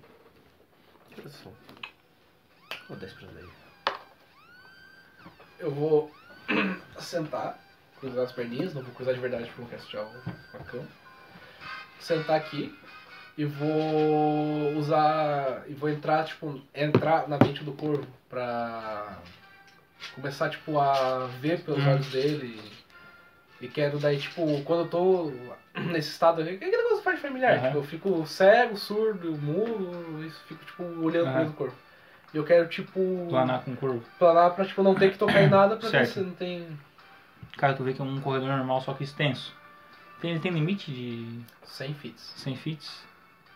B: Interessante. Vou dar isso pra daí.
C: Eu vou sentar, cruzar as perninhas, não vou cruzar de verdade porque eu não quero assistir ao- com a cama. Sentar aqui e vou usar. E vou entrar, tipo, entrar na mente do corvo pra começar, tipo, a ver pelos
A: Hum.
C: olhos dele. E quero daí, tipo, quando eu tô nesse estado, é aquele negócio que faz familiar.
A: Aham.
C: Tipo, eu fico cego, surdo, mudo, e fico, tipo, olhando pro
A: Aham.
C: meio do corvo. E eu quero, tipo
A: Planar com curva.
C: planar pra tipo, não ter que tocar em nada pra ver
A: Certo.
C: se não tem
A: Cara, tu vê que é um corredor normal, só que extenso. Tem, ele tem limite de
C: 100 fits.
A: 100 feet?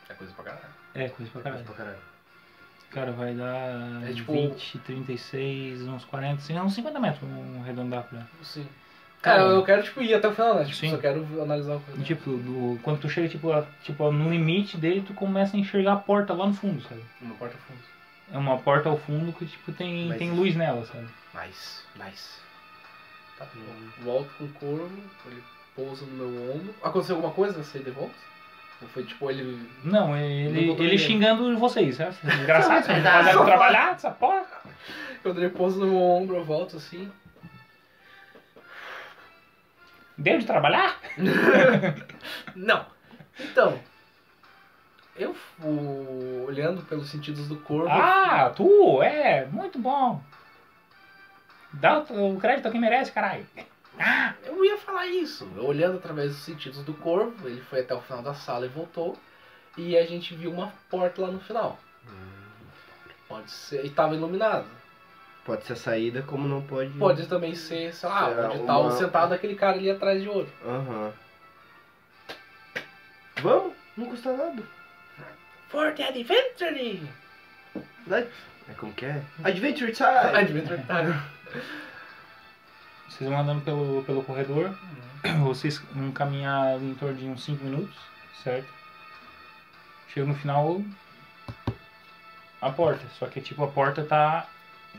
C: É coisa pra caralho.
A: É, coisa pra
B: Coisa
A: caralho.
B: pra caralho.
A: Cara, vai dar
C: É tipo-
A: 20, 36, uns 40, assim, uns 50 metros, um arredondar pra.
C: Sim. Cara,
A: Cara,
C: eu quero tipo, ir até o final, né? Tipo,
A: Sim.
C: só quero analisar o coisa.
A: E, Tipo, do- quando tu chega tipo, a- tipo, no limite dele, tu começa a enxergar a porta lá no fundo, sabe?
C: Uma porta fundo.
A: É uma porta ao fundo que tipo, tem,
B: Mas
A: tem
B: isso-
A: luz nela, sabe?
C: Nice, nice. Tá, bom. volto com o corvo, ele pousa no meu ombro. Aconteceu alguma coisa nessa ida e volta? Ou foi tipo ele.
A: Não, é
C: Não
A: ele,
C: botou
A: ele
C: ninguém.
A: xingando vocês, sabe? Engraçado, vocês não fazem trabalhar essa porra.
C: Quando ele pousa no meu ombro, eu volto assim.
A: Deu de trabalhar?
C: Não! Então. Eu fu- olhando pelos sentidos do corvo.
A: Ah, tu, é, muito bom. Dá o, o crédito a quem merece, caralho.
C: Eu ia falar isso. Eu olhando através dos sentidos do corvo, ele foi até o final da sala e voltou. E a gente viu uma porta lá no final. Pode ser. E tava iluminado.
B: Hum. Pode ser a saída, como não pode.
C: Pode também ser, sei lá,
B: Hum. Será
C: onde tá o
B: uma-
C: sentado aquele cara ali atrás de outro.
B: Aham. Vamos? Não custa nada.
C: For the adventure!
B: É como que é? Adventure Time!
C: Adventure time.
A: Vocês vão andando pelo, pelo corredor, vocês vão caminhar em torno de uns 5 minutos, certo? Chega no final a porta, só que tipo a porta tá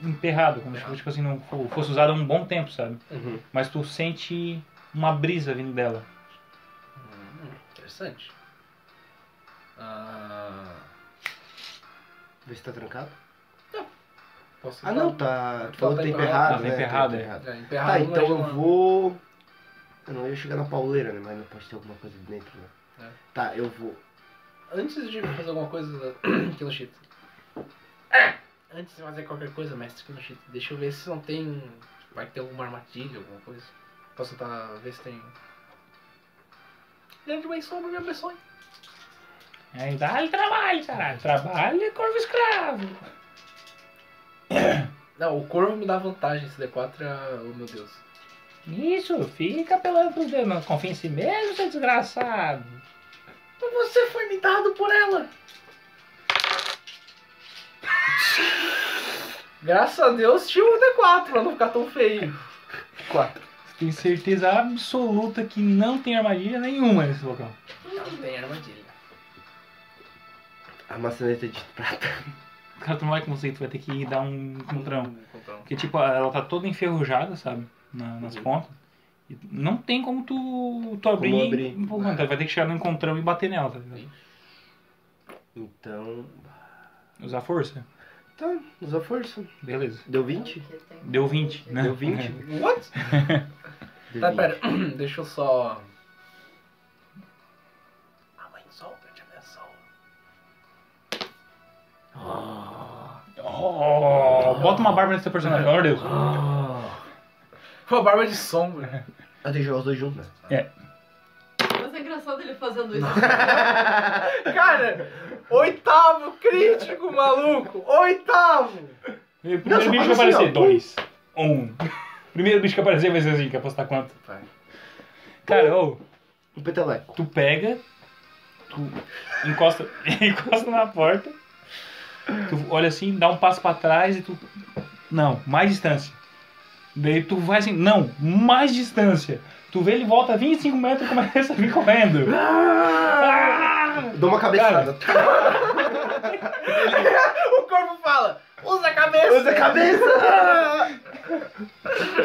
A: emperrada, como se fosse, tipo assim, não fo- fosse usada há um bom tempo, sabe?
B: Uhum.
A: Mas tu sente uma brisa vindo dela.
C: Hum, interessante. Ah,
B: Vê se tá trancado.
C: posso
B: Ah, não, tá. Tu
C: Tá
B: falou que tá
C: emperrado.
B: emperrado.
A: Tá
B: né?
A: emperrado, é.
C: É, emperrado,
B: Tá, então
C: mas
B: eu
C: não-
B: vou. Eu não ia chegar na pauleira, né? Mas não pode ter alguma coisa dentro, né?
C: É.
B: Tá, eu vou.
C: Antes de fazer alguma coisa, Kinoshita. Antes de fazer qualquer coisa, mestre Kinoshita, deixa eu ver se não tem. Vai ter alguma armadilha, alguma coisa. Posso tentar ver se tem. Grande bem sombra, meu sonho.
A: Aí dá "Ah, ele trabalho, caralho. Trabalho é corvo escravo.
C: Não, o corvo me dá vantagem, esse D4 é. Oh meu Deus.
A: Isso, fica pela dúvida, não confia em si mesmo, seu desgraçado.
C: Mas Então você foi me dado por ela! Graças a Deus tinha um D4 pra não ficar tão feio.
B: Quatro.
A: Tenho certeza absoluta que não tem armadilha nenhuma nesse local.
C: Não tem armadilha.
B: A maçaneta de prata.
A: Cara, tu não vai conseguir, tu vai ter que dar um encontrão.
C: Encontrão.
A: Porque, tipo, ela tá toda enferrujada, sabe? Na- nas
B: Uhum.
A: pontas. E não tem como tu, tu abrir.
B: Como abrir.
A: um pouco, então vai ter que chegar no encontrão e bater nela, tá ligado?
B: Então.
A: Usar força.
B: Tá, usa força.
A: Beleza.
B: Deu
D: É
B: 20?
A: Deu 20, né?
B: Deu 20?
C: What?
B: Deu
C: Tá,
B: 20.
C: pera, deixa eu só. A mãe sol, eu te abençoo.
B: Ah.
A: Oh, É. bota uma barba nesse teu personagem, pelo amor de Deus.
C: Foi uma barba de sombra.
B: Ah, tem que jogar os dois juntos, né?
D: Mas é engraçado ele fazendo isso.
C: Cara, Oitavo crítico, maluco! Oitavo!
A: Primeiro
B: Não, só
A: bicho que
B: fala assim,
A: aparecer,
B: ó.
A: dois. Um. Primeiro bicho que aparecer vai ser assim, quer apostar quanto?
C: Vai.
A: Cara, ô,
B: Um peteleco.
A: tu pega, tu encosta, encosta na porta, tu olha assim, dá um passo pra trás e tu. Não, mais distância. Daí tu vai assim, não, mais distância. Tu vê ele volta 25 metros e começa a vir correndo. Ah!
B: Dou uma cabeçada.
C: O corpo fala, usa a cabeça!
B: Usa a cabeça!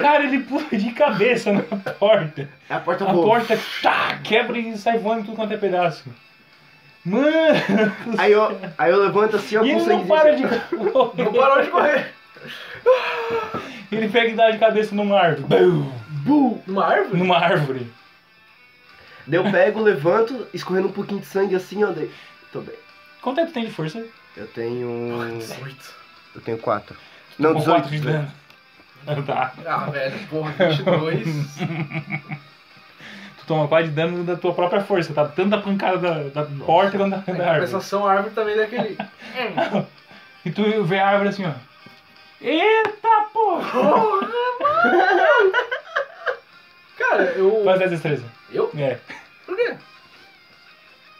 A: Cara, ele pula de cabeça na porta.
B: É a porta
A: A
B: boa.
A: porta tá, quebra e sai voando tudo quanto é pedaço. Mano!
B: Aí eu, aí eu levanto assim, eu
A: E ele não
B: consigo.
A: para
B: dizer-
A: de.
C: Não parou de correr.
A: Ele pega e dá de cabeça numa árvore. Bum!
B: Bum!
C: Numa árvore?
A: Numa árvore.
B: Daí eu pego, levanto, escorrendo um pouquinho de sangue assim, ó. Daí... Tô bem.
A: Quanto é que tu tem de força?
B: Eu tenho.
C: 18.
B: Eu tenho quatro. Não,
A: Com
B: 18.
A: quatro né? de dano. Ah, Tá.
C: Ah, velho, porra, 22.
A: Tu toma 4 de dano da tua própria força, tá? Tanto da pancada da, da porta quanto da,
C: Em
A: da árvore.
C: compensação, a árvore também é daquele.
A: E tu vê a árvore assim, ó. Eita porra!
C: Cara, eu.
A: Faz 10 destreza.
C: Eu?
A: É.
C: Por quê?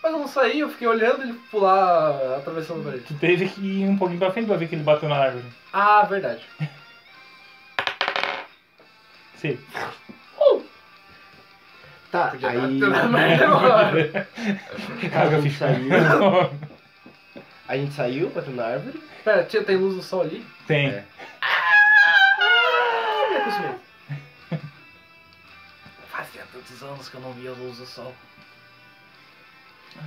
C: Mas eu não saí, eu fiquei olhando ele pular atravessando a parede.
A: Tu teve que ir um pouquinho pra frente pra ver que ele bateu na árvore.
C: Ah, verdade.
A: Sim.
B: Tá,
C: Podia dar
B: aí.
C: tudo mais agora.
A: Caga
B: A
A: a
B: gente
A: ficha.
B: saiu. A gente saiu, bateu na árvore.
C: Pera, tia, tem luz no sol ali?
A: Tem.
B: É.
C: Como é que isso mesmo? Fazia tantos anos que eu não via a luz do sol.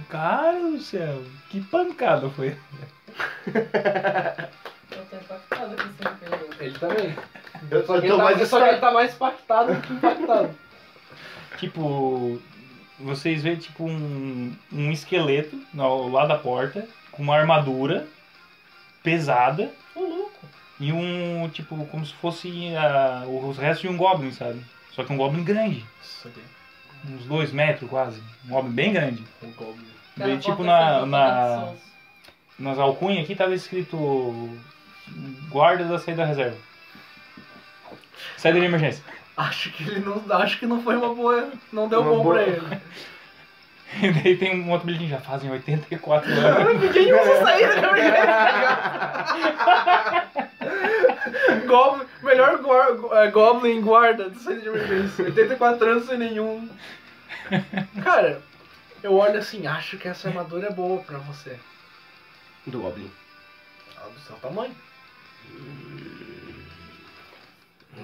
A: Cara do céu, que pancada foi.
D: Eu tô impactada com esse RPG.
C: Ele também.
B: Eu
C: Só que, ele tá, só que ele tá mais impactado do que impactado.
A: Tipo, vocês veem tipo um, um esqueleto ao lado da porta, com uma armadura pesada
C: Ô louco.
A: e um, tipo, como se fosse ah, os restos de um goblin, sabe? Só que um goblin grande,
C: Isso aqui. é
A: uns dois metros quase, um goblin bem grande.
C: Um goblin.
D: Cara,
A: Daí,
C: é
A: tipo,
D: bota
A: na,
D: essa
A: na-
D: bota de sons.
A: nas alcunhas aqui tava escrito guarda da saída da reserva. Saída de emergência.
C: Acho que ele não. Acho que não foi uma boa. Não deu
B: Uma
C: bom
B: boa-
C: pra ele.
A: E daí tem um outro bilhetinho, já fazem 84 anos.
C: Ninguém usa né? saída de emergência. Goblin, melhor gor- é, Goblin guarda de saída de emergência. 84 anos sem nenhum. Cara, eu olho assim, acho que essa armadura é boa pra você.
B: Do Goblin.
C: Ela é do seu tamanho.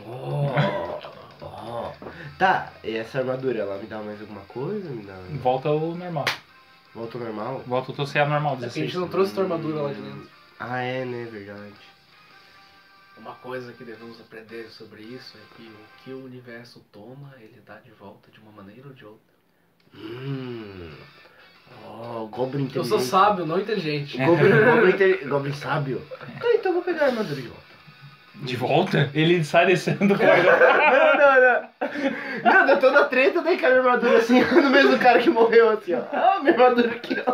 C: Oh,
B: Tá, e essa armadura, ela me dá mais alguma coisa? Me dá. um
A: Volta ao normal.
B: Volta ao normal?
A: Volta ao teu CA normal,
C: É que a gente
A: 16.
C: não trouxe tua armadura lá de dentro.
B: Ah, é, né? Verdade.
C: Uma coisa que devemos aprender sobre isso é que o que o universo toma, ele dá de volta de uma maneira ou de outra.
B: Hum. Oh, Goblin
C: Eu
B: inteligente.
C: sou sábio, não inteligente.
B: Goblin, goblin, inte- goblin sábio. Tá, então eu vou pegar a armadura de volta.
A: De volta? Ele sai descendo o corredor.
B: Não, não, não. Não, deu toda a treta, daí caiu a armadura assim, no mesmo cara que morreu assim, ó. Ah, minha armadura aqui, ó.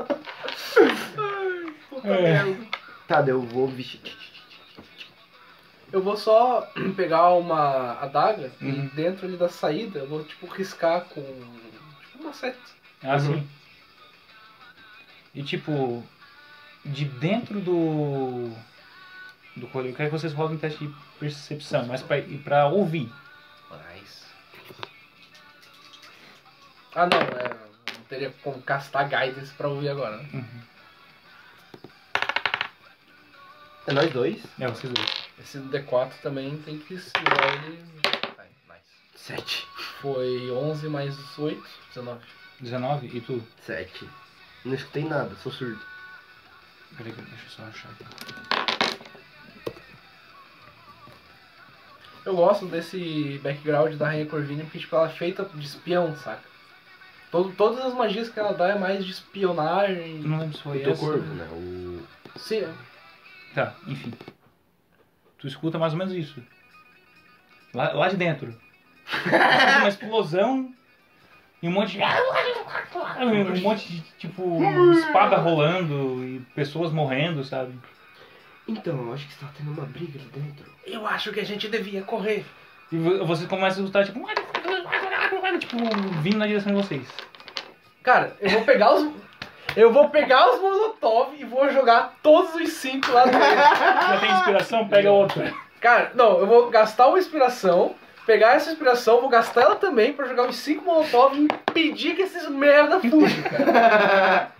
C: Puta
A: É.
C: merda.
B: Tá, daí eu vou vestir.
C: Eu vou só pegar uma adaga
A: Uhum.
C: e dentro ali da saída eu vou tipo riscar com tipo, uma seta.
A: Assim. E tipo, de dentro do. Do corredor, eu quero que vocês rolem um teste de percepção, mas pra, e pra ouvir.
C: Mas. Ah não, é, não teria como castar guidance pra ouvir agora. né?
B: É nós dois?
A: É, vocês dois.
C: Esse D4 também tem que ser ele. Ai, nice.
B: Sete.
C: Foi 11 mais 8, 19.
A: 19? E tu?
B: Sete. Não escutei nada, sou surdo.
A: Peraí, que- deixa eu só achar aqui.
C: Eu gosto desse background da Rainha Corvina porque tipo, ela é feita de espião, saca? Todo, todas as magias que ela dá é mais de espionagem.
A: Eu não lembro se foi
B: Eu tô
A: essa.
B: corvo, né? O...
C: Sim,
A: Tá, enfim. Tu escuta mais ou menos isso. Lá, lá de dentro. Uma explosão. E um monte de. Um monte de, tipo, espada rolando e pessoas morrendo, sabe?
B: Então, eu acho que está tendo uma briga ali dentro.
C: Eu acho que a gente devia correr.
A: E vo- vocês começam a escutar, tipo. Tipo, vindo na direção de vocês.
C: Cara, eu vou pegar os. Eu vou pegar os Molotov e vou jogar todos os cinco lá dentro.
A: Já tem inspiração? Pega outra.
C: Cara, não, eu vou gastar uma inspiração, pegar essa inspiração, vou gastar ela também pra jogar os cinco Molotov e impedir que esses merda fujam, cara.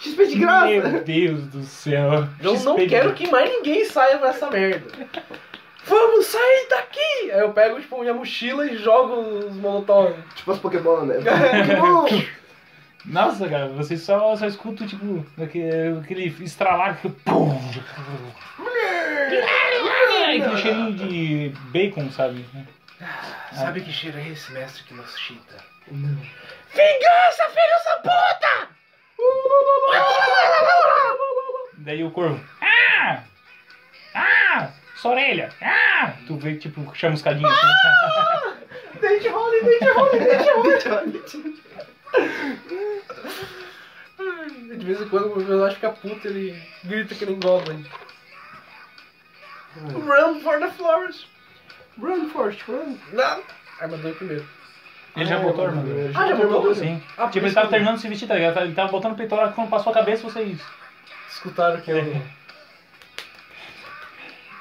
B: XP de graça!
A: Meu Deus do céu.
C: Eu não
A: XP de-
C: quero que mais ninguém saia dessa merda. Vamos sair daqui! Aí eu pego, tipo, minha mochila e jogo os Molotov.
B: Tipo as Pokémon, né? Pokémon!
A: Nossa, cara, vocês só, só escutam, tipo, aquele, aquele estralar que. Pum! Aquele cheirinho de bacon, sabe?
C: Sabe que cheiro é esse, mestre, que nos chita?
B: Não.
C: Vingança, filho da puta!
A: Daí o corvo. Ah! Ah! Sua orelha! Ah! Tu vê, tipo, chamuscadinho assim.
C: Dente rola, dente rola, dente rola. De vez em quando o meu personagem fica puto, ele grita que nem Goblin. Run for the flowers!
B: Run, Forte, run!
C: Não! Armadura primeiro.
A: Ele já
B: Ah,
A: botou a
B: é,
A: armadura.
B: Ah, já botou?
A: Sim.
C: Ah,
A: Tipo,
C: por
A: ele
C: isso
A: tava
C: que
A: terminando de se vestir, tá ligado? Ele tava botando o peitoral quando passou a cabeça, vocês.
C: Escutaram que eu.
A: É.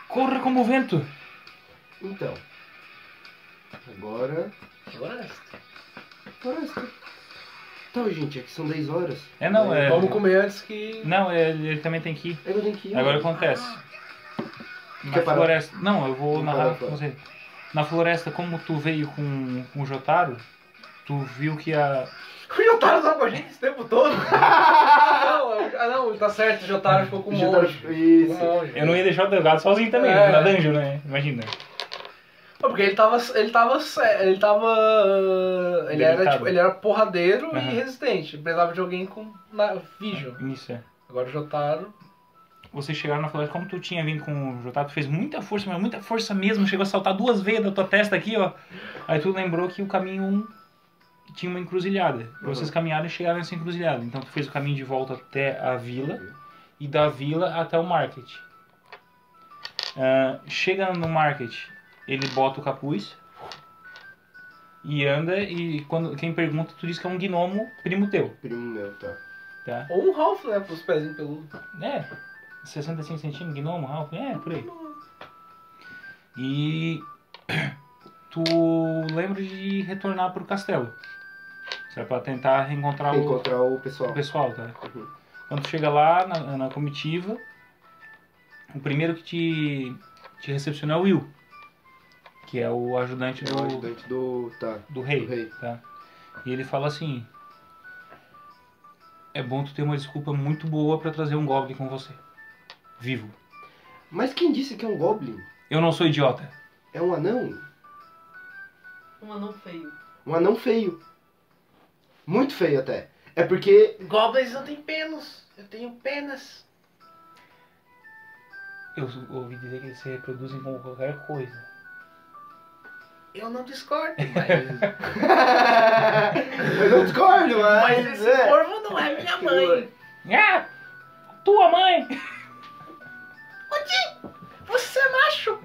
A: Corra como o vento!
B: Então. Agora.
C: Floresta.
B: Floresta. Então, gente, aqui são 10 horas.
A: É não, é.
C: Vamos comer antes que.
A: Não, é, ele também tem que ir.
B: Eu tenho que ir. um
A: Agora acontece. Na
B: Quer parar?
A: floresta. Não, eu vou
B: Vamos
A: narrar
B: parar
A: pra
B: fora.
A: você. Na floresta, como tu veio com, com o Jotaro, tu viu que a.
C: O Jotaro tava com a gente esse tempo todo. não, eu- ah não, tá certo, o Jotaro ficou com o
B: Já tá-
C: monge. Com o
A: um
B: Isso.
C: monge.
A: Eu não ia deixar o Delgado sozinho também,
C: É.
A: né? na dungeon, né? Imagina.
C: Pô, Ah, Porque ele tava. Ele tava. sé- Ele tava. ah, Ele era,
A: Delicado.
C: tipo, ele era porradeiro
A: Aham.
C: e resistente. Ele precisava de alguém com na, vision.
A: Isso é.
C: Agora o Jotaro.
A: Vocês chegaram na floresta, como tu tinha vindo com o Jotaro, tu fez muita força, mas muita força mesmo, chegou a saltar duas vezes da tua testa aqui, ó. Aí tu lembrou que o caminho 1 tinha uma encruzilhada. E Vocês caminharam e chegaram nessa encruzilhada. Então tu fez o caminho de volta até a vila e da vila até o market. Ah, chega no market, ele bota o capuz e anda e quando quem pergunta, tu diz que é um gnomo primo teu,
B: Primo meu, tá.
A: tá?
C: Ou um Ralph, né? Pros pezinhos peludos.
A: É, 65 centímetros, gnomo, Ralph, é, por aí. E tu lembra de retornar pro castelo. Isso é pra tentar reencontrar o,
B: Encontrar o
A: o
B: pessoal.
A: pessoal, tá?
B: Uhum.
A: Quando tu chega lá na, na comitiva, o primeiro que te, te recepciona é o Will, que é o ajudante
B: É
A: do,
B: o ajudante do. Tá.
A: do
B: Do
A: rei.
B: rei.
A: Tá? E ele fala assim: É bom tu ter uma desculpa muito boa pra trazer um goblin com você. Vivo.
B: Mas quem disse que é um Goblin?
A: Eu não sou idiota.
B: É um anão?
D: Um anão feio.
B: Um anão feio. Muito feio até. É porque.
C: Goblins não tem pelos. Eu tenho penas.
A: Eu ouvi dizer que eles se reproduzem com qualquer coisa.
C: Eu não discordo, mas.
B: Eu não discordo, mas. é.
C: corvo não é minha
A: Ah! Tua mãe!
C: Você é macho!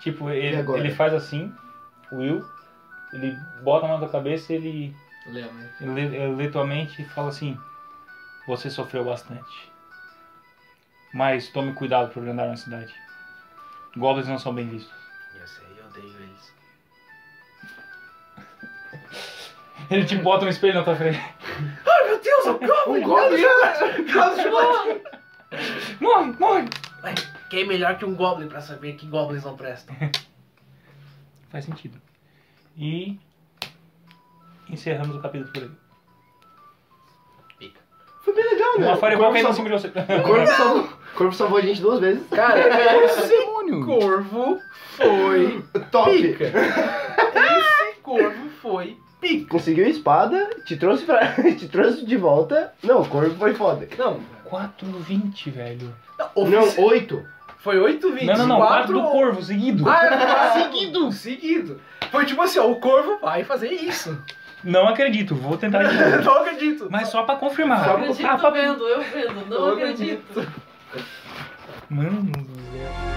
A: Tipo,
B: E
A: ele,
B: agora?
A: ele faz assim, o Will, ele bota a mão na tua cabeça e ele,
C: Lembra.
A: ele, lê- ele lê tua mente e fala assim: Você sofreu bastante. Mas tome cuidado por andar na cidade. Goblins não são bem vistos.
C: Eu sei, eu odeio eles.
A: Ele te bota um espelho na tua frente.
C: Ai meu Deus, o
B: Um
C: Goblin!
B: Goblin!
C: Caso de uma-
A: Morre, morre!
C: Quem é melhor que um Goblin pra saber que Goblins não prestam?
A: Faz sentido. E encerramos o capítulo por aí.
C: Pica.
B: Foi bem legal, né?
A: Uma fireball
B: Corvo
A: caiu em
B: salvou-
A: cima de você.
B: Corvo salvou- Corvo salvou a gente duas vezes.
C: Cara, esse
A: Demônio!
C: corvo foi
B: Top!
C: pica. Esse corvo foi pica.
B: Conseguiu a espada, te trouxe, pra... te trouxe de volta. Não, o corvo foi foda.
C: Não,
A: 4,20, velho.
C: não,
B: Não,
C: ofici-
B: oito.
C: foi 8 vídeos.
A: Não, não, não. 4 do
C: corvo.
A: corvo, seguido.
C: Ah,
B: Seguido.
C: seguido. Seguido. Foi tipo assim, ó, o corvo vai fazer isso.
A: Não acredito, vou tentar de novo.
C: não acredito.
A: Mas só pra confirmar.
D: Não
B: Só
D: acredito
A: Ah, pra-
D: vendo, eu vendo, não
C: Eu
D: acredito.
A: Mano do céu.